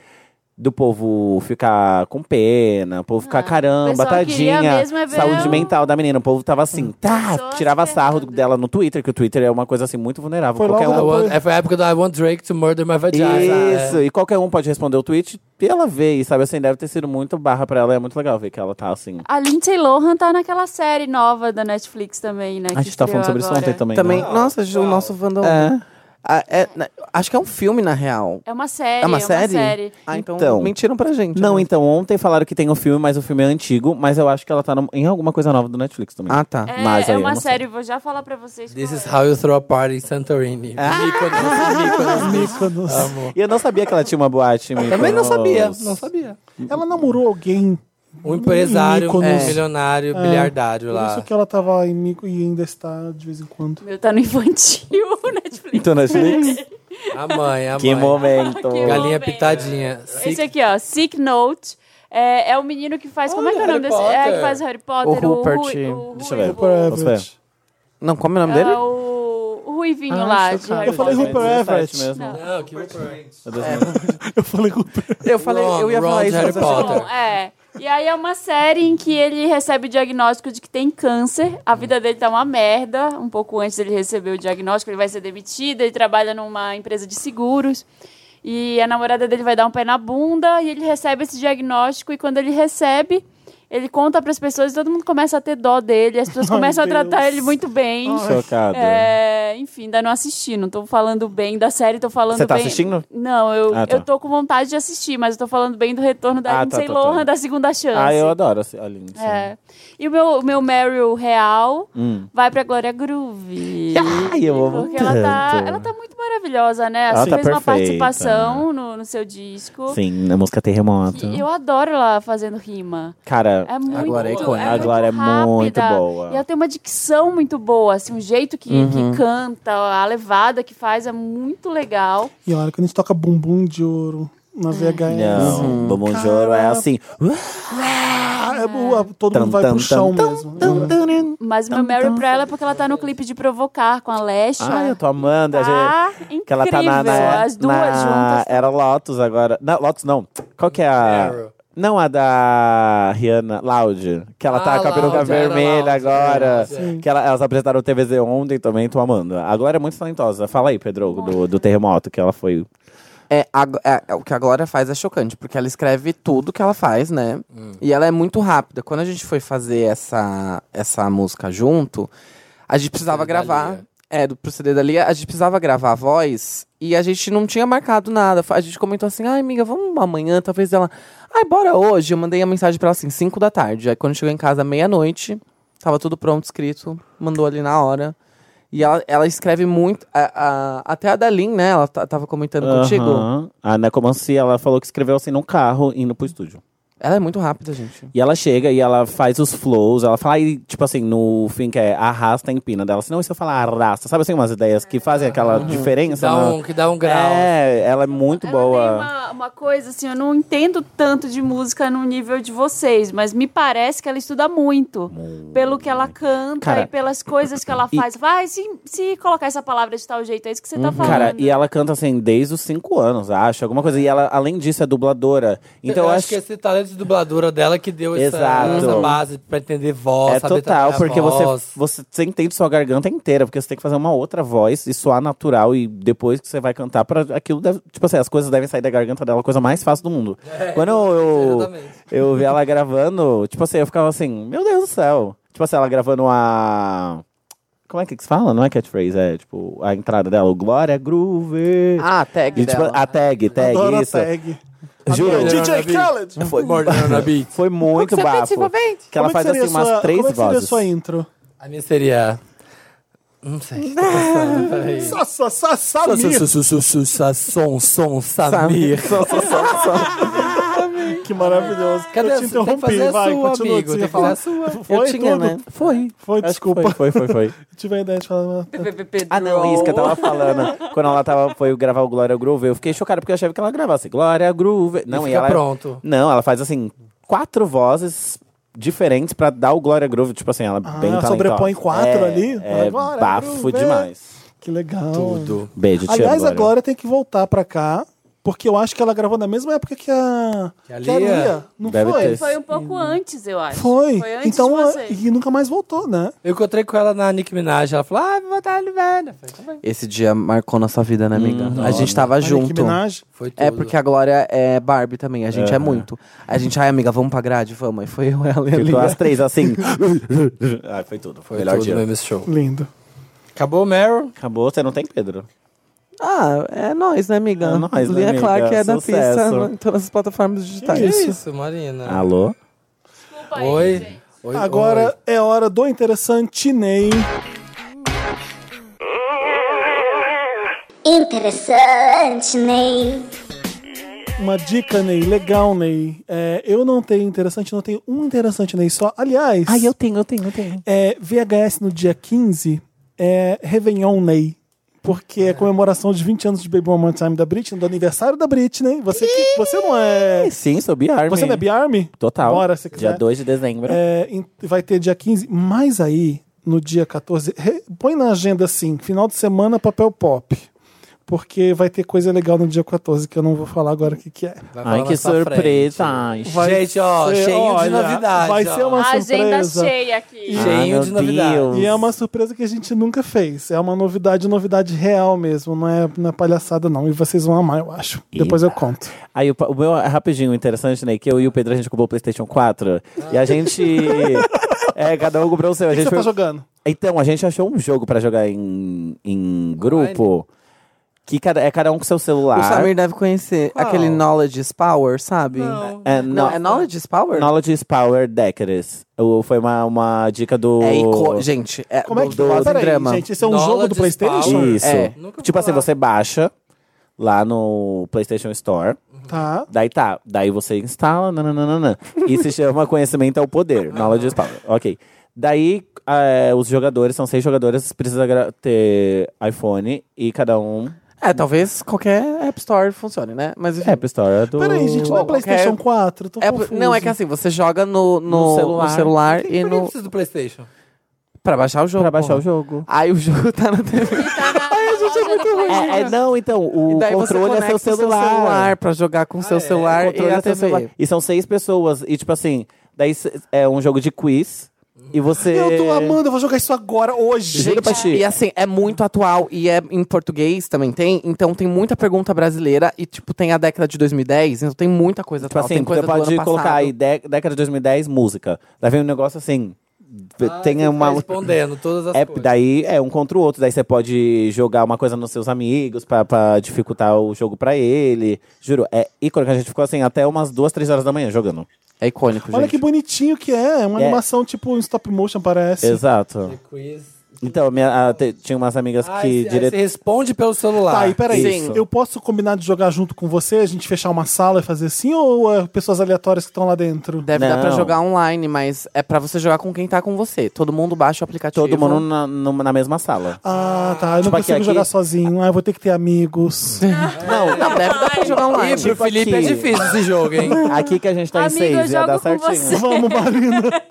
Speaker 4: Do povo ficar com pena, o povo ficar
Speaker 3: Ah, o
Speaker 4: caramba,
Speaker 3: pessoal queria
Speaker 4: tadinha.
Speaker 3: mesmo é ver Hum.
Speaker 4: Saúde
Speaker 3: o-
Speaker 4: mental da menina. O povo tava assim, tá,
Speaker 3: Pessoas
Speaker 4: tirava sarro
Speaker 3: ferradas.
Speaker 4: dela no Twitter, que o Twitter é uma coisa assim muito vulnerável.
Speaker 1: Foi
Speaker 4: Qualquer
Speaker 2: I
Speaker 1: logo
Speaker 4: um.
Speaker 2: want- é, foi a época do I Want Drake to Murder My Vagina.
Speaker 4: Isso,
Speaker 2: É.
Speaker 4: e qualquer um pode responder o tweet e ela vê, e sabe assim, deve ter sido muito barra pra ela, é muito legal ver que ela tá assim.
Speaker 3: A Lindsay Lohan tá naquela série nova da Netflix também, né?
Speaker 4: A gente tá falando sobre isso ontem também. né?
Speaker 5: Também, nossa, o nosso Vandal. Ah, é, na- acho que é um filme, na real.
Speaker 3: É uma série.
Speaker 5: É uma série? Ah, então,
Speaker 4: Então.
Speaker 5: mentiram pra gente.
Speaker 4: Não,
Speaker 5: né?
Speaker 4: então, ontem falaram que tem um filme, mas o filme é antigo, mas eu acho que ela tá num- em alguma coisa nova do Netflix também.
Speaker 5: Ah, tá.
Speaker 3: É,
Speaker 4: Mas
Speaker 3: é
Speaker 4: aí eu
Speaker 3: uma
Speaker 4: não sei.
Speaker 3: série, vou já falar pra vocês.
Speaker 2: This
Speaker 3: qual
Speaker 2: is
Speaker 3: é.
Speaker 2: how you throw a party in Santorini.
Speaker 4: Ah.
Speaker 2: Um Mykonos, Mykonos.
Speaker 1: Mykonos.
Speaker 2: Amo.
Speaker 4: E eu não sabia que ela tinha uma boate. em
Speaker 2: Também não
Speaker 4: Mykonos.
Speaker 2: sabia, não sabia.
Speaker 1: Ela namorou alguém.
Speaker 2: Um empresário, um
Speaker 1: Mykonos.
Speaker 2: milionário,
Speaker 4: Ah.
Speaker 1: É.
Speaker 2: bilhardário
Speaker 1: Por
Speaker 2: lá.
Speaker 1: isso que ela tava em Mico e ainda está de vez em quando.
Speaker 3: Meu, tá no infantil, Netflix.
Speaker 4: Então, Netflix?
Speaker 2: A mãe, a
Speaker 4: que
Speaker 2: mãe.
Speaker 4: momento.
Speaker 3: Que momento.
Speaker 2: Galinha
Speaker 3: Bom,
Speaker 2: pitadinha.
Speaker 3: né? Esse aqui, ó, Sick Note. É, é o menino que faz. como é
Speaker 2: Olha,
Speaker 3: que é o nome
Speaker 2: Harry
Speaker 3: desse? É,
Speaker 2: Potter.
Speaker 3: que faz Harry
Speaker 5: O
Speaker 3: Potter. o
Speaker 5: Rupert.
Speaker 3: Rui- o
Speaker 4: Deixa eu
Speaker 3: Rui-
Speaker 4: ver.
Speaker 1: Rupert
Speaker 3: o-
Speaker 4: Posso ver?
Speaker 1: Everett.
Speaker 5: Não, como é o nome
Speaker 3: é,
Speaker 5: dele?
Speaker 3: o, o Ruivinho
Speaker 5: Ah,
Speaker 3: lá de
Speaker 5: chocado.
Speaker 3: Harry
Speaker 1: Eu falei
Speaker 3: Potter.
Speaker 1: Rupert Everett.
Speaker 4: 2017 mesmo.
Speaker 3: Não.
Speaker 2: Não, que
Speaker 4: Meu Deus, não.
Speaker 1: Eu falei Rupert.
Speaker 5: Eu falei, eu ia
Speaker 2: Ron
Speaker 5: falar
Speaker 2: de
Speaker 5: isso.
Speaker 2: Harry
Speaker 5: mas eu achei-
Speaker 2: Potter.
Speaker 3: Bom, é. E aí é uma série em que ele recebe o diagnóstico de que tem câncer. A vida dele tá uma merda. Um pouco antes dele receber o diagnóstico, ele vai ser demitido. Ele trabalha numa empresa de seguros. E a namorada dele vai dar um pé na bunda. E ele recebe esse diagnóstico. E quando ele recebe, ele conta pras pessoas. E todo mundo começa a ter dó dele. As pessoas
Speaker 1: Ai,
Speaker 3: começam a
Speaker 1: Deus.
Speaker 3: tratar ele muito bem.
Speaker 4: Chocado.
Speaker 3: É, enfim, ainda não assisti, não tô falando bem da série, tô falando
Speaker 4: Você tá
Speaker 3: bem-
Speaker 4: assistindo?
Speaker 3: Não, eu,
Speaker 4: Ah, tá.
Speaker 3: eu tô com vontade de assistir, mas eu tô falando bem do retorno da
Speaker 4: Ah, tá,
Speaker 3: Lindsay
Speaker 4: tá, tá.
Speaker 3: Lohan da segunda chance.
Speaker 4: Ah, eu adoro assim, a Lindsay.
Speaker 3: É. E o meu, o meu Meryl real
Speaker 4: Hum.
Speaker 3: vai pra Glória Groove.
Speaker 4: Ai, eu amo
Speaker 3: Porque ela tá,
Speaker 4: tanto.
Speaker 3: ela tá muito maravilhosa, né?
Speaker 4: Ela
Speaker 3: Ela
Speaker 4: tá
Speaker 3: fez uma
Speaker 4: perfeita.
Speaker 3: participação no, no seu disco.
Speaker 4: Sim, na música Terremoto.
Speaker 3: E eu adoro ela fazendo rima.
Speaker 4: Cara,
Speaker 3: É muito,
Speaker 5: Glória é icônica.
Speaker 4: A Glória é muito
Speaker 3: rápida.
Speaker 4: boa.
Speaker 3: E ela tem uma dicção muito boa, assim, um jeito que, que canta, a levada que faz é muito legal.
Speaker 1: E olha, quando a gente toca bumbum de ouro, na VHS.
Speaker 4: Não, uhum. Bomonjoro é assim.
Speaker 1: Ah, é boa, todo
Speaker 4: Tam,
Speaker 1: mundo vai
Speaker 4: tam,
Speaker 1: pro chão
Speaker 4: tam,
Speaker 1: mesmo.
Speaker 3: Mas
Speaker 4: Então,
Speaker 3: meu Meryl pra ela é porque ela tá no clipe de Provocar com a Lesha.
Speaker 4: Ah, eu tô amando. a gente-
Speaker 3: tá incrível.
Speaker 4: Que ela tá na. na-
Speaker 3: As duas
Speaker 4: na-
Speaker 3: juntas.
Speaker 4: Era Lotus agora. Não, Lotus não. Qual que é a.
Speaker 2: Arrow.
Speaker 4: Não, a da Rihanna Loud. Que ela tá
Speaker 2: Ah,
Speaker 4: com a peruca
Speaker 2: Loud, era
Speaker 4: vermelha
Speaker 2: Loud,
Speaker 4: agora.
Speaker 2: é, sim.
Speaker 4: que ela- elas apresentaram o TVZ ontem também, tô amando. A Glória é muito talentosa. Fala aí, Pedro, do, do terremoto que ela foi.
Speaker 5: É, a Gl- é, é, o que a Glória faz é chocante, porque ela escreve tudo que ela faz, né?
Speaker 4: Hum.
Speaker 5: E ela é muito rápida. Quando a gente foi fazer essa, essa música junto, a gente precisava
Speaker 2: CD da
Speaker 5: gravar.
Speaker 2: Lia.
Speaker 5: É, do pro CD da Lia, a gente precisava gravar a voz e a gente não tinha marcado nada. A gente comentou assim, ai amiga, vamos amanhã, talvez ela. Ai, bora hoje. Eu mandei a mensagem pra ela assim, 5 da tarde. Aí quando chegou em casa, meia-noite, tava tudo pronto, escrito, mandou ali na hora. E ela, ela escreve muito. a- a- até a Dalin, né? Ela ta- tava
Speaker 2: Tá
Speaker 5: comentando contigo.
Speaker 4: Aham. A Necomancia, ela falou que escreveu assim num carro indo pro estúdio.
Speaker 5: Ela é muito rápida, gente.
Speaker 4: E ela chega e ela faz os flows, ela fala, e, tipo assim, no fim que é arrasta e empina dela. Senão, e se eu falar arrasta? Sabe assim, umas ideias que fazem aquela diferença?
Speaker 2: Ah. Dá
Speaker 4: na-
Speaker 2: um, que dá um grau.
Speaker 4: É, ela é muito
Speaker 3: Ela
Speaker 4: boa.
Speaker 3: tem uma, uma coisa assim, eu não entendo tanto de música no nível de vocês, mas me parece que ela estuda muito. Pelo que ela canta
Speaker 4: Cara,
Speaker 3: e pelas coisas que ela
Speaker 4: e-
Speaker 3: faz. Vai, se, se colocar essa palavra de tal jeito, é isso que você tá falando.
Speaker 4: Uhum. Cara, e ela canta assim desde os 5 anos, acho, alguma coisa. E ela, além disso, é dubladora. Então
Speaker 2: eu
Speaker 4: eu
Speaker 2: acho que é esse talento de dubladora dela que deu essa,
Speaker 4: Exato.
Speaker 2: essa base pra entender voz,
Speaker 4: é
Speaker 2: saber
Speaker 4: total,
Speaker 2: trabalhar
Speaker 4: porque
Speaker 2: a
Speaker 4: você,
Speaker 2: voz.
Speaker 4: você, você entende sua garganta inteira, porque você tem que fazer uma outra voz e soar natural. E depois que você vai cantar, pra, aquilo deve, tipo assim, as coisas devem sair da garganta dela, a coisa mais fácil do mundo. Quando eu,
Speaker 2: É, exatamente.
Speaker 4: eu vi ela gravando, tipo assim, eu ficava assim, meu Deus do céu. Tipo assim, ela gravando a. Como é que se fala? Não é catchphrase, é tipo a entrada dela, o Glória Groove.
Speaker 5: Ah, a tag
Speaker 4: E, tipo,
Speaker 2: né?
Speaker 5: dela.
Speaker 4: a tag, tag,
Speaker 1: Adoro a
Speaker 4: isso.
Speaker 1: tag.
Speaker 4: Juro.
Speaker 1: Adoro. DJ Khaled!
Speaker 2: É,
Speaker 4: Foi,
Speaker 2: Mordendo na beat.
Speaker 4: foi muito bafo. Que
Speaker 1: Como
Speaker 4: ela
Speaker 1: é que
Speaker 4: faz
Speaker 1: seria
Speaker 4: assim umas
Speaker 1: sua-
Speaker 4: três
Speaker 1: como é que seria
Speaker 4: vozes.
Speaker 1: sua intro?
Speaker 2: A minha seria. Não sei. tô pensando, peraí.
Speaker 1: Sa- sa- sa-
Speaker 2: Sa-
Speaker 1: Samir.
Speaker 2: sa- sa- sa- sa- sa- Som, som, Samir.
Speaker 1: Que maravilhoso.
Speaker 2: Cadê
Speaker 1: eu
Speaker 2: a
Speaker 1: te
Speaker 2: sua? Tem que
Speaker 1: interrompi,
Speaker 2: fazer a
Speaker 1: vai,
Speaker 2: sua,
Speaker 1: continua.
Speaker 2: amigo,
Speaker 1: que você
Speaker 2: tem
Speaker 1: ia
Speaker 2: que fazer a
Speaker 1: falar.
Speaker 2: sua.
Speaker 1: Foi
Speaker 5: Eu tinha,
Speaker 1: tudo.
Speaker 5: né?
Speaker 1: Foi. Foi,
Speaker 4: Acho que
Speaker 1: desculpa.
Speaker 4: Foi, foi, foi, foi.
Speaker 1: Tive a ideia de falar.
Speaker 4: Ah, não, isso que eu tava falando. Quando ela tava, foi gravar o Glória Groove, eu fiquei chocado porque eu achava que ela gravasse Glória Groove. Não, e,
Speaker 2: fica
Speaker 4: ela. é
Speaker 2: pronto.
Speaker 4: Não, ela faz assim, quatro vozes diferentes pra dar o Glória Groove. Tipo assim, ela é
Speaker 1: Ah,
Speaker 4: bem talentosa.
Speaker 1: sobrepõe quatro
Speaker 4: É,
Speaker 1: ali?
Speaker 4: É,
Speaker 1: Glória
Speaker 4: bafo
Speaker 1: Groove.
Speaker 4: demais.
Speaker 1: Que legal.
Speaker 2: Tudo.
Speaker 4: Beijo, te
Speaker 1: Aliás,
Speaker 4: amo,
Speaker 1: a Glória tem que voltar pra cá, porque eu acho que ela gravou na mesma época que a,
Speaker 2: Que a Lia.
Speaker 1: Não
Speaker 4: Deve
Speaker 1: foi?
Speaker 4: ter.
Speaker 3: Foi um pouco antes, eu acho.
Speaker 1: Foi.
Speaker 3: Foi antes
Speaker 1: então,
Speaker 3: de vocês.
Speaker 1: e nunca mais voltou, né?
Speaker 2: Eu encontrei com ela na Nick Minaj. Ela falou: Ah, vou botar ele velho. Eu falei, "Tá bem."
Speaker 5: Esse dia marcou nossa vida, né, amiga?
Speaker 4: Hum,
Speaker 5: a gente tava
Speaker 1: Nicki
Speaker 5: junto.
Speaker 1: Minaj.
Speaker 2: Foi tudo.
Speaker 5: É porque a Glória é Barbie também, a gente é muito. A gente, ai, amiga, vamos pra grade? Vamos. E foi eu, ela e a
Speaker 4: Ficou
Speaker 5: Lia.
Speaker 4: as três assim. Ai, foi tudo.
Speaker 2: Foi
Speaker 4: Foi o melhor
Speaker 2: tudo
Speaker 1: né?
Speaker 4: dia.
Speaker 2: mesmo esse show.
Speaker 1: Lindo.
Speaker 2: Acabou o Meryl.
Speaker 4: Acabou, você não tem Pedro.
Speaker 5: Ah, é nós, né, amiga?
Speaker 4: É nóis, né,
Speaker 5: Lia
Speaker 4: amiga?
Speaker 5: Clark é da
Speaker 4: Sucesso.
Speaker 5: pista no- em todas as plataformas
Speaker 2: Que
Speaker 5: digitais.
Speaker 2: isso,
Speaker 1: Ah.
Speaker 2: Marina.
Speaker 4: Alô?
Speaker 3: Desculpa aí,
Speaker 2: Oi. Oi.
Speaker 1: Agora é hora do interessantinei.
Speaker 8: Interessante, Ney.
Speaker 1: Uma dica, Ney. Legal, Ney. É, eu não tenho interessante, não tenho um interessante, Ney, só. Aliás,
Speaker 4: tenho, eu tenho, eu tenho.
Speaker 1: é, VHS no dia 15 é Réveillon, Ney. Porque é comemoração de 20 anos de Baby One More Time da Britney, do aniversário da Britney. Você, que- você não é.
Speaker 4: Sim, sou Biarme.
Speaker 1: Você não é Biarme?
Speaker 4: Total.
Speaker 1: Bora, se quiser.
Speaker 4: Dia 2 de dezembro.
Speaker 1: É, em- vai ter dia 15, mas aí, no dia 14, re- põe na agenda assim, final de semana, papel pop. Porque vai ter coisa legal no dia 14 que eu não vou falar agora o que, que é.
Speaker 2: Vai falar
Speaker 4: Ai, que
Speaker 2: mais pra
Speaker 4: surpresa.
Speaker 2: frente.
Speaker 4: Ai,
Speaker 2: Gente, ó,
Speaker 1: ser-
Speaker 2: cheio
Speaker 1: olha,
Speaker 2: de novidade.
Speaker 1: vai
Speaker 2: ó.
Speaker 1: ser uma-
Speaker 3: Agenda
Speaker 1: surpresa.
Speaker 3: cheia aqui.
Speaker 2: Gente, Cheio
Speaker 4: meu
Speaker 2: de novidades.
Speaker 4: Deus.
Speaker 1: E é uma surpresa que a gente nunca fez. É uma novidade, novidade real mesmo. Não é, não é palhaçada, não. E vocês vão amar, eu acho. Depois eu conto.
Speaker 4: Aí o, pa- o meu, é rapidinho, interessante, né? Que eu e o Pedro, a gente comprou o PlayStation 4. E a gente. é, cada um comprou o seu. A
Speaker 1: O que
Speaker 4: gente
Speaker 1: você tá
Speaker 4: foi-
Speaker 1: jogando?
Speaker 4: Então, a gente achou um jogo pra jogar em, em grupo. Que cada, é cada um com seu celular.
Speaker 5: O Samir deve conhecer
Speaker 2: Qual?
Speaker 5: aquele Knowledge is Power, sabe?
Speaker 2: Não.
Speaker 4: É,
Speaker 5: Não, é Knowledge is Power?
Speaker 4: Knowledge is Power Decades. Foi uma, uma dica do.
Speaker 5: É ico... Gente, é...
Speaker 1: Como é que
Speaker 5: do, do,
Speaker 1: fala? Peraí,
Speaker 5: drama.
Speaker 1: gente, esse é um
Speaker 2: Knowledge
Speaker 1: jogo do
Speaker 2: is
Speaker 1: Playstation?
Speaker 2: power.
Speaker 4: Isso.
Speaker 5: É.
Speaker 2: Nunca
Speaker 4: Tipo
Speaker 2: vou
Speaker 4: assim,
Speaker 2: falar.
Speaker 4: você baixa lá no PlayStation Store.
Speaker 1: Tá.
Speaker 4: Daí tá, daí você instala, nananana. E se chama Conhecimento é o Poder, Knowledge is Power. Ok. Daí eh, é, os jogadores, são seis jogadores, precisa gra- ter iPhone e cada um.
Speaker 5: É, talvez qualquer App Store funcione, né? Mas enfim.
Speaker 4: App Store é do...
Speaker 1: Peraí, gente, não é
Speaker 5: Ou qualquer-
Speaker 1: PlayStation 4? Tô
Speaker 5: É,
Speaker 1: confuso.
Speaker 5: não, é que assim, você joga no, no,
Speaker 4: No
Speaker 5: no
Speaker 4: celular.
Speaker 5: celular. e
Speaker 2: Por que
Speaker 5: no.
Speaker 2: precisa do PlayStation?
Speaker 5: Pra baixar o jogo.
Speaker 4: Pra baixar
Speaker 5: porra.
Speaker 4: o jogo.
Speaker 5: Aí o jogo tá na TV.
Speaker 4: É, é, não, então, o
Speaker 5: e daí você
Speaker 4: controle é seu
Speaker 5: conecta o seu
Speaker 4: celular.
Speaker 5: celular pra jogar com o seu
Speaker 2: é?
Speaker 4: O
Speaker 5: celular e
Speaker 4: controle
Speaker 5: a
Speaker 4: é seu
Speaker 5: TV.
Speaker 4: celular. E são seis pessoas. E tipo assim, daí c- é um jogo de quiz. E você.
Speaker 1: Eu tô amando, eu vou jogar isso agora, hoje.
Speaker 4: Juro pra ti.
Speaker 5: E assim, é muito atual e é em português também tem, então tem muita pergunta brasileira e tipo tem a década de 2010, então tem muita coisa
Speaker 4: Tipo
Speaker 5: atual,
Speaker 4: assim,
Speaker 5: tem coisa
Speaker 4: você
Speaker 5: do
Speaker 4: pode
Speaker 5: ano
Speaker 4: colocar
Speaker 5: passado.
Speaker 4: aí dé- década de 2010, música. Daí vem um negócio assim. p- tem
Speaker 2: Ah,
Speaker 4: uma.
Speaker 2: tá Respondendo todas as
Speaker 4: É,
Speaker 2: coisas.
Speaker 4: daí é um contra o outro. Daí você pode jogar uma coisa nos seus amigos pra, pra dificultar o jogo pra ele. Juro, é ícone que a gente ficou assim até umas duas, três horas da manhã jogando.
Speaker 5: É icônico,
Speaker 1: Olha que
Speaker 5: gente.
Speaker 1: bonitinho que é. É uma
Speaker 4: É.
Speaker 1: animação tipo em stop motion, parece.
Speaker 4: Exato.
Speaker 2: Quiz.
Speaker 4: Então, minha, a- te- tinha umas amigas
Speaker 2: Ah,
Speaker 4: que
Speaker 2: que
Speaker 4: direto.
Speaker 2: Você responde pelo celular.
Speaker 1: Tá, e peraí,
Speaker 4: Isso.
Speaker 1: eu posso combinar de jogar junto com você, a gente fechar uma sala e fazer assim, ou é, pessoas aleatórias que estão lá dentro?
Speaker 5: Deve dar pra
Speaker 4: Não.
Speaker 5: jogar online, mas é pra você jogar com quem tá com você. Todo mundo baixa o aplicativo.
Speaker 4: Todo mundo na, numa- na mesma sala.
Speaker 1: Ah, tá, eu não
Speaker 4: Tipo aqui,
Speaker 1: consigo
Speaker 4: aqui.
Speaker 1: jogar sozinho, ah, eu vou ter que ter amigos.
Speaker 2: É.
Speaker 4: Não,
Speaker 5: Não,
Speaker 3: é
Speaker 5: deve dar pra jogar online.
Speaker 2: Ih, pro
Speaker 4: tipo
Speaker 2: Felipe
Speaker 4: aqui.
Speaker 2: é difícil esse jogo, hein?
Speaker 4: aqui que a gente tá em
Speaker 3: Amigo, eu
Speaker 4: seis, ia
Speaker 3: jogo
Speaker 4: dar
Speaker 3: com
Speaker 4: certinho.
Speaker 3: você.
Speaker 1: Vamos, Marina.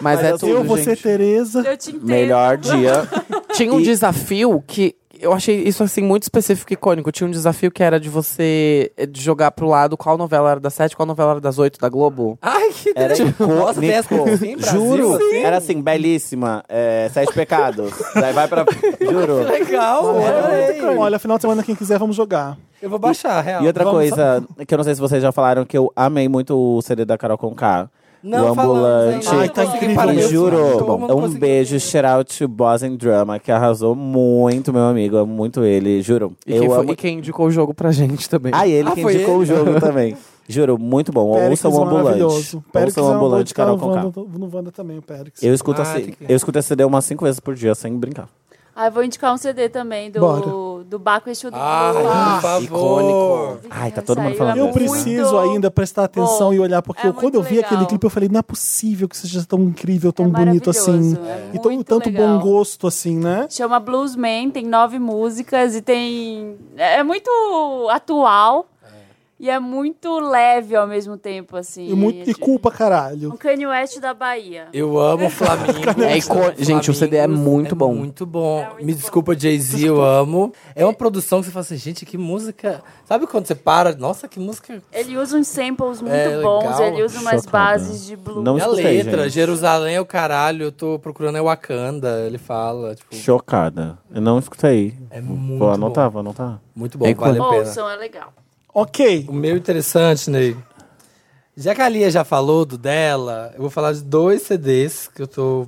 Speaker 5: Mas, é
Speaker 4: assim, eu-
Speaker 5: tudo,
Speaker 1: eu, você,
Speaker 5: gente.
Speaker 1: Tereza.
Speaker 3: Eu te entendo.
Speaker 4: Melhor dia.
Speaker 5: Tinha um
Speaker 4: E-
Speaker 5: desafio que eu achei isso assim muito específico e icônico. Tinha um desafio que era de você eh, de jogar pro lado qual novela era das sete, qual novela era das oito da Globo.
Speaker 2: Ai, que
Speaker 4: Era
Speaker 2: delícia. Nossa, tem as coisas assim, em Brasil,
Speaker 4: Juro.
Speaker 2: assim?
Speaker 4: Era assim, belíssima. é, sete pecados. Daí vai pra. Juro.
Speaker 2: Legal, olha aí.
Speaker 1: Olha, final de semana, quem quiser, vamos jogar.
Speaker 2: Eu vou baixar, real.
Speaker 4: E outra
Speaker 2: Vamos-
Speaker 4: coisa, que eu não sei se vocês já falaram, que eu amei muito o CD da Carol Conká.
Speaker 2: Não
Speaker 4: o ambulante.
Speaker 2: falamos ainda,
Speaker 1: Ai, tá
Speaker 2: não consegui
Speaker 1: incrível.
Speaker 2: parar
Speaker 4: Eu
Speaker 2: de assistir.
Speaker 4: juro.
Speaker 2: Todo mundo
Speaker 4: é um
Speaker 2: conseguiu.
Speaker 4: beijo, shout out to Boss and Drama, que arrasou muito, meu amigo. Amo muito ele, juro.
Speaker 5: E,
Speaker 4: eu
Speaker 5: quem, foi-
Speaker 4: amo.
Speaker 5: e quem indicou o jogo pra gente também.
Speaker 4: Ah, ele
Speaker 2: Ah,
Speaker 4: que
Speaker 2: foi é
Speaker 4: indicou o jogo também. Juro, muito bom.
Speaker 1: Péricles
Speaker 4: Ouça o ambulante.
Speaker 1: é maravilhoso. Péricles
Speaker 4: Ouça o
Speaker 1: é um
Speaker 4: ambulante,
Speaker 1: ambulante, tá
Speaker 4: Carol
Speaker 1: no
Speaker 4: Conká.
Speaker 1: Wanda, no Wanda também, o Péricles.
Speaker 4: Eu escuto,
Speaker 2: Ah,
Speaker 4: assim,
Speaker 2: tem que-
Speaker 4: eu escuto esse CD umas cinco vezes por dia, sem brincar.
Speaker 3: Ah, eu vou indicar um CD também do,
Speaker 1: Bora.
Speaker 3: do Baco Exu do
Speaker 2: Ah, por favor.
Speaker 4: Ai, tá todo mundo falando
Speaker 1: Eu
Speaker 4: Muito
Speaker 1: preciso ainda prestar atenção
Speaker 3: bom.
Speaker 1: e olhar, porque
Speaker 3: É
Speaker 1: eu- quando eu
Speaker 3: muito
Speaker 1: vi aquele
Speaker 3: legal.
Speaker 1: clipe, eu falei, não é possível que seja tão incrível,
Speaker 3: É
Speaker 1: tão bonito assim.
Speaker 3: maravilhoso, é
Speaker 1: E tão,
Speaker 3: muito
Speaker 1: tanto
Speaker 3: legal.
Speaker 1: bom gosto assim, né?
Speaker 3: Chama Bluesman, tem nove músicas e tem. É muito atual e é muito leve ao mesmo tempo, assim.
Speaker 1: E, muito, e culpa, caralho.
Speaker 3: Um Kanye West da Bahia.
Speaker 2: Eu amo o Flamengo.
Speaker 5: É icô- gente, o CD é muito bom.
Speaker 2: É Muito bom. Me desculpa, Jay-Z, eu amo. É uma produção que você fala assim, gente, que música. Sabe quando você para? Nossa, que música.
Speaker 3: Ele usa uns samples muito
Speaker 2: É,
Speaker 3: bons,
Speaker 2: legal.
Speaker 3: ele usa umas
Speaker 4: Chocada.
Speaker 3: bases de blues.
Speaker 4: Não
Speaker 2: E a
Speaker 4: escutei,
Speaker 2: letra,
Speaker 4: gente.
Speaker 2: Jerusalém é o caralho, eu tô procurando é Wakanda. Ele fala, tipo,
Speaker 4: Chocada. Eu não escutei.
Speaker 2: É muito
Speaker 4: Vou anotar, vou anotar.
Speaker 2: muito bom,
Speaker 5: É
Speaker 2: vale a pena.
Speaker 3: Ouçam, é legal.
Speaker 1: Ok.
Speaker 2: O meu interessante, Ney. Já que a Lia já falou do dela, eu vou falar de dois CDs que eu tô.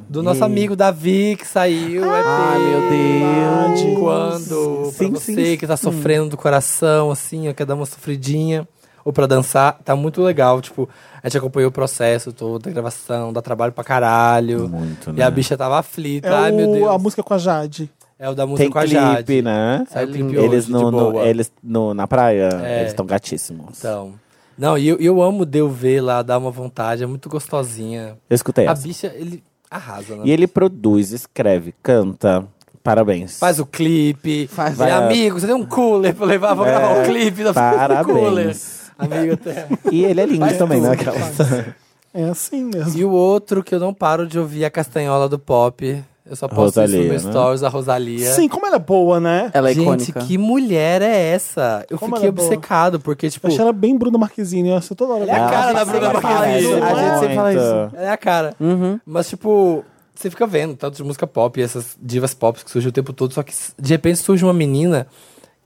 Speaker 2: Do
Speaker 4: Hum.
Speaker 2: nosso amigo Davi, que saiu. Ai,
Speaker 5: meu Deus.
Speaker 2: Quando,
Speaker 4: Sim,
Speaker 2: pra
Speaker 4: sim,
Speaker 2: você que tá sofrendo do coração, assim, ó, quer dar uma sofridinha, ou pra dançar, tá muito legal. Tipo, a gente acompanhou o processo todo, da gravação, dá trabalho pra caralho.
Speaker 4: Muito,
Speaker 2: e
Speaker 4: né?
Speaker 2: a bicha tava aflita.
Speaker 1: É
Speaker 2: Ai, meu
Speaker 1: o-
Speaker 2: Deus.
Speaker 1: a música com a Jade.
Speaker 2: É o da música
Speaker 4: Tem
Speaker 2: com a
Speaker 4: clipe,
Speaker 2: Jade.
Speaker 4: né?
Speaker 2: Saiu o clipe
Speaker 4: Eles,
Speaker 2: hoje,
Speaker 4: no,
Speaker 2: de
Speaker 4: no-
Speaker 2: boa.
Speaker 4: eles no, na praia, eles estão gatíssimos.
Speaker 2: Então. Não, e eu, eu amo Deu ver lá, dar uma vontade, é muito gostosinha.
Speaker 4: Eu escutei
Speaker 2: A
Speaker 4: essa.
Speaker 2: bicha, ele arrasa, né?
Speaker 4: É. E ele produz, escreve, canta. Parabéns.
Speaker 2: Faz o clipe. Faz
Speaker 4: Vai-
Speaker 2: e, amigo, você tem um cooler pra levar, vou gravar o clipe da cooler.
Speaker 4: É, Parabéns.
Speaker 2: um Amigo, até.
Speaker 4: E ele é lindo
Speaker 2: Faz um
Speaker 4: também,
Speaker 2: tudo,
Speaker 4: né? Aquela...
Speaker 1: É assim mesmo.
Speaker 2: E o outro que eu não paro de ouvir é a castanhola do pop. Eu só posto isso
Speaker 4: Rosalia,
Speaker 2: no meu
Speaker 4: né?
Speaker 2: stories, a Rosalia.
Speaker 1: Sim, como ela é boa, né?
Speaker 5: Ela é
Speaker 2: Gente,
Speaker 5: icônica.
Speaker 2: que mulher é essa? Eu
Speaker 1: Como
Speaker 2: fiquei
Speaker 1: ela é boa.
Speaker 2: obcecado, porque, tipo,
Speaker 1: Eu achei ela bem Bruna Marquezine, eu acho toda hora.
Speaker 2: Ela é a
Speaker 1: dela.
Speaker 4: Ah,
Speaker 2: cara da Bruna Marquezine.
Speaker 4: A gente sempre fala isso.
Speaker 2: ela é a cara.
Speaker 4: Uhum.
Speaker 2: Mas, tipo, você fica vendo tanto de música pop, essas divas pop que surgem o tempo todo, só que de repente surge uma menina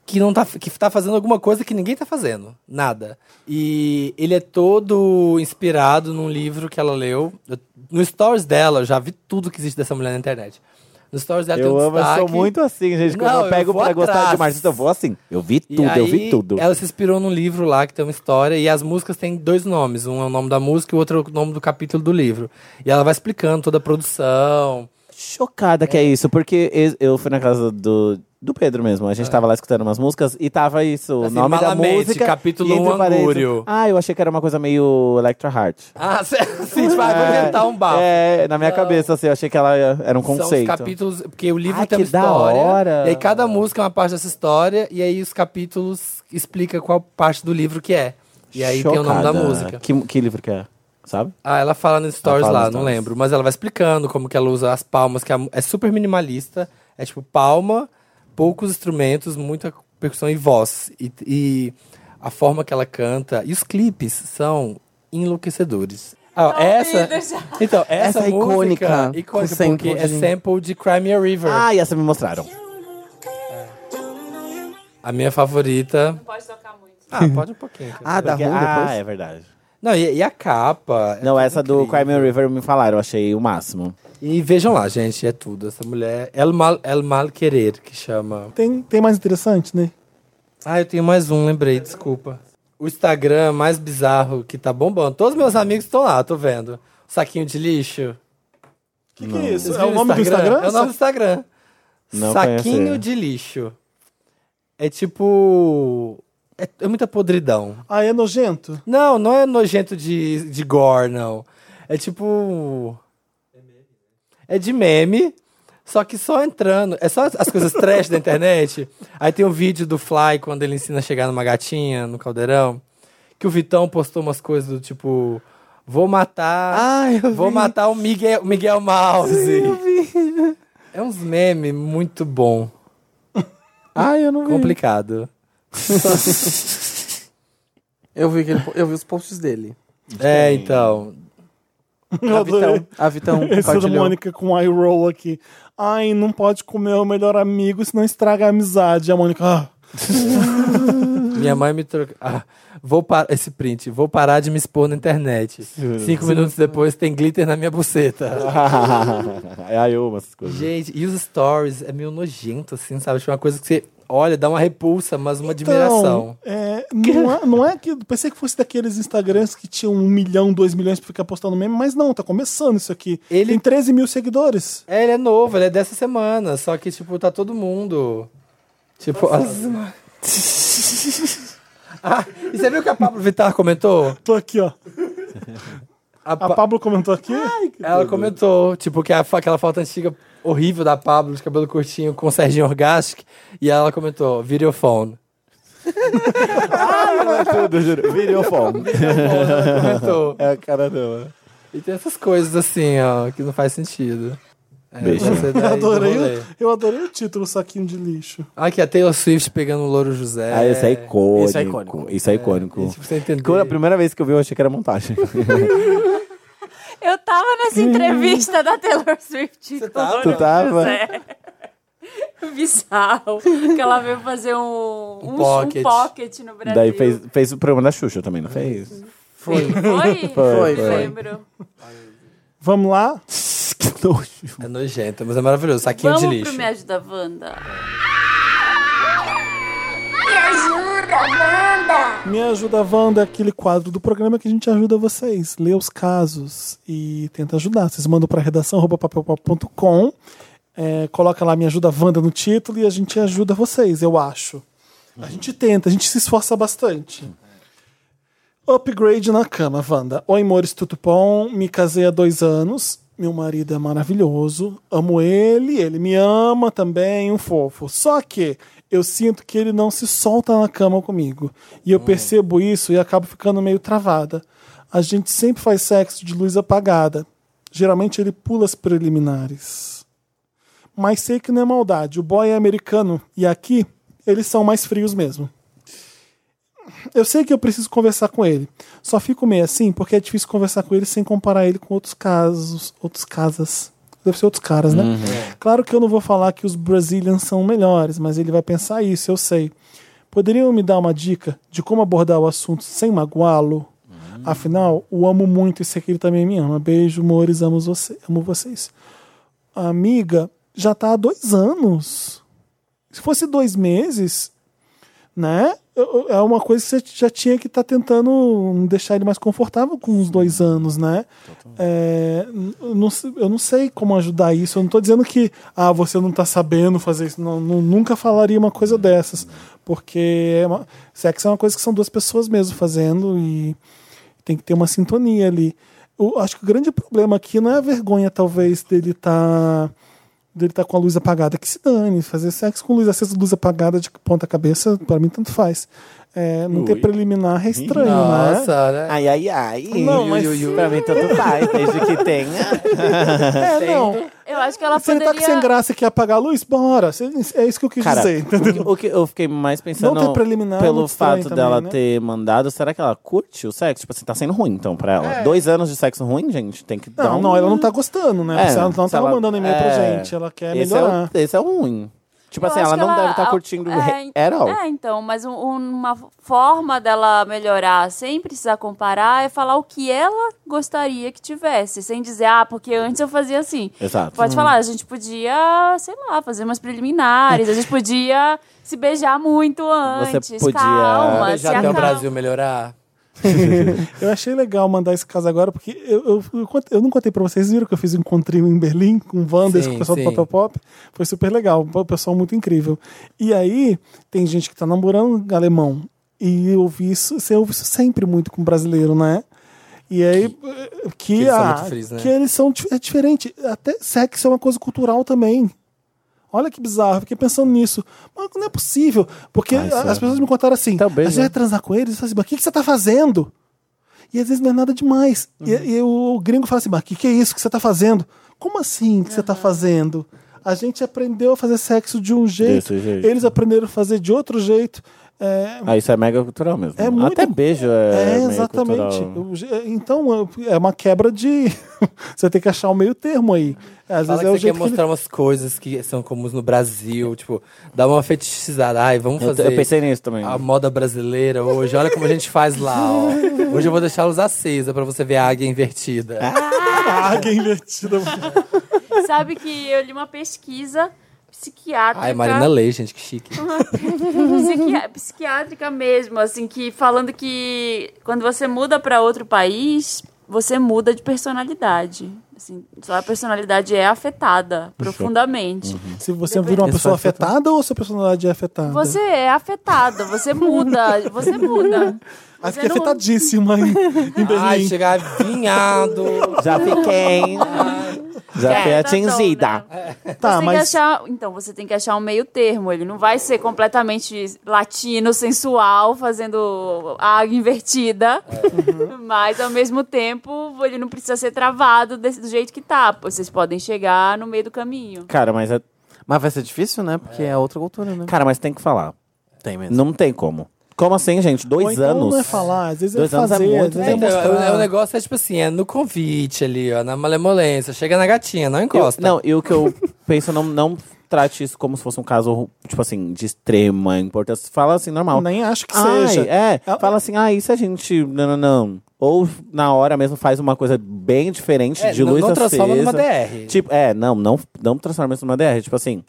Speaker 2: que não tá, que tá fazendo alguma coisa que ninguém tá fazendo. Nada. E ele é todo inspirado num livro que ela leu. Eu- no stories dela, eu já vi tudo que existe dessa mulher na internet. No stories dela tem
Speaker 4: Eu
Speaker 2: um
Speaker 4: amo, eu sou
Speaker 2: destaque.
Speaker 4: muito assim, gente. Quando
Speaker 2: Não,
Speaker 4: eu
Speaker 2: eu
Speaker 4: pego
Speaker 2: vou
Speaker 4: pra gostar
Speaker 2: atrás.
Speaker 4: de uma artista, eu vou assim. Eu vi
Speaker 2: E
Speaker 4: tudo, eu vi
Speaker 2: aí,
Speaker 4: tudo.
Speaker 2: Ela se inspirou num livro lá que tem uma história e as músicas têm dois nomes. Um é o nome da música e o outro é o nome do capítulo do livro. E ela vai explicando toda a produção,
Speaker 4: chocada que é isso, porque es- eu fui na casa do, do Pedro mesmo. A gente tava lá escutando umas músicas e tava isso, o
Speaker 2: É. Assim,
Speaker 4: nome da
Speaker 2: Malamute,
Speaker 4: música.
Speaker 2: capítulo
Speaker 4: e entre
Speaker 2: um,
Speaker 4: parênteses,
Speaker 2: Angúrio.
Speaker 4: Ah, eu achei que era uma coisa meio Electra Heart.
Speaker 2: Ah, sim, tipo, ah, vou
Speaker 4: É,
Speaker 2: inventar um bafo.
Speaker 4: É, na minha cabeça, assim, eu achei que ela era um
Speaker 2: São os
Speaker 4: conceito.
Speaker 2: capítulos, porque o livro
Speaker 4: Ai,
Speaker 2: tem uma
Speaker 4: que da
Speaker 2: história.
Speaker 4: hora.
Speaker 2: E aí cada música é uma parte dessa história, e aí os capítulos explica qual parte do livro que é. E aí tem o nome da
Speaker 4: Chocada.
Speaker 2: música.
Speaker 4: Que, que livro que é? Sabe?
Speaker 2: Ah, ela fala nos stories
Speaker 4: fala
Speaker 2: lá,
Speaker 4: nos
Speaker 2: não
Speaker 4: stories.
Speaker 2: lembro. Mas ela vai explicando como que ela usa as palmas, que a mu- é super minimalista. É tipo palma, poucos instrumentos, muita percussão e voz. E, e a forma que ela canta. E os clipes são enlouquecedores. Ah,
Speaker 3: Tá
Speaker 2: essa, então, essa,
Speaker 5: Essa é
Speaker 2: música,
Speaker 5: icônica, com
Speaker 2: icônica porque
Speaker 5: sample
Speaker 2: é
Speaker 5: de-
Speaker 2: sample de Crimea River.
Speaker 4: Ah, e essa me mostraram.
Speaker 2: A minha favorita.
Speaker 3: Pode tocar muito.
Speaker 2: Ah, pode um pouquinho.
Speaker 5: Ah, da
Speaker 4: Porque-
Speaker 5: Rum
Speaker 4: ah,
Speaker 5: depois?
Speaker 4: é verdade.
Speaker 2: Não, e, e a capa. é
Speaker 4: Não,
Speaker 2: tudo
Speaker 4: essa do
Speaker 2: incrível.
Speaker 4: Crime and River me falaram, eu achei o máximo.
Speaker 2: E vejam lá, gente, é tudo. Essa mulher. El Mal, El Mal Querer, que chama.
Speaker 1: Tem, tem mais interessante, né?
Speaker 2: Ah, eu tenho mais um, lembrei, desculpa. O Instagram mais bizarro que tá bombando. Todos meus amigos estão lá, tô vendo. Saquinho de lixo.
Speaker 1: O que, que é isso?
Speaker 2: Vocês
Speaker 1: É o
Speaker 2: viram
Speaker 1: nome do Instagram?
Speaker 2: É o nome do Instagram.
Speaker 4: Não
Speaker 2: Saquinho
Speaker 4: conhecia.
Speaker 2: de lixo. É tipo. É, é muita podridão.
Speaker 1: Ah, é nojento?
Speaker 2: Não, não é nojento de, de gore, não. É tipo. É de meme, só que só entrando. É só as as coisas trash da internet. Aí tem um vídeo do Fly quando ele ensina a chegar numa gatinha no caldeirão. Que o Vitão postou umas coisas do tipo. Vou matar.
Speaker 5: Ai, eu
Speaker 2: vou
Speaker 5: Ah, vi.
Speaker 2: matar o Miguel, Miguel Mouse. É uns memes muito bom.
Speaker 5: Ai, Ah, eu não vi.
Speaker 2: Complicado.
Speaker 5: Eu vi, que ele po- eu vi os posts dele.
Speaker 2: É, então.
Speaker 1: Eu adorei.
Speaker 5: A Vitão
Speaker 1: Esse da
Speaker 5: compartilhou.
Speaker 1: Mônica com eye roll aqui. Ai, não pode comer o melhor amigo, senão estraga a amizade. E A Mônica, ah,
Speaker 2: Minha mãe me trocou. Ah, vou parar. Esse print. Vou parar de me expor na internet. Cinco minutos depois tem glitter na minha buceta.
Speaker 4: é aí uma essas coisas.
Speaker 2: Gente, e os stories é meio nojento, assim, sabe? Tipo, uma coisa que você olha, dá uma repulsa, mas uma admiração.
Speaker 1: Então, é, não, é, não é que. Pensei que fosse daqueles Instagrams que tinham um milhão, dois milhões pra ficar postando meme, mas não, tá começando isso aqui.
Speaker 2: Ele-
Speaker 1: Tem 13 mil seguidores.
Speaker 2: É, ele é novo, ele é dessa semana. Só que, tipo, tá todo mundo. Tipo, as... Ah, e você viu que a Pablo Vittar comentou?
Speaker 1: Tô aqui, ó.
Speaker 2: A
Speaker 1: A
Speaker 2: Pa-
Speaker 1: Pablo comentou aqui.
Speaker 2: Ela comentou, tipo, que a, fa- aquela foto antiga horrível da Pablo de cabelo curtinho com o Serginho Orgastic. E ela comentou, videofone.
Speaker 4: É Tudo, juro. Videofone.
Speaker 2: Ela comentou.
Speaker 4: É a cara dela.
Speaker 2: E tem essas coisas assim, ó, que não faz sentido. É,
Speaker 4: Beijo.
Speaker 2: você daí
Speaker 1: Eu
Speaker 2: do
Speaker 1: adorei,
Speaker 2: rolê.
Speaker 1: o- eu adorei o título Saquinho de Lixo.
Speaker 2: Aqui, a Taylor Swift pegando o Louro José.
Speaker 4: Ah, isso é icônico.
Speaker 5: Isso é icônico.
Speaker 4: Isso é icônico.
Speaker 2: E, tipo, você entender.
Speaker 1: é
Speaker 4: Quando a primeira vez que eu vi, eu achei que era montagem.
Speaker 3: Eu tava nessa entrevista da Taylor Swift. Você
Speaker 2: tava?
Speaker 4: Tu tava?
Speaker 3: Bizarro. Que ela veio fazer um, um, um pocket.
Speaker 2: pocket.
Speaker 3: no Brasil.
Speaker 4: Daí fez, fez o programa da Xuxa também, não fez?
Speaker 3: Foi? Foi,
Speaker 5: Foi,
Speaker 3: Não
Speaker 5: foi.
Speaker 3: lembro.
Speaker 1: Vamos lá?
Speaker 4: que nojo.
Speaker 2: É nojento, mas é maravilhoso. Saquinho
Speaker 3: Vamos
Speaker 2: de
Speaker 3: pro
Speaker 2: lixo.
Speaker 3: Me Ajuda Wanda.
Speaker 8: Me ajuda, Wanda!
Speaker 1: Me ajuda, Wanda, é aquele quadro do programa que a gente ajuda vocês. Lê os casos e tenta ajudar. Vocês mandam para redação arroba papelpop.com. É, coloca lá Me ajuda, Wanda no título e a gente ajuda vocês, eu acho. A gente tenta, a gente se esforça bastante. Upgrade na cama, Wanda. Oi, Mores, tudo bom? Me casei há dois anos. Meu marido é maravilhoso. Amo ele, ele me ama também, um fofo. Só que eu sinto que ele não se solta na cama comigo. E eu percebo isso e acabo ficando meio travada. A gente sempre faz sexo de luz apagada. Geralmente ele pula as preliminares mas sei que não é maldade. O boy é americano e aqui eles são mais frios mesmo. Eu sei que eu preciso conversar com ele. Só fico meio assim porque é difícil conversar com ele sem comparar ele com outros casos, outros casas. Deve ser outros caras, né? Claro que eu não vou falar que os Brazilians são melhores, mas ele vai pensar isso, eu sei. Poderiam me dar uma dica de como abordar o assunto sem magoá-lo? Afinal, o amo muito e sei que ele também me ama. Beijo, amores, amo, você, amo vocês. A amiga já tá há dois anos. Se fosse dois meses, né? Eu- eu- É uma coisa que você já tinha que estar tentando deixar ele mais confortável com uns dois anos, né? É, n- eu, não, se- eu não sei como ajudar isso. Eu não tô dizendo que ah, você não tá sabendo fazer isso. Não, não- nunca falaria uma coisa dessas. Porque é uma- sexo é uma coisa que são duas pessoas mesmo fazendo e tem que ter uma sintonia ali. Eu acho que o grande problema aqui não é a vergonha, talvez, dele estar dele tá com a luz apagada, que se dane. Fazer sexo com luz acesa, luz apagada de ponta cabeça, pra mim tanto faz. É, não ter
Speaker 4: Ui.
Speaker 1: preliminar é estranho, né?
Speaker 2: Nossa, né?
Speaker 4: Ai, ai, ai.
Speaker 1: Não, mas-
Speaker 4: Pra mim tanto faz, desde que tenha.
Speaker 1: É, não.
Speaker 3: Eu acho que ela
Speaker 1: Se ele
Speaker 3: poderia...
Speaker 1: tá com sem graça e quer apagar a luz, bora. Se- É isso que eu quis
Speaker 4: Cara,
Speaker 1: dizer, entendeu?
Speaker 4: o que eu fiquei mais pensando
Speaker 1: Não ter preliminar,
Speaker 4: pelo
Speaker 1: muito estranho
Speaker 4: fato
Speaker 1: também,
Speaker 4: dela
Speaker 1: né?
Speaker 4: ter mandado, será que ela curte o sexo? Tipo assim, tá sendo ruim então pra ela. Dois anos de sexo ruim, gente, tem que dar
Speaker 1: Não,
Speaker 4: um-
Speaker 1: não, ela não tá gostando, né?
Speaker 4: É,
Speaker 1: Porque ela não
Speaker 4: se
Speaker 1: tá
Speaker 4: ela-
Speaker 1: mandando e-mail pra
Speaker 4: é.
Speaker 1: gente. Ela quer
Speaker 4: esse
Speaker 1: melhorar.
Speaker 4: É o, esse é o ruim. Tipo
Speaker 3: Eu
Speaker 4: assim,
Speaker 3: acho
Speaker 4: ela
Speaker 3: que
Speaker 4: não deve estar curtindo
Speaker 3: é,
Speaker 4: at all.
Speaker 3: É, então, mas um- uma forma dela melhorar sem precisar comparar é falar o que ela gostaria que tivesse, sem dizer, ah, porque antes eu fazia assim.
Speaker 4: Exato.
Speaker 2: Hum.
Speaker 3: Pode falar, a gente podia, sei lá, fazer umas preliminares, a gente podia se beijar muito antes.
Speaker 4: podia
Speaker 3: Calma, se
Speaker 2: já até o
Speaker 3: acalma.
Speaker 2: é. Brasil melhorar.
Speaker 1: Eu achei legal mandar esse caso agora, porque eu, eu, eu cont- eu não contei pra vocês, viram que eu fiz um encontrinho em Berlim com o Wanda,
Speaker 2: Sim,
Speaker 1: com o pessoal
Speaker 2: sim.
Speaker 1: do Papel Pop. Foi super legal, o pessoal muito incrível. E aí, tem gente que tá namorando alemão. E eu ouvi isso, você ouve isso sempre muito com brasileiro, né? E aí, eh, que,
Speaker 2: eles são
Speaker 1: ah,
Speaker 2: muito frios, né?
Speaker 1: que eles são di- é diferente. Até sexo é uma coisa cultural também. Olha que bizarro, eu fiquei pensando nisso. Mas não é possível, porque
Speaker 2: Ah,
Speaker 4: Ai,
Speaker 1: a-
Speaker 4: sério.
Speaker 2: é
Speaker 1: as pessoas me contaram assim:
Speaker 2: Tá
Speaker 4: Talvez,
Speaker 1: a gente vai
Speaker 4: né?
Speaker 1: transar com eles e fala assim, mas o que, que você tá fazendo? E às vezes não é nada demais. E,
Speaker 4: Uhum.
Speaker 1: e o gringo fala assim, mas o que, que é isso que você tá fazendo? Como assim que você tá fazendo? A gente aprendeu a fazer sexo de um jeito,
Speaker 4: Desse jeito.
Speaker 1: eles aprenderam a fazer de outro jeito. É,
Speaker 4: Ah, isso é mega cultural mesmo.
Speaker 1: É muito-
Speaker 4: Até beijo
Speaker 1: é,
Speaker 4: é. meio
Speaker 1: exatamente.
Speaker 4: cultural.
Speaker 1: O je- Então é uma quebra de. você tem que achar o meio termo aí. Às
Speaker 2: Fala
Speaker 1: vezes
Speaker 2: que
Speaker 1: é o
Speaker 2: você quer
Speaker 1: jeito que ele-
Speaker 2: mostrar umas coisas que são comuns no Brasil, tipo, dá uma fetichizada. Ai, vamos
Speaker 4: Eu,
Speaker 2: fazer
Speaker 4: eu pensei nisso também.
Speaker 2: a moda brasileira hoje. Olha como a gente faz lá, ó. Hoje eu vou deixar a luz acesa pra você ver a águia invertida.
Speaker 1: Ah, águia invertida.
Speaker 3: Sabe que eu li uma pesquisa psiquiátrica.
Speaker 2: Ai,
Speaker 3: tá.
Speaker 2: Marina Lê, gente, que chique.
Speaker 3: psiqui- psiquiátrica mesmo, assim, que falando que quando você muda para outro país, você muda de personalidade. Assim, sua personalidade é
Speaker 2: Uhum.
Speaker 3: afetada profundamente.
Speaker 1: Se você vira uma
Speaker 6: Isso
Speaker 1: pessoa
Speaker 6: vai afetar.
Speaker 1: afetada ou sua personalidade é afetada?
Speaker 3: Você é afetada, você muda, você muda.
Speaker 1: Aí
Speaker 3: Você
Speaker 2: é
Speaker 1: fiquei
Speaker 3: não-
Speaker 1: afetadíssima em, em Berlim.
Speaker 2: Ai, chegar vinhado.
Speaker 4: Já fiquei. Já
Speaker 3: É,
Speaker 4: fui
Speaker 3: tá
Speaker 4: atingida.
Speaker 3: bom, né?
Speaker 1: tá,
Speaker 3: Você tem que achar- então, você tem que achar um meio termo. Ele não vai ser completamente latino, sensual, fazendo água invertida.
Speaker 1: É.
Speaker 3: Mas, ao mesmo tempo, ele não precisa ser travado desse, do jeito que tá. Vocês podem chegar no meio do caminho.
Speaker 4: Cara, mas é-
Speaker 5: Mas vai ser difícil, né? Porque é, outra cultura, né?
Speaker 4: Cara, mas tem que falar.
Speaker 5: Tem mesmo.
Speaker 4: Não tem como. Como assim, gente?
Speaker 1: Ou
Speaker 4: Dois
Speaker 1: então
Speaker 4: anos.
Speaker 1: não é falar, às vezes
Speaker 4: Dois
Speaker 1: é
Speaker 4: anos é
Speaker 1: fazer,
Speaker 4: muito
Speaker 1: às vezes
Speaker 2: É,
Speaker 1: é
Speaker 2: então,
Speaker 1: mostrar.
Speaker 2: o, o negócio é tipo assim, é no convite ali, ó, na malemolência. Chega na gatinha, não
Speaker 4: Eu-
Speaker 2: encosta.
Speaker 4: não, e o que eu penso, não, não trate isso como se fosse um caso, tipo assim, de extrema importância. Fala assim, normal.
Speaker 1: Nem acho que
Speaker 4: Ai,
Speaker 1: seja.
Speaker 4: É,
Speaker 1: Ah,
Speaker 4: fala assim, ah, isso a gente. Não, não, não. Ou na hora mesmo faz uma coisa bem diferente
Speaker 2: É,
Speaker 4: de
Speaker 2: não-
Speaker 4: luz tá
Speaker 2: não transforma
Speaker 4: acesa.
Speaker 2: numa DR.
Speaker 4: Tipo, é, não, não, não transforma isso numa DR. Tipo assim.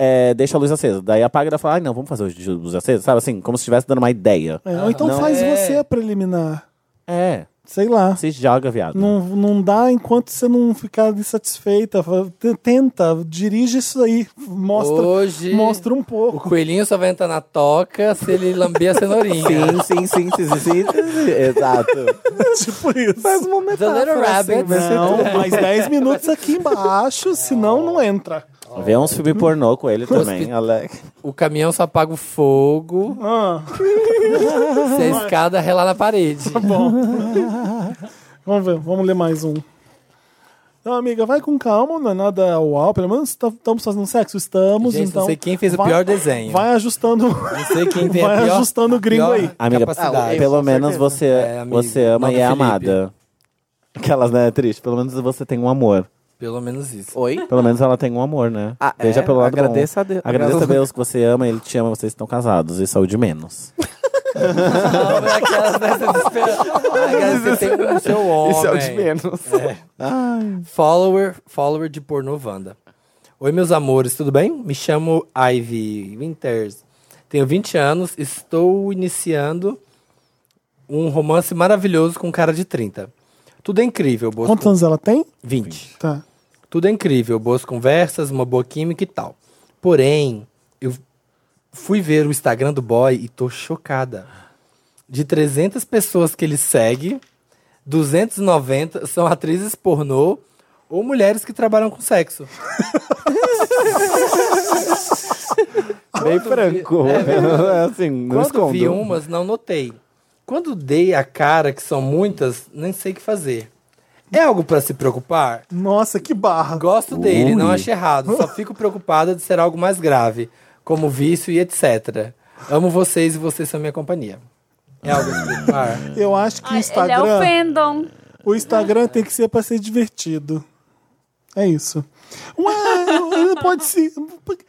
Speaker 4: é, deixa a luz acesa. Daí apaga e daí fala, ai, não, vamos fazer hoje de luz acesa, sabe assim? Como se estivesse dando uma ideia.
Speaker 1: É, ou então
Speaker 4: Não.
Speaker 1: faz
Speaker 2: É.
Speaker 1: você a preliminar.
Speaker 4: É,
Speaker 1: Sei lá.
Speaker 4: se joga, viado.
Speaker 1: Não, não dá enquanto você não ficar insatisfeita. Fa- t- Tenta, dirige isso aí. Mostra,
Speaker 2: Hoje-
Speaker 1: mostra um
Speaker 2: O
Speaker 1: pouco.
Speaker 2: coelhinho só vai entrar na toca se ele lamber a cenourinha.
Speaker 4: Sim, sim, sim, sim, sim, sim, sim. Exato.
Speaker 1: tipo isso.
Speaker 2: The Little Rabbit.
Speaker 1: Não, mais 10 minutos aqui embaixo, senão não entra.
Speaker 4: Vê uns filmes pornô com ele também, Alex.
Speaker 2: O caminhão só apaga o fogo
Speaker 1: Ah,
Speaker 2: se a escada relar na parede.
Speaker 1: vamos ver, vamos ler mais um. Então, amiga, vai com calma, não é nada uau. Pelo menos tá- estamos fazendo sexo, estamos.
Speaker 2: Gente,
Speaker 1: então,
Speaker 2: não sei quem fez o
Speaker 1: vai-
Speaker 2: pior desenho.
Speaker 1: Vai ajustando.
Speaker 2: Não sei quem tem a
Speaker 1: vai
Speaker 2: pior-
Speaker 1: ajustando o gringo
Speaker 2: pior
Speaker 1: aí.
Speaker 4: Amiga,
Speaker 2: capacidade.
Speaker 4: pelo menos você,
Speaker 2: É, amigo,
Speaker 4: você ama
Speaker 2: nota
Speaker 4: e é
Speaker 2: Felipe.
Speaker 4: amada. Aquelas, né, triste. Pelo menos você tem um amor.
Speaker 2: Ah, Pelo menos isso.
Speaker 5: Oi?
Speaker 4: Pelo menos ela tem um amor, né?
Speaker 5: Ah,
Speaker 4: Veja
Speaker 5: é?
Speaker 4: pelo lado bom.
Speaker 5: Agradeça a Deus.
Speaker 4: Agradeça a Deus que você ama, ele te ama, vocês estão casados. E saúde menos.
Speaker 2: Aquelas dessas desesperadas. Ai, cara, Você tem um seu homem.
Speaker 5: Isso é o de menos.
Speaker 2: Follower, follower de pornô Wanda. Oi, meus amores, tudo bem? Me chamo Ivy Winters. Tenho 20 anos, estou iniciando um romance maravilhoso com um cara de 30. Tudo é incrível, boas
Speaker 1: Quantos anos ela tem?
Speaker 2: 20.
Speaker 1: Tá.
Speaker 2: Tudo é incrível, boas conversas, uma boa química e tal. Porém, eu fui ver o Instagram do boy e tô chocada. De 300 pessoas que ele segue, 290 são atrizes pornô ou mulheres que trabalham com sexo.
Speaker 4: Bem franco. É, assim, não
Speaker 2: Quando
Speaker 4: escondo.
Speaker 2: vi umas, não notei. Quando dei a cara, que são muitas, nem sei o que fazer. É algo pra se preocupar?
Speaker 1: Nossa, que barra.
Speaker 2: Gosto dele, não
Speaker 4: Ui.
Speaker 2: acho errado. Só fico preocupada de ser algo mais grave, como vício e etc. Amo vocês e vocês são minha companhia. É algo a se preocupar?
Speaker 1: Eu acho que o
Speaker 3: Ai, Ele é o
Speaker 1: Instagram.
Speaker 3: fandom.
Speaker 1: o Instagram tem que ser pra ser divertido. É isso. Ué, pode ser.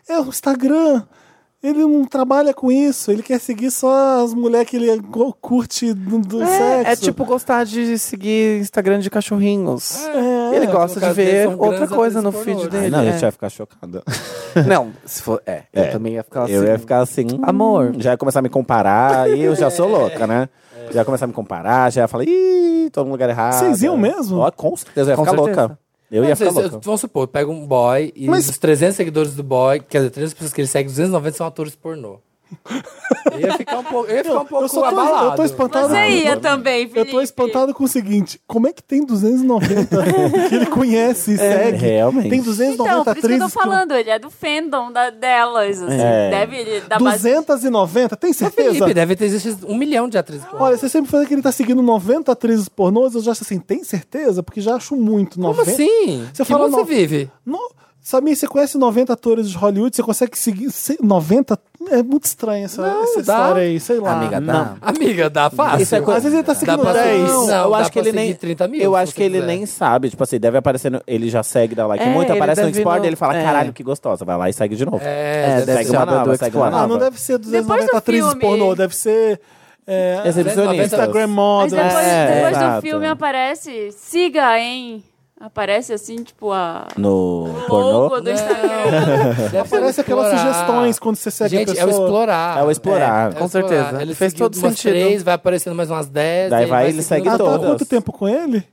Speaker 1: É o Instagram. Ele não trabalha com isso. Ele quer seguir só as mulheres que ele go- curte do, do sexo.
Speaker 5: É
Speaker 3: um
Speaker 5: tipo gostar de seguir Instagram de cachorrinhos.
Speaker 1: É.
Speaker 5: Ele
Speaker 2: no
Speaker 5: gosta de
Speaker 2: caso dele,
Speaker 5: ver
Speaker 2: são
Speaker 5: outra
Speaker 2: grandes
Speaker 5: coisa no
Speaker 2: atrizes
Speaker 5: feed
Speaker 2: pornôs.
Speaker 5: dele.
Speaker 4: Não, a
Speaker 5: é.
Speaker 4: gente vai ficar chocada.
Speaker 5: Não, se for. É, eu também ia ficar assim.
Speaker 4: Eu ia ficar assim. hum,
Speaker 5: Amor. É.
Speaker 4: Já ia começar a me comparar. e eu já sou louca, né? Já ia começar a me comparar. Já ia falar, ih, tô no lugar errado.
Speaker 1: Vocês iam mesmo?
Speaker 4: Ó, com certeza. Eu ia
Speaker 5: Com
Speaker 4: ficar
Speaker 5: certeza.
Speaker 4: louca. Eu ia
Speaker 2: Não,
Speaker 4: ficar
Speaker 2: vocês-
Speaker 4: louca.
Speaker 2: Vamos supor, pega um boy e
Speaker 1: Mas-
Speaker 2: os 300 seguidores do boy, quer dizer, 300 pessoas que ele segue, 290 são atores pornô. Eu ia ficar um pouco, eu ia ficar um pouco
Speaker 1: eu só tô-
Speaker 2: abalado.
Speaker 1: eu tô espantado.
Speaker 3: Você ia também, é Felipe.
Speaker 1: Eu tô espantado com o seguinte: como é que tem 290 que ele conhece e segue?
Speaker 4: realmente.
Speaker 1: Tem
Speaker 3: Então,
Speaker 1: 290
Speaker 3: por isso que eu tô
Speaker 1: atrizes. que-
Speaker 3: falando, ele é do fandom da, delas, assim.
Speaker 4: É.
Speaker 3: Deve dar base.
Speaker 1: 290? Tem
Speaker 2: Mas, Felipe,
Speaker 1: certeza?
Speaker 2: deve ter existido um milhão de atrizes pornô.
Speaker 1: Olha, você sempre fala que ele tá seguindo 90 atrizes pornôs, eu já acho assim, tem certeza? Porque já acho muito. 90.
Speaker 2: Como assim?
Speaker 1: Você
Speaker 2: Você
Speaker 1: fala
Speaker 2: que mundo
Speaker 1: no-
Speaker 2: você vive?
Speaker 1: No... Samir, você conhece 90 atores de Hollywood, você consegue seguir se- 90? É muito estranha essa, essa
Speaker 2: dá.
Speaker 1: história aí, sei lá.
Speaker 5: Ah, Amiga, dá.
Speaker 4: Não.
Speaker 2: Amiga, dá fácil.
Speaker 4: Isso é coisa-
Speaker 1: Às vezes ele tá
Speaker 2: Dá
Speaker 1: seguindo
Speaker 2: pra
Speaker 1: 10.
Speaker 2: seguir- Não,
Speaker 4: eu
Speaker 2: dá
Speaker 4: acho que
Speaker 2: pra
Speaker 4: ele nem.
Speaker 2: seguir 30 mil,
Speaker 4: eu
Speaker 2: se
Speaker 4: acho
Speaker 2: você
Speaker 4: que ele
Speaker 2: quiser.
Speaker 4: nem sabe. Tipo assim, deve aparecer. no- Ele já segue, dá like
Speaker 5: É,
Speaker 4: muito.
Speaker 5: ele
Speaker 4: Aparece no
Speaker 5: deve
Speaker 4: Explore
Speaker 5: no-
Speaker 4: e ele fala,
Speaker 5: é.
Speaker 4: caralho, que gostosa. Vai lá e segue de novo.
Speaker 2: É,
Speaker 5: É, deve
Speaker 4: segue
Speaker 5: ser
Speaker 4: uma
Speaker 5: a
Speaker 4: nova,
Speaker 5: do
Speaker 4: segue
Speaker 5: Explore.
Speaker 4: uma
Speaker 1: Ah,
Speaker 4: nova.
Speaker 1: não deve ser
Speaker 3: Depois
Speaker 1: 290
Speaker 3: do
Speaker 1: atrizes
Speaker 3: filme.
Speaker 1: pornô, deve ser é,
Speaker 4: Exibicionista.
Speaker 1: Instagram
Speaker 3: Mas
Speaker 1: model.
Speaker 3: depois,
Speaker 4: É,
Speaker 3: depois do
Speaker 4: exato.
Speaker 3: filme aparece, siga, hein? Aparece assim, tipo, a
Speaker 4: No pornô.
Speaker 3: logo do Instagram.
Speaker 2: Deve
Speaker 1: Aparece
Speaker 2: ser
Speaker 1: aquelas
Speaker 2: explorar.
Speaker 1: sugestões quando você segue a
Speaker 2: Gente, é
Speaker 1: pessoa.
Speaker 2: o explorar.
Speaker 4: É o
Speaker 2: É
Speaker 4: explorar.
Speaker 2: o
Speaker 5: Com
Speaker 2: explorar.
Speaker 5: certeza.
Speaker 2: Ele
Speaker 5: Fez
Speaker 2: seguiu
Speaker 5: todo
Speaker 2: umas
Speaker 5: sentido.
Speaker 2: três, vai aparecendo mais umas 10.
Speaker 4: Daí
Speaker 2: aí
Speaker 4: vai, ele segue
Speaker 1: Ah, tá
Speaker 2: seguindo-
Speaker 1: há
Speaker 4: todas.
Speaker 1: quanto tempo com ele?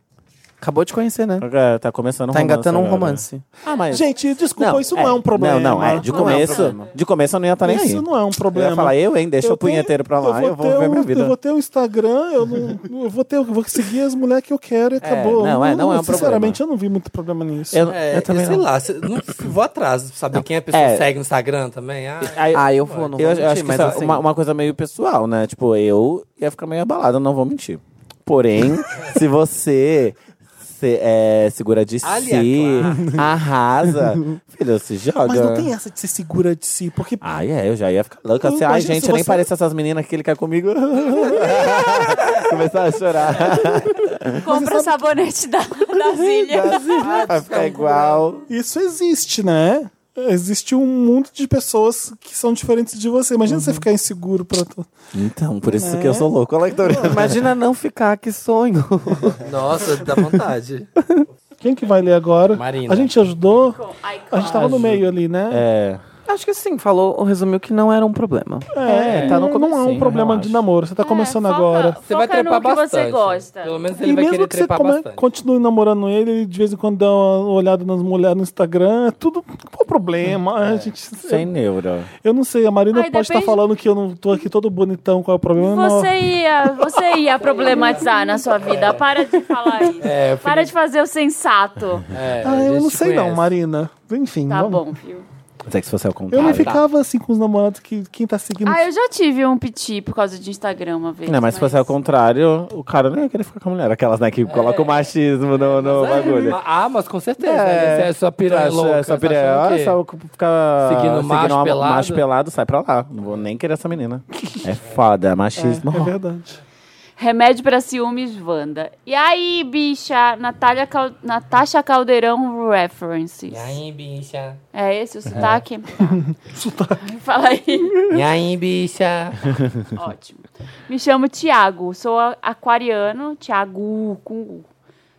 Speaker 5: Acabou de conhecer, né?
Speaker 4: Agora Tá começando um
Speaker 5: Tá
Speaker 4: romance
Speaker 5: engatando um
Speaker 4: agora.
Speaker 5: romance.
Speaker 4: Ah, mas.
Speaker 1: Gente, desculpa, isso não é um problema.
Speaker 4: Não, não, é. De
Speaker 5: Não é um
Speaker 4: começo,
Speaker 5: problema.
Speaker 4: de começo eu não ia estar nem aí.
Speaker 1: Isso não é um problema.
Speaker 4: Eu ia falar, eu, hein? Deixa o
Speaker 1: tenho-
Speaker 4: punheteiro pra lá, eu vou,
Speaker 1: ter
Speaker 4: ver
Speaker 1: um-
Speaker 4: minha vida.
Speaker 1: Eu vou ter o Instagram, eu, não, eu vou ter, eu vou seguir as mulheres que eu quero e acabou.
Speaker 4: não, é, não é um
Speaker 1: Sinceramente, eu não vi muito problema nisso.
Speaker 4: Eu-
Speaker 2: É, eu sei lá, se- não vou atrás, saber quem a pessoa
Speaker 4: É.
Speaker 2: segue no Instagram também. Ah,
Speaker 4: Aí-
Speaker 5: Ah, eu vou, não vou
Speaker 4: eu
Speaker 5: mentir,
Speaker 4: acho que
Speaker 5: mas
Speaker 4: isso é
Speaker 5: assim-
Speaker 4: uma, uma coisa meio pessoal, né? Tipo, eu ia ficar meio abalado, não vou mentir. Porém, se você se, é, segura de
Speaker 2: Ali é
Speaker 4: si, arrasa, filho, se joga.
Speaker 1: Mas não tem essa de ser segura de si, porque.
Speaker 4: Ah, é, eu já ia ficar louca. Assim,
Speaker 1: Imagina
Speaker 4: Ai,
Speaker 1: se
Speaker 4: gente, eu nem
Speaker 1: você-
Speaker 4: pareço essas meninas que ele quer comigo. Começar a chorar.
Speaker 3: Compra o sabonete da, das ilhas.
Speaker 4: Vai ficar igual.
Speaker 1: Isso existe, né? Existe um mundo de pessoas que são diferentes de você. Imagina
Speaker 4: Uhum.
Speaker 1: você ficar inseguro pra. tu-
Speaker 4: Então, por isso que eu sou louco. Olha que tô brincando.
Speaker 5: Imagina não ficar, que sonho.
Speaker 2: nossa, dá vontade.
Speaker 1: Quem que vai ler agora?
Speaker 2: Marina.
Speaker 1: A gente ajudou.
Speaker 3: Ai,
Speaker 1: A gente tava no meio ali, né?
Speaker 4: É.
Speaker 5: Acho que sim, falou, resumiu que não era um problema.
Speaker 4: é, tá no
Speaker 1: não, não é um
Speaker 4: comecinho,
Speaker 1: problema
Speaker 4: eu
Speaker 1: de
Speaker 4: acho.
Speaker 1: namoro. Você tá começando agora.
Speaker 2: Você vai trepar
Speaker 3: no que
Speaker 2: bastante.
Speaker 3: você gosta.
Speaker 2: Pelo menos ele
Speaker 1: E
Speaker 2: vai
Speaker 1: mesmo
Speaker 2: querer
Speaker 1: que você
Speaker 2: trepar
Speaker 1: come-
Speaker 2: bastante.
Speaker 1: continue namorando ele, ele de vez em quando dá uma olhada nas mulheres no Instagram, é tudo pô, problema.
Speaker 2: É,
Speaker 1: A gente,
Speaker 4: Sem neuro.
Speaker 1: Eu não sei, a Marina
Speaker 3: Ai,
Speaker 1: pode estar
Speaker 3: depende-
Speaker 1: falando que eu não tô aqui todo bonitão, qual é o problema?
Speaker 3: Você
Speaker 1: Não.
Speaker 3: ia, você ia problematizar na sua vida. Para de falar isso.
Speaker 2: É, eu
Speaker 3: Para de fazer o sensato.
Speaker 2: É,
Speaker 1: Ah,
Speaker 2: a
Speaker 1: eu
Speaker 2: gente
Speaker 1: não sei não,
Speaker 2: conhece.
Speaker 1: Marina. Enfim,
Speaker 3: Tá
Speaker 1: vamos.
Speaker 3: bom, viu?
Speaker 4: Até é que se fosse ao
Speaker 1: Eu
Speaker 2: Tá,
Speaker 4: contrário.
Speaker 1: não ficava assim com os namorados que quem tá seguindo.
Speaker 3: Ah, eu já tive um piti por causa de Instagram uma vez.
Speaker 4: Não, mas se fosse ao contrário, o cara não ia querer ficar com a mulher. Aquelas, né, que colocam o machismo no,
Speaker 1: é
Speaker 4: no bagulho.
Speaker 2: É. Ma- Ah, mas com certeza.
Speaker 4: É.
Speaker 2: né? Você é sua piranha
Speaker 4: Acha-
Speaker 2: louca.
Speaker 4: Essa
Speaker 2: tá
Speaker 4: piranha,
Speaker 2: achando o
Speaker 4: ah,
Speaker 2: quê?
Speaker 4: só ficar
Speaker 2: Seguindo
Speaker 4: seguindo
Speaker 2: macho
Speaker 4: uma-
Speaker 2: pelado?
Speaker 4: macho pelado, sai pra lá. Não vou nem querer essa menina. É foda, machismo.
Speaker 1: É verdade.
Speaker 3: Remédio pra ciúmes, Wanda. E aí, bicha? Natália Cal... Natasha Caldeirão References.
Speaker 2: E aí, bicha?
Speaker 3: É esse o sotaque? sotaque. Fala aí.
Speaker 2: E aí, bicha?
Speaker 3: Ótimo. Me chamo Tiago, sou a- aquariano, Tiago com U.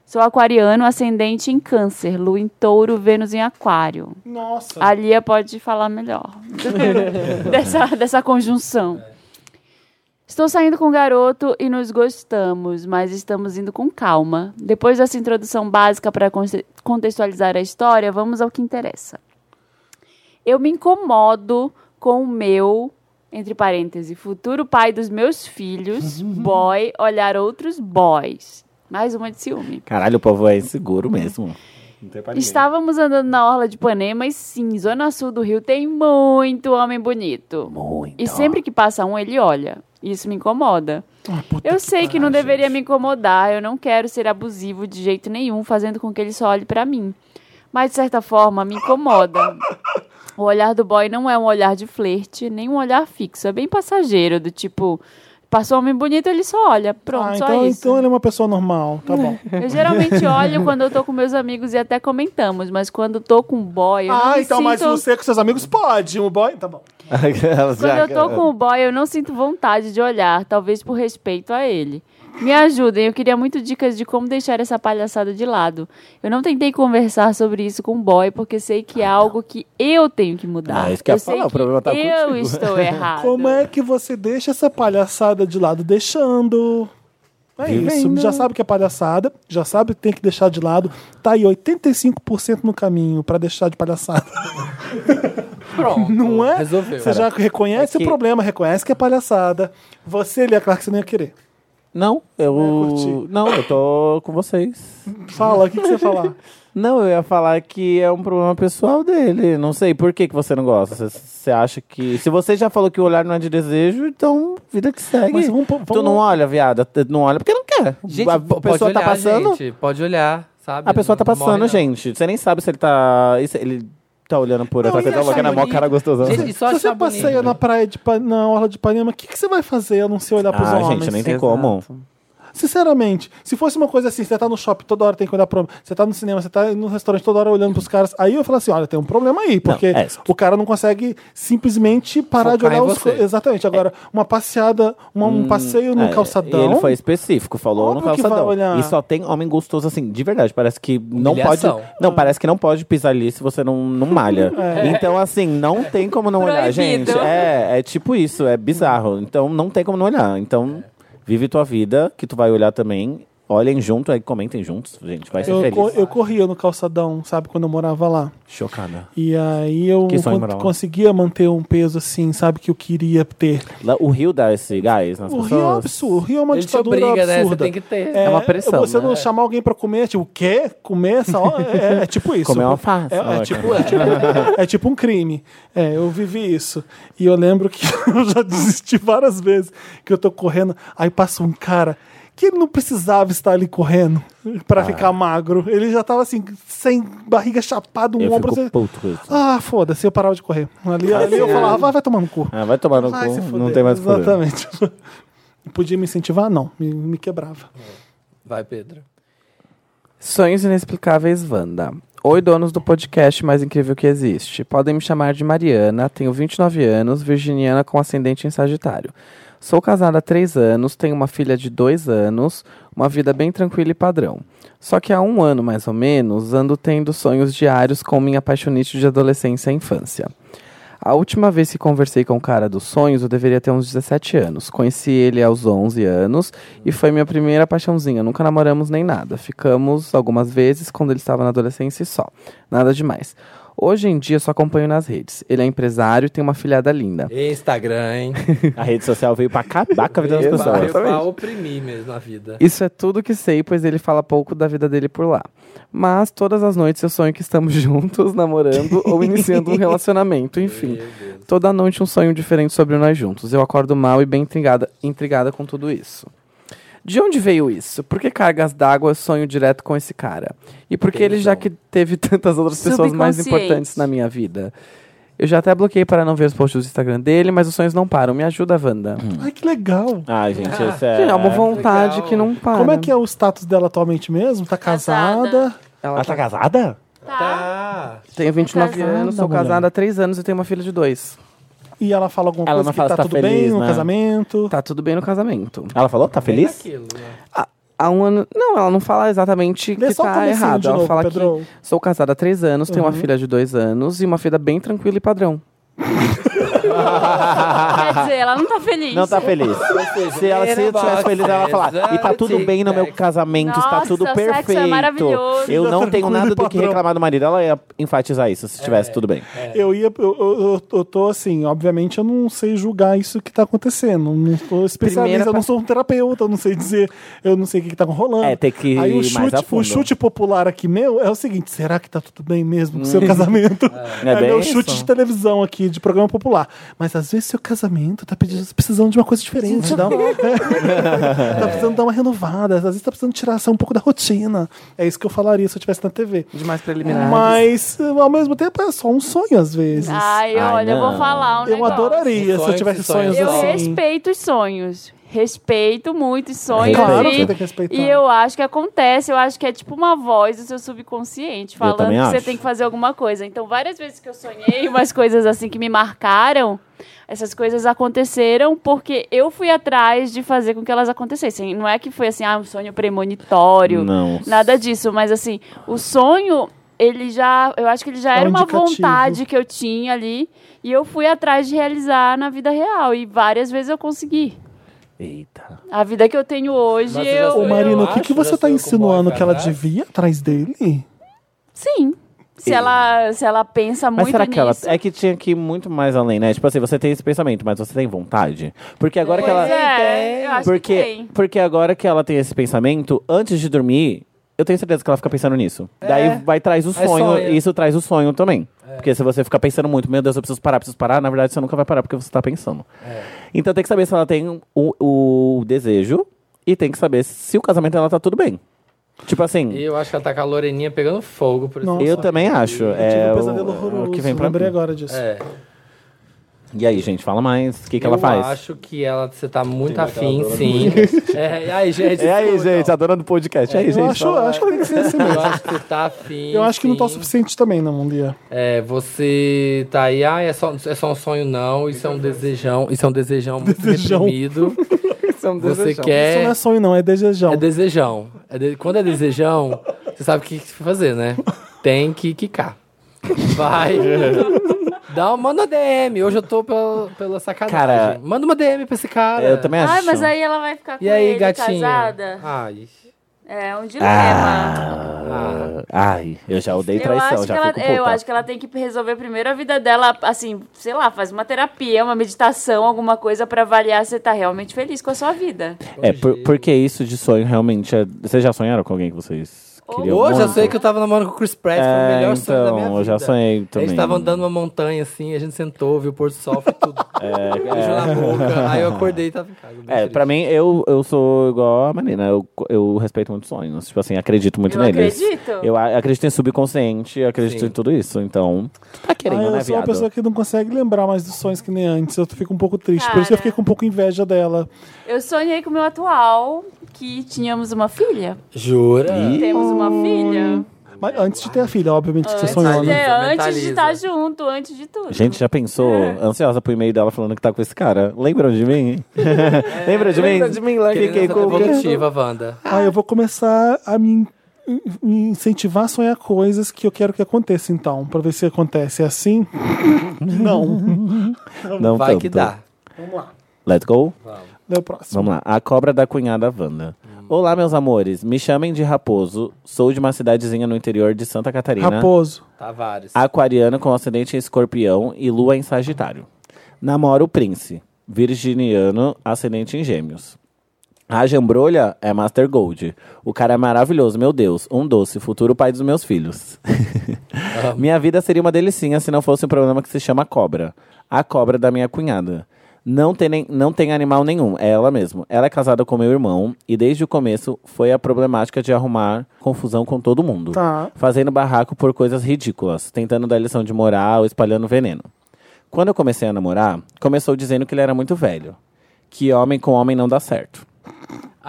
Speaker 3: Sou aquariano, ascendente em câncer, lua em touro, Vênus em aquário.
Speaker 1: Nossa.
Speaker 3: A Lia pode falar melhor dessa, dessa conjunção. Estou saindo com o garoto e nos gostamos, mas estamos indo com calma. Depois dessa introdução básica para conte- contextualizar a história, vamos ao que interessa. Eu me incomodo com o meu, entre parênteses, futuro pai dos meus filhos, boy, olhar outros boys. Mais uma de ciúme.
Speaker 4: Caralho, o povo é inseguro mesmo. Não tem pra ninguém.
Speaker 3: Estávamos andando na orla de Ipanema e sim, zona sul do Rio tem muito homem bonito.
Speaker 4: Muito.
Speaker 3: E
Speaker 1: Tá.
Speaker 3: sempre que passa um, ele olha. Isso me incomoda. eu sei que não deveria me incomodar, eu não quero ser abusivo de jeito nenhum, fazendo com que ele só olhe pra mim. Mas, de certa forma, me incomoda. O olhar do boy não é um olhar de flerte, nem um olhar fixo. É bem passageiro, do tipo... Passou um homem bonito, ele só olha. Pronto,
Speaker 1: Ah,
Speaker 3: só
Speaker 1: então,
Speaker 3: isso.
Speaker 1: então ele é uma pessoa normal, tá bom.
Speaker 3: Eu geralmente olho quando eu tô com meus amigos e até comentamos, mas quando tô com um boy, eu não
Speaker 1: ah,
Speaker 3: me
Speaker 1: então,
Speaker 3: sinto...
Speaker 1: mas você com seus amigos pode. O boy. Tá bom.
Speaker 3: Quando eu tô com o boy, eu não sinto vontade de olhar, talvez por respeito a ele. Me ajudem, eu queria muito dicas de como deixar essa palhaçada de lado. Eu não tentei conversar sobre isso com o boy, porque sei que é algo que eu tenho que mudar.
Speaker 4: Ah, isso que eu ia
Speaker 3: sei
Speaker 4: falar, o problema tá
Speaker 3: eu
Speaker 4: contigo.
Speaker 3: estou errado.
Speaker 1: Como é que você deixa essa palhaçada de lado? Deixando. É isso, já sabe que é palhaçada, já sabe que tem que deixar de lado. Tá aí 85% no caminho pra deixar de palhaçada.
Speaker 2: Pronto.
Speaker 1: Não é?
Speaker 2: Resolveu.
Speaker 1: Você já reconhece
Speaker 4: É que-
Speaker 1: o problema, reconhece que é palhaçada. Você, Lia Clark, você não ia querer.
Speaker 4: Não,
Speaker 1: Eu
Speaker 4: eu.
Speaker 1: curti.
Speaker 4: Não, eu tô com vocês.
Speaker 1: Fala, o que, que você ia falar?
Speaker 4: Não, eu ia falar que é um problema pessoal dele. Não sei por que, que você não gosta. Você- Você acha que. Se você já falou que o olhar não é de desejo, então vida que segue.
Speaker 1: Mas
Speaker 2: um
Speaker 1: vamos- vamos-
Speaker 4: Tu não olha, viada. Tu Não olha porque não quer.
Speaker 2: Gente,
Speaker 4: a
Speaker 2: pode
Speaker 4: pessoa
Speaker 2: olhar,
Speaker 4: tá passando.
Speaker 2: gente, pode olhar, sabe?
Speaker 4: A pessoa tá
Speaker 2: Não morre,
Speaker 4: passando,
Speaker 2: não.
Speaker 4: gente. Você nem sabe se ele tá. e se Ele tá olhando por
Speaker 1: Não,
Speaker 4: outra
Speaker 1: e
Speaker 4: coisa. Tá
Speaker 1: achar
Speaker 4: olhando a mó
Speaker 2: é bonito?
Speaker 4: cara gostosão.
Speaker 2: Gente, e só
Speaker 1: Se você
Speaker 4: tá
Speaker 2: achar
Speaker 1: passeia
Speaker 2: bonito.
Speaker 1: na praia, de, Pa- na orla de Ipanema, o que, que você vai fazer a não ser
Speaker 2: é
Speaker 1: olhar pros
Speaker 4: Ah,
Speaker 1: homens?
Speaker 4: gente, nem tem como.
Speaker 1: Sinceramente, se fosse uma coisa assim, você tá no shopping, toda hora tem que olhar pro homem, você tá no cinema, você tá no restaurante, toda hora olhando pros caras, aí eu falo assim, olha, tem um problema aí, porque
Speaker 4: é.
Speaker 1: o cara não consegue simplesmente parar
Speaker 2: Focar
Speaker 1: de
Speaker 2: em
Speaker 1: olhar os...
Speaker 2: você.
Speaker 1: co- Exatamente, agora, uma passeada, uma- um passeio no
Speaker 4: É,
Speaker 1: calçadão...
Speaker 4: E ele foi específico, falou
Speaker 1: Óbvio
Speaker 4: no
Speaker 1: que vai
Speaker 4: calçadão.
Speaker 1: olhar.
Speaker 4: E só tem homem gostoso assim, de verdade. Parece que não pode.
Speaker 2: Humilhação.
Speaker 4: Não, parece que não pode pisar ali se você não, não malha.
Speaker 1: É.
Speaker 4: Então, assim, não tem como não olhar,
Speaker 3: Proibido.
Speaker 4: gente. É, é tipo isso, é bizarro. Então não tem como não olhar. Então, vive tua vida, que tu vai olhar também. Olhem junto, aí comentem juntos, gente. Vai ser
Speaker 1: Eu,
Speaker 4: feliz.
Speaker 1: co- eu corria no calçadão, sabe, quando eu morava lá.
Speaker 4: Chocada.
Speaker 1: E aí eu
Speaker 4: Que sonho
Speaker 1: con-
Speaker 4: morar lá.
Speaker 1: conseguia manter um peso assim, sabe, que eu queria ter.
Speaker 4: Lá, o rio dá esse gás nas
Speaker 1: O
Speaker 4: pessoas.
Speaker 1: Rio é um absurdo, o Rio é uma
Speaker 2: Ele te
Speaker 1: ditadura
Speaker 2: obriga, né? Você
Speaker 1: absurda.
Speaker 2: tem que ter.
Speaker 1: É,
Speaker 5: uma pressão,
Speaker 1: Você não
Speaker 5: né?
Speaker 1: chamar alguém pra comer, tipo, o quê? Comer essa hora? É, é tipo isso.
Speaker 4: Comer uma alface.
Speaker 1: É, é
Speaker 4: Ah,
Speaker 1: tipo, é, tipo, é tipo um crime. É, eu vivi isso. E eu lembro que eu já desisti várias vezes que eu tô correndo, aí passa um cara que ele não precisava estar ali correndo pra ficar magro. Ele já tava assim, sem barriga chapada, um
Speaker 4: Eu
Speaker 1: ombro.
Speaker 4: fico
Speaker 1: assim,
Speaker 4: puto com isso.
Speaker 1: Ah, foda-se, eu parava de correr. Ali, ali eu falava, vai, vai tomar no cu.
Speaker 4: Ah, vai tomar no
Speaker 1: Vai se
Speaker 4: cu, não
Speaker 1: fuder.
Speaker 4: tem mais o que fazer.
Speaker 1: Exatamente. Podia me incentivar? Não, me, me quebrava.
Speaker 2: Vai, Pedro.
Speaker 5: Sonhos Inexplicáveis Wanda. Oi, donos do podcast mais incrível que existe. Podem me chamar de Mariana, tenho 29 anos, virginiana com ascendente em Sagitário. Sou casada há 3 anos, tenho uma filha de 2 anos, uma vida bem tranquila e padrão. Só que há um ano, mais ou menos, ando tendo sonhos diários com minha paixonite de adolescência e infância. A última vez que conversei com o cara dos sonhos, eu deveria ter uns 17 anos. Conheci ele aos 11 anos e foi minha primeira paixãozinha. Nunca namoramos nem nada. Ficamos algumas vezes quando ele estava na adolescência e só. Nada demais. Hoje em dia só acompanho nas redes. Ele é empresário e tem uma filhada linda.
Speaker 2: E Instagram, hein?
Speaker 4: A rede social veio pra acabar com a vida das
Speaker 2: Eu-
Speaker 4: pessoas.
Speaker 2: Eu pra oprimir mesmo a vida.
Speaker 5: Isso é tudo que sei, pois ele fala pouco da vida dele por lá. Mas todas as noites eu sonho que estamos juntos, namorando ou iniciando um relacionamento, enfim. Toda noite um sonho diferente sobre nós juntos. Eu acordo mal e bem intrigada, intrigada com tudo isso. De onde veio isso? Por que cargas d'água eu sonho direto com esse cara? E por que ele, já que teve tantas outras pessoas mais
Speaker 3: Subconsciente.
Speaker 5: importantes na minha vida? Eu já até bloqueei para não ver os posts do Instagram dele, mas os sonhos não param. Me ajuda, Wanda.
Speaker 1: Ai, que legal.
Speaker 4: Ai, gente, esse é.
Speaker 5: Gente, é uma vontade
Speaker 2: legal.
Speaker 5: que não para.
Speaker 1: Como é que é o status dela atualmente mesmo? Tá casada?
Speaker 3: Casada.
Speaker 5: Ela
Speaker 4: Ela tá casada?
Speaker 2: Tá.
Speaker 5: Tenho 29
Speaker 3: Casada,
Speaker 5: anos, sou
Speaker 1: mulher.
Speaker 5: casada há 3 anos e tenho uma filha de 2.
Speaker 1: E ela fala alguma
Speaker 4: Ela
Speaker 1: coisa
Speaker 4: não
Speaker 1: que
Speaker 4: fala
Speaker 1: tá
Speaker 4: se tá
Speaker 1: tudo
Speaker 4: feliz,
Speaker 1: bem no
Speaker 4: né?
Speaker 1: casamento?
Speaker 5: Tá tudo bem no casamento.
Speaker 4: Ela falou? Tá
Speaker 2: Bem
Speaker 4: feliz?
Speaker 2: naquilo, né?
Speaker 5: há um ano. Não, ela não fala exatamente
Speaker 1: Lê
Speaker 5: que
Speaker 1: só o
Speaker 5: tá
Speaker 1: comecinho
Speaker 5: errado.
Speaker 1: de
Speaker 5: Ela
Speaker 1: novo, Uhum.
Speaker 5: fala
Speaker 1: Pedro.
Speaker 5: que sou casada há três anos, tenho uma filha de dois anos e uma filha bem tranquila e padrão.
Speaker 3: Quer dizer, ela não tá feliz.
Speaker 4: Não tá feliz. Se ela se tivesse feliz, ela vai falar. E tá tudo bem no meu casamento, está
Speaker 3: Nossa,
Speaker 4: tudo
Speaker 3: sexo é
Speaker 4: perfeito.
Speaker 3: maravilhoso.
Speaker 4: Eu não tenho nada do que
Speaker 1: Padrão.
Speaker 4: reclamar do marido. Ela ia enfatizar isso
Speaker 3: É,
Speaker 4: se tivesse tudo bem.
Speaker 1: Eu ia. Eu, eu, eu tô assim, obviamente eu não sei julgar isso que tá acontecendo. Eu Não sou especialista,
Speaker 5: Primeira
Speaker 1: eu não sou um terapeuta, eu não sei dizer, eu não sei o que, que tá rolando.
Speaker 4: É, tem que ir
Speaker 1: Aí o
Speaker 4: mais
Speaker 1: chute,
Speaker 4: a fundo.
Speaker 1: o chute popular aqui meu é o seguinte: será que tá tudo bem mesmo com o seu casamento?
Speaker 4: Hum. É
Speaker 1: Aí
Speaker 4: bem
Speaker 1: meu chute
Speaker 4: isso.
Speaker 1: de televisão aqui, de programa popular. Mas às vezes seu casamento tá pedindo, precisando de uma coisa diferente. Dá uma... tá precisando dar uma renovada, às vezes tá precisando tirar sair um pouco da rotina. É isso que eu falaria se eu estivesse na TV.
Speaker 5: Demais preliminar.
Speaker 1: Mas, ao mesmo tempo, é só um sonho às vezes.
Speaker 3: Ai,
Speaker 4: Ai,
Speaker 3: olha, eu
Speaker 4: não.
Speaker 3: vou falar um
Speaker 1: Eu
Speaker 3: negócio.
Speaker 1: adoraria se eu
Speaker 2: Sonhos
Speaker 1: tivesse
Speaker 2: e sonhos.
Speaker 1: sonhos
Speaker 3: Eu
Speaker 1: assim.
Speaker 3: respeito os sonhos. Respeito muito os sonhos.
Speaker 4: Claro
Speaker 3: e,
Speaker 1: que tem que respeitar.
Speaker 3: e eu acho que acontece, eu acho que é tipo uma voz do seu subconsciente falando
Speaker 4: também
Speaker 3: que você
Speaker 4: acho.
Speaker 3: tem que fazer alguma coisa. Então, várias vezes que eu sonhei umas coisas assim que me marcaram, essas coisas aconteceram porque eu fui atrás de fazer com que elas acontecessem. Não é que foi assim, ah, um sonho premonitório.
Speaker 4: Não.
Speaker 3: Nada disso, mas assim, o sonho, ele já. Eu acho que ele já
Speaker 1: É
Speaker 3: era
Speaker 1: um
Speaker 3: uma
Speaker 1: indicativo.
Speaker 3: vontade que eu tinha ali. E eu fui atrás de realizar na vida real. E várias vezes eu consegui.
Speaker 4: Eita.
Speaker 3: A vida que eu tenho hoje,
Speaker 2: Mas você já
Speaker 3: eu.
Speaker 1: Ô,
Speaker 2: Eu
Speaker 1: Marina, o que,
Speaker 2: acho,
Speaker 1: que
Speaker 2: já
Speaker 1: você tá
Speaker 2: saiu com
Speaker 1: insinuando?
Speaker 2: boy
Speaker 1: Que ela
Speaker 2: pra trás?
Speaker 1: devia atrás dele?
Speaker 3: Sim. Se ela, se ela pensa
Speaker 4: Mas
Speaker 3: muito
Speaker 4: será que ela.
Speaker 3: nisso.
Speaker 4: É que tinha que ir muito mais além, né? Tipo assim, você tem esse pensamento, mas você tem vontade? Porque agora que ela.
Speaker 3: Pois é, eu acho que
Speaker 4: porque,
Speaker 3: tem.
Speaker 4: porque agora que ela tem esse pensamento, antes de dormir, eu tenho certeza que ela fica pensando nisso. Daí vai traz o
Speaker 2: É
Speaker 4: sonho,
Speaker 2: sonho.
Speaker 4: e isso traz o sonho também.
Speaker 1: É.
Speaker 4: Porque se você ficar pensando muito, meu Deus, eu preciso parar, preciso parar, na verdade você nunca vai parar porque você tá pensando.
Speaker 1: É.
Speaker 4: Então tem que saber se ela tem o, o desejo e tem que saber se o casamento dela tá tudo bem. Tipo assim,
Speaker 2: E
Speaker 4: eu,
Speaker 2: eu acho que ela tá com a Loreninha pegando fogo, por exemplo.
Speaker 1: Nossa.
Speaker 4: também acho.
Speaker 1: Eu tive
Speaker 4: é,
Speaker 1: um pesadelo
Speaker 4: o-
Speaker 1: horroroso.
Speaker 4: o que vem pra
Speaker 1: Lembrei
Speaker 4: mim.
Speaker 1: agora disso.
Speaker 2: É.
Speaker 4: E aí, gente, fala mais. O que, que
Speaker 2: eu
Speaker 4: ela faz?
Speaker 2: acho que ela, você tá muito afim, sim. É, e aí, gente?
Speaker 4: É aí,
Speaker 2: escuta,
Speaker 4: gente,
Speaker 2: ó.
Speaker 4: adorando o podcast. É aí,
Speaker 1: então. Eu
Speaker 4: gente.
Speaker 1: acho,
Speaker 4: fala.
Speaker 1: acho que tem que ser assim mesmo.
Speaker 2: Eu acho que você tá afim.
Speaker 1: Eu acho que não tá o
Speaker 2: sim.
Speaker 1: suficiente também, não, Lia.
Speaker 2: É, você tá aí, ah, é só, é só um sonho, não. Isso é um desejão. Isso é um desejão muito
Speaker 1: Desejão.
Speaker 2: reprimido. Você
Speaker 1: Isso não
Speaker 2: quer.
Speaker 1: é sonho, não, é desejão.
Speaker 2: É
Speaker 4: Então-
Speaker 2: desejão. É de- Quando é desejão, você sabe o que fazer, né? Tem que quicar. Vai. Dá, uma- manda DM. Hoje eu tô pela, pela sacanagem.
Speaker 4: Cara,
Speaker 2: manda uma DM pra esse cara.
Speaker 4: Eu também acho.
Speaker 3: Ai, Ah, mas aí ela vai ficar com
Speaker 2: E aí,
Speaker 3: ele tá
Speaker 2: gatinha?
Speaker 3: casada.
Speaker 2: Ai.
Speaker 3: É um dilema.
Speaker 4: Ah, ai, eu já odeio
Speaker 3: Eu
Speaker 4: traição,
Speaker 3: acho, que
Speaker 4: já
Speaker 3: ela,
Speaker 4: fico
Speaker 3: é, eu
Speaker 4: puta.
Speaker 3: acho que ela tem que resolver primeiro a vida dela, assim, sei lá, faz uma terapia, uma meditação, alguma coisa pra avaliar se tá realmente feliz com a sua vida.
Speaker 4: É, por- porque isso de sonho realmente é... Vocês já sonharam com alguém que vocês queriam
Speaker 2: Hoje eu
Speaker 4: muito?
Speaker 2: sei que eu tava namorando com o Chris Pratt, foi o
Speaker 4: É,
Speaker 2: melhor
Speaker 4: então,
Speaker 2: sonho da minha vida.
Speaker 4: eu já sonhei também.
Speaker 2: A gente tava andando uma montanha assim, a gente sentou, viu o pôr do sol, foi tudo. Beijo na boca. Aí eu acordei e tava em casa. bem
Speaker 4: É,
Speaker 2: triste.
Speaker 4: pra mim, eu, eu sou igual a Marina. Eu, eu respeito muito sonhos. Tipo assim, acredito muito
Speaker 3: Eu
Speaker 4: neles.
Speaker 3: acredito.
Speaker 4: Eu a- acredito em subconsciente, eu acredito
Speaker 2: Sim.
Speaker 4: em tudo isso. Então, tá querendo,
Speaker 1: Ah, eu
Speaker 4: né,
Speaker 1: sou uma
Speaker 4: viado?
Speaker 1: pessoa que não consegue lembrar mais dos sonhos que nem antes. Eu fico um pouco triste. Por isso que eu
Speaker 3: Cara.
Speaker 1: fiquei com um pouco inveja dela.
Speaker 3: Eu sonhei com o meu atual que tínhamos uma filha.
Speaker 2: Jura?
Speaker 3: Temos uma filha.
Speaker 1: Mas antes de ter a filha, obviamente, que você
Speaker 3: Antes,
Speaker 1: sonhou,
Speaker 3: de,
Speaker 1: né?
Speaker 2: né?
Speaker 3: antes de estar
Speaker 2: Mentaliza.
Speaker 3: junto, antes de tudo.
Speaker 4: Gente, já pensou?
Speaker 3: É.
Speaker 4: Ansiosa pro e-mail dela falando que tá com esse cara. Lembram de mim? Lembram de mim?
Speaker 5: Lembra de mim, lá que-
Speaker 4: Fiquei
Speaker 2: Criança
Speaker 4: com...
Speaker 2: é? evolutiva, Wanda.
Speaker 1: Ah, eu vou começar a me, me incentivar a sonhar coisas que eu quero que aconteça, então, pra ver se acontece. É assim? Não.
Speaker 4: Não
Speaker 2: Vai
Speaker 4: tanto.
Speaker 2: que dá.
Speaker 4: Let's go.
Speaker 1: É o próximo.
Speaker 4: Vamos lá. A cobra da cunhada Wanda. Olá, meus amores. Me chamem de Raposo. Sou de uma cidadezinha no interior de Santa Catarina.
Speaker 1: Raposo.
Speaker 2: Tavares.
Speaker 4: Aquariano com ascendente em escorpião e lua em sagitário. Namoro o Prince. Virginiano, ascendente em gêmeos. A jambrolha é Master Gold. O cara é maravilhoso, meu Deus. Um doce, futuro pai dos meus filhos. minha vida seria uma delicinha se não fosse um problema que se chama cobra. A cobra da minha cunhada. Não tem, nem- não tem animal nenhum, é ela mesmo. Ela é casada com meu irmão e desde o começo foi a problemática de arrumar confusão com todo mundo.
Speaker 1: Tá.
Speaker 4: Fazendo barraco por coisas ridículas, tentando dar lição de moral, espalhando veneno. Quando eu comecei a namorar, começou dizendo que ele era muito velho. Que homem com homem não dá certo.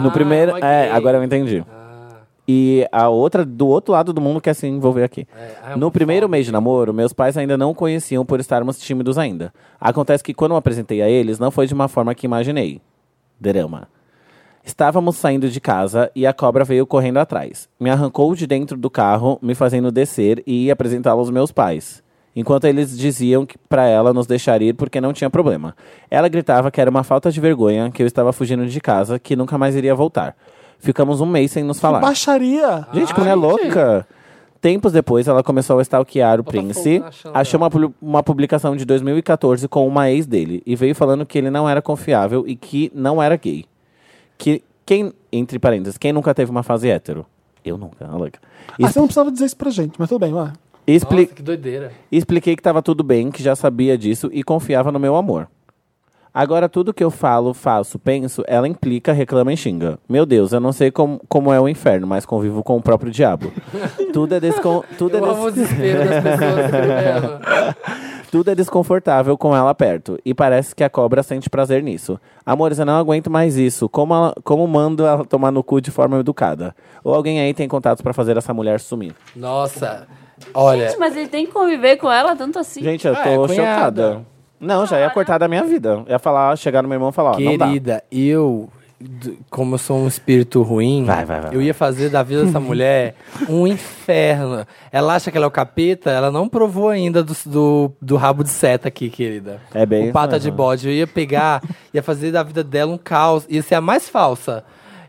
Speaker 4: No
Speaker 2: Ah,
Speaker 4: primeiro.
Speaker 2: ok.
Speaker 4: É, agora eu entendi.
Speaker 2: Ah,
Speaker 4: E a outra, do outro lado do mundo, quer se envolver aqui.
Speaker 2: é, ah, é um
Speaker 4: No primeiro mês de namoro, meus pais ainda não o conheciam por estarmos tímidos ainda. Acontece que quando eu apresentei a eles, não foi de uma forma que imaginei. Drama. Estávamos saindo de casa e a cobra veio correndo atrás. Me arrancou de dentro do carro, me fazendo descer e ia apresentá-la aos meus pais. Enquanto eles diziam que para ela nos deixar ir porque não tinha problema. Ela gritava que era uma falta de vergonha, que eu estava fugindo de casa, que nunca mais iria voltar. Ficamos um mês sem nos falar.
Speaker 1: Baixaria.
Speaker 4: Gente, como é louca! Tempos depois, ela começou a stalkear o Prince.
Speaker 2: fogo na chandela.
Speaker 4: Achou uma, pu- uma publicação de 2014 com uma ex dele e veio falando que ele não era confiável e que não era gay. Que quem, entre parênteses, quem nunca teve uma fase hétero? Eu nunca, ela é louca.
Speaker 1: Ah, você não precisava dizer isso pra gente, mas tudo bem, vai.
Speaker 4: Expli-
Speaker 2: Nossa, que doideira.
Speaker 4: Expliquei que estava tudo bem, que já sabia disso e confiava no meu amor. Agora, tudo que eu falo, faço, penso, ela implica, reclama e xinga. Meu Deus, eu não sei como, como é o inferno, mas convivo com o próprio diabo. tudo é, descon... tudo é
Speaker 2: Eu amo o
Speaker 4: des-
Speaker 2: desespero das pessoas né, escrevendo ela.
Speaker 4: tudo é desconfortável com ela perto. E parece que a cobra sente prazer nisso. Amores, eu não aguento mais isso. Como, ela- como mando ela tomar no cu de forma educada? Ou alguém aí tem contatos pra fazer essa mulher sumir?
Speaker 2: Nossa, olha.
Speaker 3: Gente, mas ele tem que conviver com ela tanto assim.
Speaker 4: Gente, eu
Speaker 2: Ah,
Speaker 4: tô
Speaker 2: é, cunhada.
Speaker 4: chocada. Não, já ia cortar da minha vida. Ia falar, chegar no meu irmão e falar, ó, não dá.
Speaker 2: Querida, eu, d- como eu sou um espírito ruim,
Speaker 4: Vai, vai, vai,
Speaker 2: eu ia fazer da vida dessa mulher um inferno. Ela acha que ela é o capeta, ela não provou ainda do, do, do rabo de seta aqui, querida.
Speaker 4: É bem
Speaker 2: O
Speaker 4: isso
Speaker 2: pata
Speaker 4: mesmo.
Speaker 2: de bode. Eu ia pegar, ia fazer da vida dela um caos. Ia ser a mais falsa.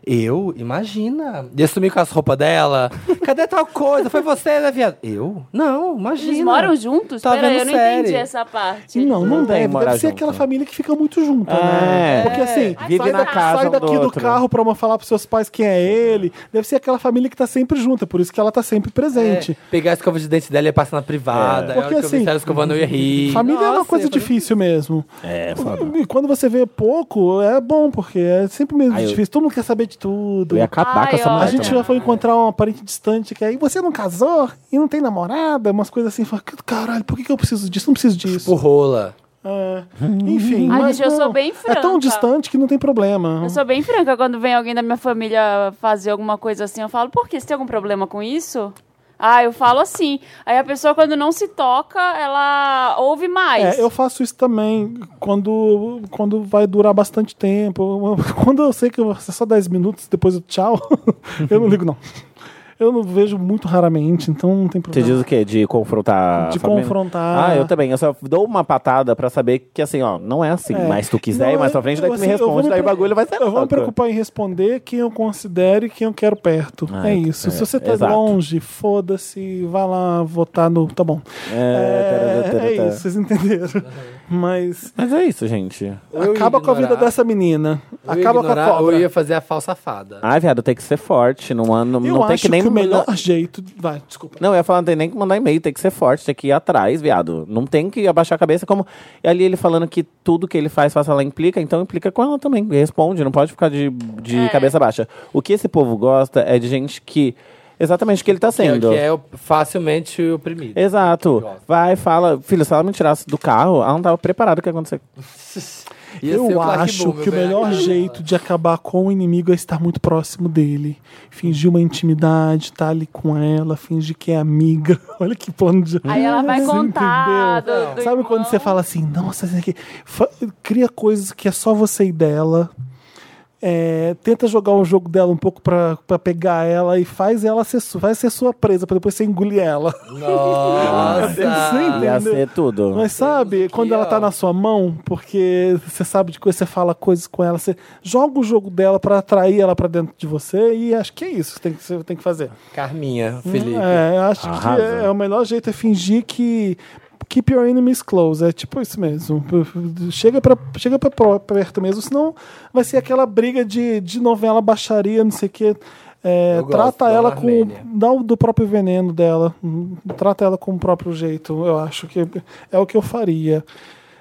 Speaker 2: Eu? Imagina. Ia sumir com as roupas dela. Cadê tal coisa? Foi você, né, viado? Eu? Não, imagina.
Speaker 3: Eles moram juntos?
Speaker 2: Tá
Speaker 3: Pera,
Speaker 2: vendo
Speaker 3: eu não
Speaker 2: série.
Speaker 3: entendi essa parte.
Speaker 1: Não, não
Speaker 4: não tem
Speaker 1: deve.
Speaker 4: morar
Speaker 1: Deve ser
Speaker 4: junto.
Speaker 1: aquela família que fica muito junta,
Speaker 4: É.
Speaker 1: né? Porque assim,
Speaker 4: Vive
Speaker 1: sai,
Speaker 4: na
Speaker 1: da-
Speaker 4: casa
Speaker 1: sai
Speaker 4: um
Speaker 1: daqui
Speaker 4: do
Speaker 1: do,
Speaker 4: outro.
Speaker 1: carro pra uma falar pros seus pais quem é ele. Deve ser aquela família que tá sempre junta, por isso que ela tá sempre presente.
Speaker 2: É, pegar a escova de dente dela e ia passar na privada. Porque,
Speaker 1: É. Porque,
Speaker 2: a hora que eu
Speaker 1: assim,
Speaker 2: vi ela escovando, eu ia rir.
Speaker 1: Família é uma
Speaker 2: Nossa,
Speaker 1: coisa
Speaker 2: eu falei,
Speaker 1: difícil mesmo.
Speaker 4: É, foda.
Speaker 1: E quando você vê pouco, é bom, porque é sempre mesmo
Speaker 4: Aí eu-
Speaker 1: difícil. Todo mundo quer saber de tudo.
Speaker 4: Eu ia acabar com
Speaker 3: Ai,
Speaker 4: essa
Speaker 3: olha.
Speaker 1: A
Speaker 4: mulher.
Speaker 1: gente
Speaker 4: também.
Speaker 1: já foi encontrar um parente distante que aí você não casou e não tem namorada, umas coisas assim. Fala, caralho, por que que eu preciso disso? Não preciso disso.
Speaker 2: Tipo rola.
Speaker 1: É. Enfim,
Speaker 3: Ai,
Speaker 1: mas
Speaker 3: gente, eu
Speaker 1: não,
Speaker 3: sou bem
Speaker 1: É tão
Speaker 3: franca.
Speaker 1: distante que não tem problema.
Speaker 3: Eu sou bem franca quando vem alguém da minha família fazer alguma coisa assim. Eu falo, por quê? Você tem algum problema com isso? Ah, eu falo assim. Aí a pessoa, quando não se toca, ela ouve mais.
Speaker 1: É, eu faço isso também quando, quando vai durar bastante tempo. Quando eu sei que vai ser só 10 minutos, depois eu tchau, eu não ligo, não. Eu não vejo muito raramente, então não tem
Speaker 4: Você
Speaker 1: problema.
Speaker 4: diz o quê? De confrontar. a
Speaker 1: De
Speaker 4: família?
Speaker 1: confrontar.
Speaker 4: Ah, eu também. Eu só dou uma patada pra saber que, assim, ó, não é assim.
Speaker 1: É.
Speaker 4: Mas tu quiser
Speaker 1: Não,
Speaker 4: ir mais pra
Speaker 1: eu-
Speaker 4: frente, daí tu
Speaker 1: assim,
Speaker 4: me
Speaker 1: eu vou
Speaker 4: responde, daí o
Speaker 1: pre-
Speaker 4: bagulho vai ser
Speaker 1: Eu vou me
Speaker 4: louco.
Speaker 1: preocupar em responder quem eu considero e quem eu quero perto.
Speaker 4: Ah,
Speaker 1: é
Speaker 4: é,
Speaker 1: isso.
Speaker 4: é,
Speaker 1: Se você tá
Speaker 4: exato.
Speaker 1: longe, foda-se, vá lá votar no. Tá bom.
Speaker 4: É, tarará,
Speaker 1: É, é
Speaker 4: tarará.
Speaker 1: isso, vocês entenderam. Mas
Speaker 4: Mas é isso, gente.
Speaker 2: Uhum. Eu ia
Speaker 1: acaba com a vida
Speaker 2: ignorar.
Speaker 1: dessa menina.
Speaker 2: Eu ia
Speaker 1: Acaba com a
Speaker 2: ignorar,
Speaker 1: cobra.
Speaker 2: Eu ia fazer a falsa fada.
Speaker 4: Ah, viado, tem que ser forte. Não, não,
Speaker 1: Eu
Speaker 4: não tem
Speaker 1: acho
Speaker 4: que nem.
Speaker 1: o melhor
Speaker 4: Não,
Speaker 1: jeito. Vai, desculpa.
Speaker 4: não, eu ia falar, não tem nem que mandar e-mail, tem que ser forte, tem que ir atrás, viado. Não tem que abaixar a cabeça como. E ali ele falando que tudo que ele faz, faça ela implica, então implica com ela também. Responde, não pode ficar de, de
Speaker 3: É.
Speaker 4: cabeça baixa. O que esse povo gosta é de gente que. Exatamente o que ele tá
Speaker 2: Que é,
Speaker 4: sendo.
Speaker 2: que é o- facilmente oprimido.
Speaker 4: Exato.
Speaker 2: Gosto.
Speaker 4: Vai, fala. Filho, se ela me tirasse do carro, ela não tava preparada o que ia acontecer.
Speaker 2: Ia ser o né?
Speaker 1: eu
Speaker 2: Clark
Speaker 1: acho
Speaker 2: Gable,
Speaker 1: que o
Speaker 2: bem,
Speaker 1: melhor
Speaker 2: aquela-
Speaker 1: jeito de acabar com o inimigo é estar muito próximo dele. Fingir uma intimidade, estar ali com ela, fingir que é amiga. Olha que plano de.
Speaker 3: Aí ela vai
Speaker 1: Você
Speaker 3: contar
Speaker 1: entendeu?
Speaker 3: do- do
Speaker 1: Sabe quando
Speaker 3: irmão?
Speaker 1: você fala assim, nossa, isso aqui. Fa- Cria coisas que é só você e dela. É, tenta jogar o jogo dela um pouco pra, pra pegar ela e faz ela ser, su- faz ser sua presa, pra depois você engolir ela.
Speaker 2: Nossa.
Speaker 1: Sim.
Speaker 2: Ah.
Speaker 4: Ia
Speaker 1: Entendeu?
Speaker 4: ser tudo.
Speaker 1: Mas sabe,
Speaker 2: aqui,
Speaker 1: quando ela tá
Speaker 2: ó.
Speaker 1: na sua mão, porque você sabe de coisa, você fala coisas com ela, você joga o jogo dela pra atrair ela pra dentro de você e acho que é isso que tem que, você tem que fazer.
Speaker 2: Carminha, Felipe.
Speaker 1: É, eu acho
Speaker 4: Arrasa.
Speaker 1: que é, é o melhor jeito é fingir que keep your enemies close, é tipo isso mesmo. Chega pra, chega pra pró- perto mesmo, senão vai ser aquela briga de, de novela baixaria, não sei o quê. É,
Speaker 2: Eu gosto,
Speaker 1: trata
Speaker 2: Dona
Speaker 1: ela com
Speaker 2: Armênia.
Speaker 1: dá o do próprio veneno dela, hum, trata ela com o próprio jeito. Eu acho que é o que eu faria.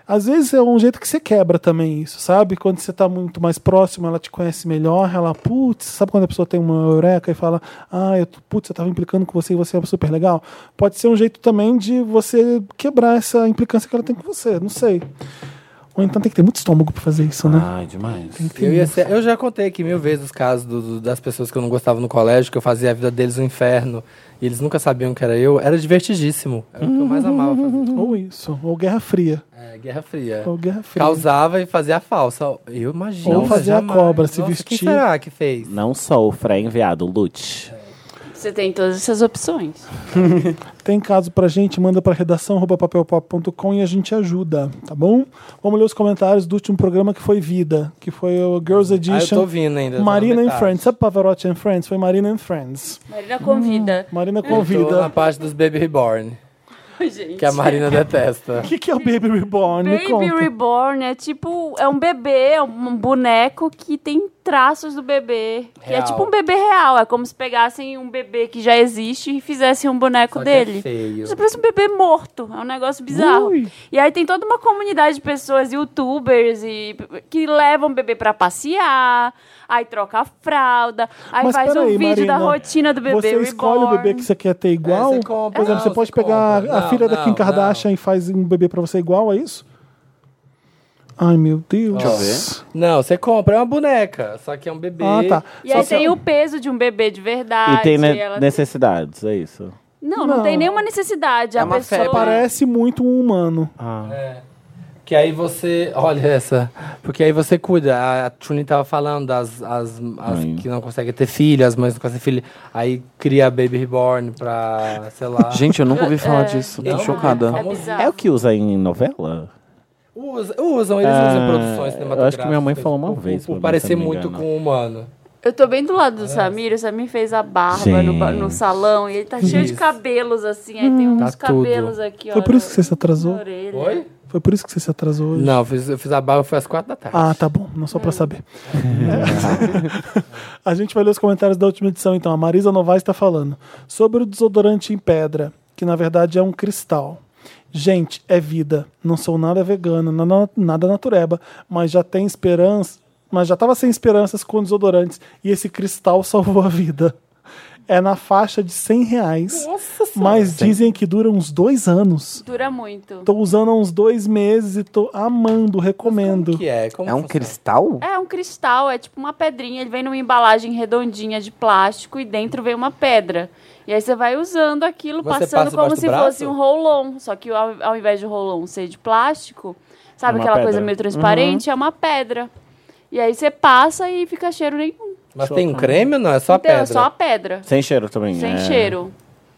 Speaker 1: Às vezes é um jeito que você quebra também isso, sabe? Quando você tá muito mais próximo, ela te conhece melhor, ela, putz, sabe quando a pessoa tem uma eureka e fala, ah, eu, tô- putz, eu tava implicando com você e você é super legal? Pode ser um jeito também de você quebrar essa implicância que ela tem com você, não sei. Ou então tem que ter muito estômago pra fazer isso,
Speaker 2: Ah.
Speaker 1: né?
Speaker 4: Ai, demais.
Speaker 2: Eu, ia ser- eu já contei aqui mil vezes os casos do- do- das pessoas que eu não gostava no colégio, que eu fazia a vida deles um inferno e eles
Speaker 1: Uhum.
Speaker 2: nunca sabiam que era eu. Era divertidíssimo. Era o que eu mais amava fazer.
Speaker 1: Ou isso, ou Guerra Fria.
Speaker 2: É, Guerra Fria.
Speaker 1: Ou Guerra Fria.
Speaker 2: Causava e fazia a falsa. Eu imagino.
Speaker 1: Ou fazia a
Speaker 2: jamais.
Speaker 1: cobra se
Speaker 2: Nossa,
Speaker 1: vestir.
Speaker 2: Quem será que fez?
Speaker 4: Não sofra, hein, viado? Lute.
Speaker 3: Você tem todas essas opções.
Speaker 1: Tem caso pra gente, manda pra redação arroba papelpop.com e a gente ajuda, tá bom? Vamos ler os comentários do último programa que foi Vida, que foi o Girls
Speaker 2: Ah, eu
Speaker 1: Edition.
Speaker 2: tô vindo ainda. tô na
Speaker 1: Marina and
Speaker 2: metade.
Speaker 1: Friends. Sabe Pavarotti and Friends? Foi Marina and Friends.
Speaker 3: Marina convida.
Speaker 1: Marina
Speaker 2: Tô na
Speaker 1: convida.
Speaker 2: parte dos Baby Reborn,
Speaker 3: Ai, gente.
Speaker 2: Hum. que a Marina detesta.
Speaker 1: O que, que é o Baby Reborn? Me
Speaker 3: Baby
Speaker 1: conta.
Speaker 3: Reborn é tipo, é um bebê, é um boneco que tem traços do bebê. Que é
Speaker 2: Real.
Speaker 3: tipo um bebê real, é como se pegassem um bebê que já existe e fizessem um boneco
Speaker 2: Só que é
Speaker 3: dele.
Speaker 2: feio.
Speaker 3: Você parece um bebê morto. É um negócio bizarro.
Speaker 1: Ui.
Speaker 3: E aí tem toda uma comunidade de pessoas, youtubers, e que levam o bebê pra passear. Aí troca a fralda. Aí
Speaker 1: Mas
Speaker 3: faz um
Speaker 1: peraí,
Speaker 3: vídeo
Speaker 1: Marina,
Speaker 3: da rotina do bebê
Speaker 1: Você
Speaker 3: reborn.
Speaker 1: escolhe o bebê que você quer ter igual?
Speaker 2: É, você compra.
Speaker 1: Por exemplo,
Speaker 2: Não,
Speaker 1: você
Speaker 2: você
Speaker 1: pode pegar
Speaker 2: compra.
Speaker 1: a
Speaker 2: Não,
Speaker 1: filha da Kim
Speaker 2: não,
Speaker 1: Kardashian e faz um bebê pra você igual, é isso? Ai, meu Deus.
Speaker 2: Deixa Não, você compra, é uma boneca, só que é um bebê.
Speaker 1: Ah, tá.
Speaker 3: E
Speaker 1: Só
Speaker 3: aí
Speaker 1: se-
Speaker 3: tem o peso de um bebê de verdade.
Speaker 4: E tem né, ne-
Speaker 3: ela-
Speaker 4: necessidades, é isso.
Speaker 3: Não, não,
Speaker 1: Não.
Speaker 3: tem nenhuma necessidade.
Speaker 5: É
Speaker 3: a
Speaker 5: uma
Speaker 3: pessoa...
Speaker 5: febre.
Speaker 1: Parece muito um humano.
Speaker 2: Que aí você. Olha essa. Porque aí você cuida. A- A Tune tava falando das as, as
Speaker 4: Ai.
Speaker 2: que não conseguem ter filho, as mães que não conseguem ter filho. Aí cria a Baby Reborn pra, sei lá.
Speaker 5: Gente, eu nunca
Speaker 1: É,
Speaker 5: ouvi falar disso. Tô
Speaker 2: Não,
Speaker 5: chocada.
Speaker 2: não,
Speaker 3: É bizarro.
Speaker 4: É o que usa em novela?
Speaker 2: Usa- usam, eles
Speaker 4: Ah,
Speaker 2: usam em produções cinematográficas.
Speaker 4: eu acho que minha mãe falou uma
Speaker 2: por- por-
Speaker 4: vez pra
Speaker 2: Por
Speaker 4: mim,
Speaker 2: parecer
Speaker 4: se eu não me
Speaker 2: muito
Speaker 4: engano.
Speaker 2: com o humano.
Speaker 3: Eu tô bem do lado do Samir, o Samir fez a barba
Speaker 4: Gente.
Speaker 3: no, ba- no salão e ele tá cheio de cabelos assim, aí tem uns
Speaker 2: Tá tudo.
Speaker 3: cabelos aqui,
Speaker 1: Hum.
Speaker 3: ó.
Speaker 1: Foi por isso que você se
Speaker 3: na
Speaker 1: atrasou?
Speaker 3: orelha.
Speaker 2: Oi?
Speaker 1: Foi por isso que você se atrasou hoje?
Speaker 2: Não, eu fiz, eu fiz a barba foi às quatro da tarde.
Speaker 1: Ah, tá bom. Não só pra saber. a gente vai ler os comentários da última edição, então. A Marisa Novaes está falando sobre o desodorante em pedra, que na verdade é um cristal. Gente, é vida. Não sou nada vegana, nada, nada natureba, mas já tem esperança. Mas já estava sem esperanças com desodorantes e esse cristal salvou a vida. É na faixa de 100 reais, mas dizem que dura uns dois anos.
Speaker 3: Dura muito.
Speaker 1: Tô usando há uns dois meses e tô amando, recomendo.
Speaker 2: O que é? Como
Speaker 5: É um
Speaker 2: funciona?
Speaker 5: cristal?
Speaker 3: É um cristal, é tipo uma pedrinha, ele vem numa embalagem redondinha de plástico e dentro vem uma pedra. E aí você vai usando aquilo,
Speaker 2: Você
Speaker 3: passando
Speaker 2: passa
Speaker 3: como
Speaker 2: embaixo do
Speaker 3: se
Speaker 2: braço?
Speaker 3: fosse um roll-on, só que ao, ao invés de roll-on ser de plástico, sabe
Speaker 4: Uma
Speaker 3: aquela
Speaker 4: pedra.
Speaker 3: coisa meio
Speaker 2: Uhum.
Speaker 3: transparente, é uma pedra. E aí você passa e fica cheiro nenhum.
Speaker 2: Mas tem um creme ou não? É só a
Speaker 3: então,
Speaker 2: pedra?
Speaker 3: é só a pedra.
Speaker 4: Sem cheiro também.
Speaker 3: Sem
Speaker 4: é.
Speaker 3: cheiro.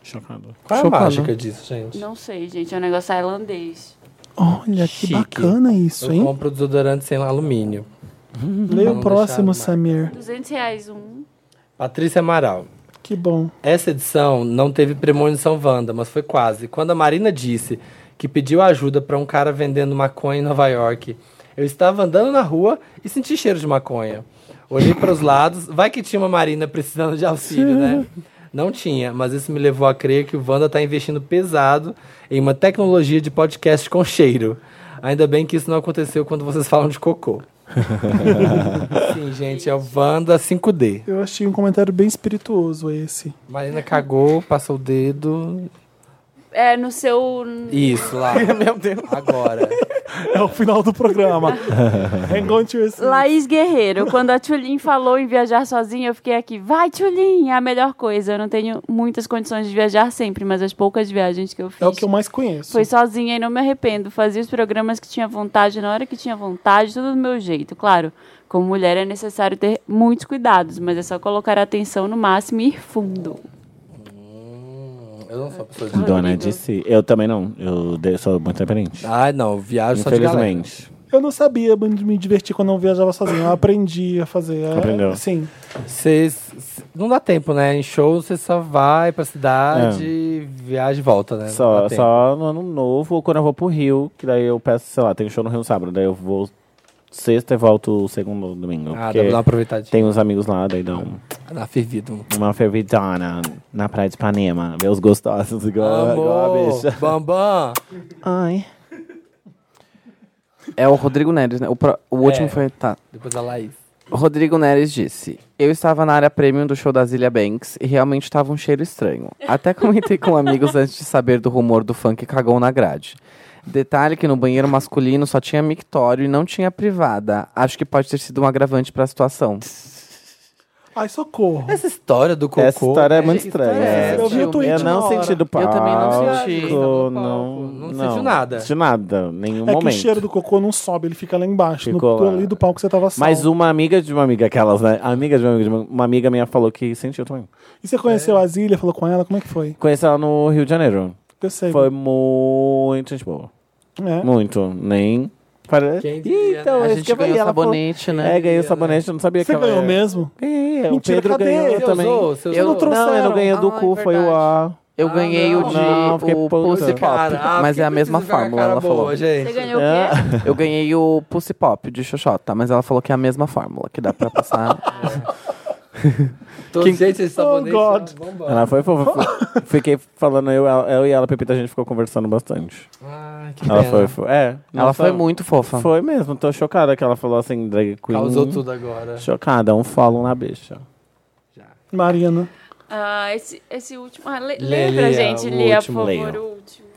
Speaker 4: Chocado.
Speaker 2: Qual é a
Speaker 5: Chocado.
Speaker 2: mágica disso, gente?
Speaker 3: Não sei, gente. É um negócio tailandês.
Speaker 1: Olha, que
Speaker 2: é? Chique.
Speaker 1: bacana isso,
Speaker 2: eu
Speaker 1: hein?
Speaker 2: compro desodorante sem alumínio.
Speaker 1: Lê o
Speaker 2: Vamos
Speaker 1: próximo,
Speaker 2: deixar
Speaker 1: Samir.
Speaker 3: 200 reais um.
Speaker 2: Patrícia Amaral.
Speaker 1: Que bom.
Speaker 2: Essa edição não teve premonição Wanda, mas foi quase. Quando a Marina disse que pediu ajuda pra um cara vendendo maconha em Nova York, eu estava andando na rua e senti cheiro de maconha. Olhei para os lados, vai que tinha uma Marina precisando de auxílio, né? Não tinha, mas isso me levou a crer que o Wanda está investindo pesado em uma tecnologia de podcast com cheiro. Ainda bem que isso não aconteceu quando vocês falam de cocô. Sim, gente, é o Wanda 5D.
Speaker 1: Eu achei um comentário bem espirituoso esse.
Speaker 2: Marina cagou, passou o dedo,
Speaker 3: É, no seu...
Speaker 2: isso, lá. Meu Deus. Agora.
Speaker 1: É o final do programa. Hang on to your seat.
Speaker 3: Laís Guerreiro, quando a Tulin falou em viajar sozinha, eu fiquei aqui, vai Tulin, é a melhor coisa. Eu não tenho muitas condições de viajar sempre, mas as poucas viagens que eu fiz
Speaker 1: É o que eu mais conheço.
Speaker 3: foi sozinha e não me arrependo. Fazia os programas que tinha vontade, na hora que tinha vontade, tudo do meu jeito. Claro, como mulher é necessário ter muitos cuidados, mas é só colocar a atenção no máximo e ir fundo.
Speaker 2: Eu não sou
Speaker 1: Tá,
Speaker 2: pessoa de.
Speaker 4: Dona
Speaker 3: Horrível.
Speaker 4: né, disse. Eu também não. Eu de- sou muito independente.
Speaker 1: Ah,
Speaker 2: Ai, Ah, não, viagem só de galera.
Speaker 4: Infelizmente.
Speaker 1: Eu não sabia muito me divertir quando eu viajava sozinho. Eu aprendi a fazer. É,
Speaker 4: Aprendeu.
Speaker 1: Sim.
Speaker 2: Vocês. Não dá tempo, né? Em show você só vai pra cidade, viaja e volta, né? Não
Speaker 4: É. Só,
Speaker 2: dá tempo.
Speaker 4: só no ano novo ou quando eu vou pro Rio, que daí eu peço, sei lá, tem show no Rio no sábado, daí eu vou sexta e volto segundo domingo.
Speaker 2: Ah, dá
Speaker 4: porque
Speaker 2: pra dar uma aproveitadinha.
Speaker 4: um tem uns amigos lá, daí dão
Speaker 2: Dá fervido.
Speaker 4: uma fervidona na praia de Ipanema, ver os gostosos igual, igual a bicha.
Speaker 2: Bambam!
Speaker 4: Ai.
Speaker 5: É o Rodrigo Neres, né? O, pro- o último foi. Tá.
Speaker 2: Depois a Laís.
Speaker 5: Rodrigo Neres disse: Eu estava na área premium do show da Zilia Banks e realmente estava um cheiro estranho. Até comentei com amigos antes de saber do rumor do funk cagão na grade. Detalhe que no banheiro masculino só tinha mictório e não tinha privada. Acho que pode ter sido um agravante pra situação.
Speaker 1: Ai, socorro.
Speaker 2: Essa história do cocô.
Speaker 4: Essa história é muito estranha.
Speaker 2: é
Speaker 1: Eu vi o tweet
Speaker 4: Eu não
Speaker 1: na hora.
Speaker 4: senti do palco.
Speaker 5: Eu também não senti.
Speaker 4: Não,
Speaker 2: Não não, sentiu nada.
Speaker 4: De nada, nenhum
Speaker 1: É
Speaker 4: Um momento.
Speaker 1: que o cheiro do cocô não sobe, ele fica lá embaixo,
Speaker 4: Ficou
Speaker 1: no,
Speaker 4: lá.
Speaker 1: ali do palco que você tava salvo.
Speaker 5: um
Speaker 4: Mas uma amiga de uma amiga, aquelas, né? A Amiga de uma amiga, de uma, uma amiga minha falou que sentiu também.
Speaker 1: E você conheceu a Zília, falou com ela, como é que foi?
Speaker 4: Conheci ela no Rio de Janeiro.
Speaker 1: Eu sei.
Speaker 4: Foi um muito gente boa.
Speaker 1: É.
Speaker 4: Muito. Nem. Parece.
Speaker 2: Quem
Speaker 4: Ih,
Speaker 2: diria,
Speaker 4: Então,
Speaker 2: né?
Speaker 5: A
Speaker 4: esse
Speaker 5: gente
Speaker 4: que eu
Speaker 5: ganhou
Speaker 4: falei, ela falou-
Speaker 5: sabonete, né?
Speaker 4: É, ganhei o sabonete, eu não sabia
Speaker 1: Você
Speaker 4: que ela é.
Speaker 1: ganhou
Speaker 4: era.
Speaker 1: mesmo?
Speaker 4: Ganhei, o
Speaker 1: Mentira,
Speaker 4: Pedro
Speaker 1: cadê?
Speaker 4: ganhou
Speaker 1: Você
Speaker 2: Você
Speaker 4: também.
Speaker 2: usou? Você
Speaker 5: Eu
Speaker 2: usou?
Speaker 5: não trouxe.
Speaker 4: Não, eu
Speaker 1: Trouxeram.
Speaker 4: não ganhei do
Speaker 5: Ah,
Speaker 4: cu,
Speaker 5: é
Speaker 4: foi o A.
Speaker 5: Eu
Speaker 2: Ah,
Speaker 5: ganhei
Speaker 2: não.
Speaker 5: o de
Speaker 4: Não, fiquei ah,
Speaker 5: o
Speaker 4: puta.
Speaker 5: Pussy Pop.
Speaker 2: Caraca,
Speaker 5: mas é a
Speaker 2: que
Speaker 5: mesma
Speaker 2: precisa ficar com a
Speaker 5: fórmula,
Speaker 2: cara
Speaker 5: ela
Speaker 2: boa,
Speaker 5: falou.
Speaker 2: gente.
Speaker 3: Você ganhou o
Speaker 1: É.
Speaker 3: quê?
Speaker 5: Eu ganhei o Pussy Pop de Xoxota, mas ela falou que é a mesma fórmula, que dá pra passar.
Speaker 2: Todo jeito esse sabonete.
Speaker 1: Oh,
Speaker 2: ó,
Speaker 1: God.
Speaker 2: vambora.
Speaker 4: Ela foi fofa. F- Fiquei falando, eu, ela- eu e ela, Pepita, a gente ficou conversando bastante.
Speaker 2: Ai, Ah, que
Speaker 4: Ela
Speaker 2: pena.
Speaker 4: foi, foi. É.
Speaker 5: ela
Speaker 4: nossa,
Speaker 5: foi muito fofa.
Speaker 4: Foi mesmo, tô chocada que ela falou assim, drag queen.
Speaker 2: Causou tudo
Speaker 5: né?
Speaker 2: agora.
Speaker 4: Chocada, um follow na bicha.
Speaker 1: Marina.
Speaker 3: Ah, esse, esse último. Ah, lê,
Speaker 2: Lê,
Speaker 3: lê pra
Speaker 2: Lia,
Speaker 3: gente,
Speaker 4: o
Speaker 3: Lia, por
Speaker 4: último,
Speaker 3: favor,
Speaker 4: leia.
Speaker 3: o último.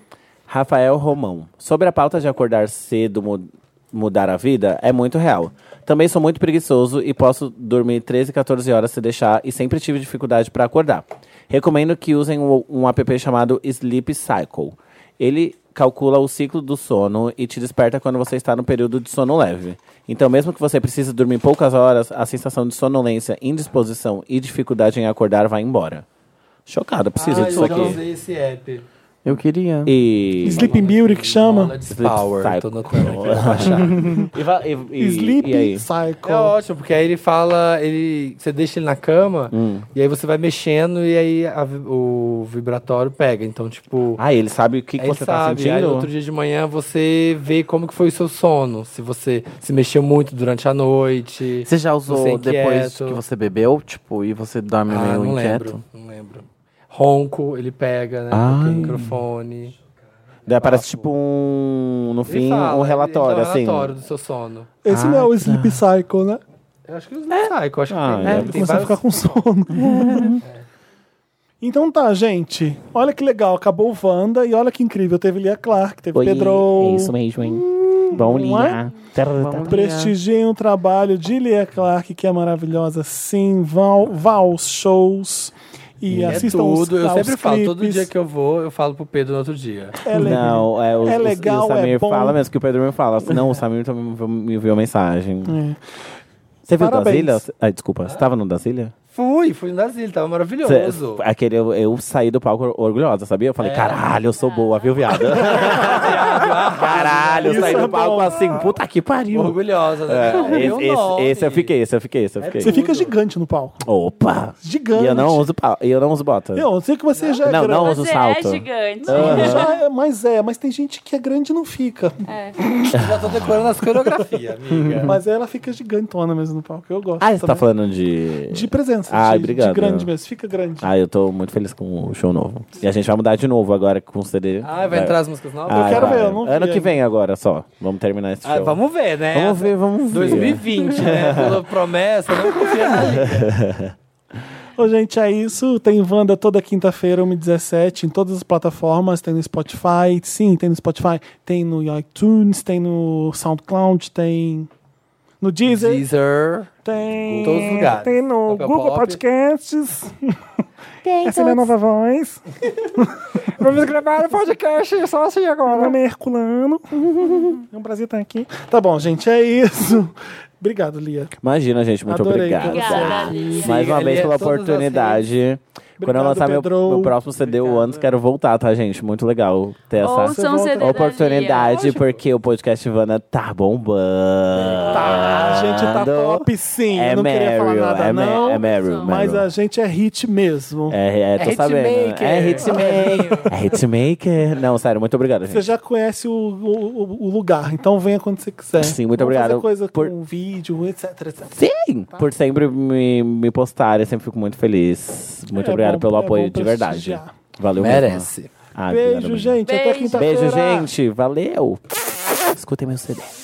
Speaker 4: Rafael Romão. Sobre a pauta de acordar cedo, mu- mudar a vida, é muito real. Também sou muito preguiçoso e posso dormir 13, 14 horas se deixar e sempre tive dificuldade para acordar. Recomendo que usem um, um app chamado Sleep Cycle. Ele calcula o ciclo do sono e te desperta quando você está no período de sono leve. Então, mesmo que você precise dormir poucas horas, a sensação de sonolência, indisposição e dificuldade em acordar vai embora. Chocada, precisa
Speaker 2: Ai,
Speaker 4: disso
Speaker 2: eu já
Speaker 4: aqui.
Speaker 2: usei esse app.
Speaker 5: Eu queria.
Speaker 4: E...
Speaker 1: Sleeping Beauty que chama?
Speaker 2: Knowledge
Speaker 4: Sleep
Speaker 2: Power.
Speaker 4: Cycle.
Speaker 2: Tô notando aqui, vou baixar.
Speaker 4: E va- e- e- e
Speaker 1: Sleeping
Speaker 4: aí?
Speaker 1: Cycle.
Speaker 2: É ótimo, porque aí ele fala, ele, você deixa ele na cama
Speaker 4: Hum.
Speaker 2: e aí você vai mexendo e aí a vi- o vibratório pega. Então, tipo,
Speaker 4: Ah, ele sabe o que, que
Speaker 2: aí
Speaker 4: você tá
Speaker 2: sabe, aí no outro
Speaker 4: sentindo?
Speaker 2: dia de manhã você vê como que foi o seu sono, se você se mexeu muito durante a noite.
Speaker 5: Você já usou
Speaker 2: Você é
Speaker 5: depois
Speaker 2: inquieto.
Speaker 5: que você bebeu, tipo, e você dorme
Speaker 4: é
Speaker 2: Ah,
Speaker 5: meio
Speaker 2: não
Speaker 5: inquieto?
Speaker 2: lembro, não lembro. Ronco, ele pega, né?
Speaker 4: Ah.
Speaker 2: Porque o microfone.
Speaker 4: Daí Parece tipo um. No
Speaker 2: Ele
Speaker 4: fim,
Speaker 2: fala,
Speaker 4: um
Speaker 2: ele-
Speaker 4: relatório,
Speaker 2: ele dá um
Speaker 4: assim.
Speaker 2: relatório do seu sono.
Speaker 1: Esse não é o Sleep
Speaker 4: tá.
Speaker 1: Cycle, né?
Speaker 2: Eu acho que eles não é. saem, eu acho que
Speaker 4: Ah,
Speaker 2: tem,
Speaker 4: é,
Speaker 2: tem
Speaker 1: Começar a
Speaker 2: vários-
Speaker 1: ficar com sono. Então tá, gente. Olha que legal. Acabou o Wanda e olha que incrível. Teve Lia Clark, teve
Speaker 4: Oi,
Speaker 1: Pedro.
Speaker 4: É isso mesmo, hein? Bom
Speaker 1: não é?
Speaker 4: dia. Tarará.
Speaker 1: Prestigiem o trabalho de Lia Clark, que é maravilhosa, sim. Vão, vá aos shows e
Speaker 2: É
Speaker 1: assistam os,
Speaker 2: tudo, eu
Speaker 1: aos
Speaker 2: sempre falo, todo
Speaker 1: clipes.
Speaker 2: dia que eu vou, eu falo pro Pedro no outro dia.
Speaker 1: É legal.
Speaker 4: Não, é, o,
Speaker 1: É
Speaker 4: o-
Speaker 1: legal,
Speaker 4: o Samir
Speaker 1: é bom.
Speaker 4: fala mesmo, que o Pedro me fala. assim, Não, o Samir também me enviou- me enviou mensagem. Você viu o
Speaker 1: É. Parabéns.
Speaker 4: Brasília? Ah, desculpa, você tava no Brasília?
Speaker 2: Fui, fui no Brasil, tava
Speaker 4: Cê-
Speaker 2: maravilhoso.
Speaker 4: aquele, eu, eu saí do palco orgulhosa, sabia? Eu falei,
Speaker 1: É.
Speaker 4: caralho, eu sou boa, viu, viado? caralho, eu
Speaker 1: Isso
Speaker 4: saí
Speaker 1: é
Speaker 4: do palco
Speaker 1: bom.
Speaker 4: assim, puta que pariu.
Speaker 2: Orgulhosa, né? Não,
Speaker 4: É,
Speaker 2: meu
Speaker 4: esse, esse,
Speaker 2: nome.
Speaker 4: esse eu fiquei, esse eu fiquei, esse eu fiquei.
Speaker 1: É Você fica gigante no palco.
Speaker 4: Opa!
Speaker 1: Gigante.
Speaker 4: E eu não uso, pau- e eu não uso bota.
Speaker 1: Eu sei que você já é
Speaker 4: Não,
Speaker 1: grande.
Speaker 4: não uso
Speaker 3: Você
Speaker 4: salto.
Speaker 3: é gigante.
Speaker 1: Já é, mas é, mas tem gente que é grande e não fica.
Speaker 2: Eu já tô decorando as coreografias, amiga.
Speaker 1: Mas ela fica gigantona mesmo no palco. Eu gosto.
Speaker 4: É. Ah, você tá
Speaker 1: também.
Speaker 4: falando de...
Speaker 1: De presença,
Speaker 4: Ah,
Speaker 1: de, de
Speaker 4: obrigado.
Speaker 1: grande mesmo. Fica grande.
Speaker 4: Ah, eu tô muito feliz com o show novo. E a gente vai mudar de novo agora com o CD.
Speaker 2: Ah, vai entrar as músicas novas?
Speaker 4: Ah,
Speaker 1: Eu quero
Speaker 4: vai.
Speaker 1: ver, eu não vi
Speaker 4: Ano que
Speaker 1: ainda.
Speaker 4: vem agora só. Vamos terminar esse
Speaker 2: Ah,
Speaker 4: show.
Speaker 2: vamos ver, né?
Speaker 4: Vamos ver, vamos ver.
Speaker 2: 2020, né? Pela promessa, né? não confia na liga.
Speaker 1: Ô, gente, é isso. Tem Wanda toda quinta-feira, 1h17, em todas as plataformas. Tem no Spotify, sim, tem no Spotify. Tem no iTunes, tem no SoundCloud, tem no Deezer,
Speaker 2: Deezer.
Speaker 1: tem...
Speaker 2: em todos os lugares.
Speaker 1: Tem no
Speaker 2: Apple
Speaker 1: Google
Speaker 2: Pop.
Speaker 1: Podcasts. Tem Essa é minha nova voz. Vamos gravar o podcast só assim agora. Meu nome é Herculano. é um prazer estar aqui. Tá bom, gente, é isso. Obrigado, Lia.
Speaker 4: Imagina, gente, muito
Speaker 1: Adorei, então.
Speaker 4: obrigado.
Speaker 1: cara.
Speaker 3: Obrigada, Alice.
Speaker 4: Mais uma
Speaker 2: Siga
Speaker 1: é
Speaker 4: vez
Speaker 2: ali
Speaker 4: pela
Speaker 2: todas as
Speaker 4: oportunidade. Quando eu
Speaker 1: Obrigado,
Speaker 4: lançar meu,
Speaker 1: Pedro.
Speaker 4: meu próximo CD, o Antes, quero voltar, tá, gente? Muito legal ter essa
Speaker 3: Ouçam o CD da
Speaker 4: oportunidade, porque o podcast Ivana tá bombando.
Speaker 1: Tá, a gente tá top sim.
Speaker 4: É
Speaker 1: eu não queria falar
Speaker 4: Meryl,
Speaker 1: nada,
Speaker 4: é, Ma-
Speaker 1: não.
Speaker 4: é Meryl,
Speaker 1: Mas
Speaker 4: Meryl.
Speaker 1: a gente é hit mesmo.
Speaker 4: É, é, tô
Speaker 2: É
Speaker 4: sabendo.
Speaker 2: hitmaker.
Speaker 4: É hitmaker. é hitmaker. Não, sério, muito obrigado,
Speaker 1: Você
Speaker 4: gente.
Speaker 1: já conhece o, o- o lugar, então venha quando você quiser.
Speaker 4: Sim, muito
Speaker 1: Vamos
Speaker 4: obrigado
Speaker 1: Fazer coisa
Speaker 4: por-
Speaker 1: com vídeo, etc, etc.
Speaker 4: Sim! Por sempre me, me postar, eu sempre fico muito feliz. Muito
Speaker 1: É
Speaker 4: obrigado
Speaker 1: bom-
Speaker 4: pelo
Speaker 1: é
Speaker 4: apoio
Speaker 1: bom
Speaker 4: de verdade.
Speaker 1: prestigiar.
Speaker 4: Valeu mesmo.
Speaker 2: Merece.
Speaker 4: Ah, obrigado,
Speaker 1: Beijo,
Speaker 4: obrigado.
Speaker 1: gente. Até
Speaker 3: Beijo.
Speaker 1: quinta-feira.
Speaker 4: Beijo, gente. Valeu. Escutem meu CD.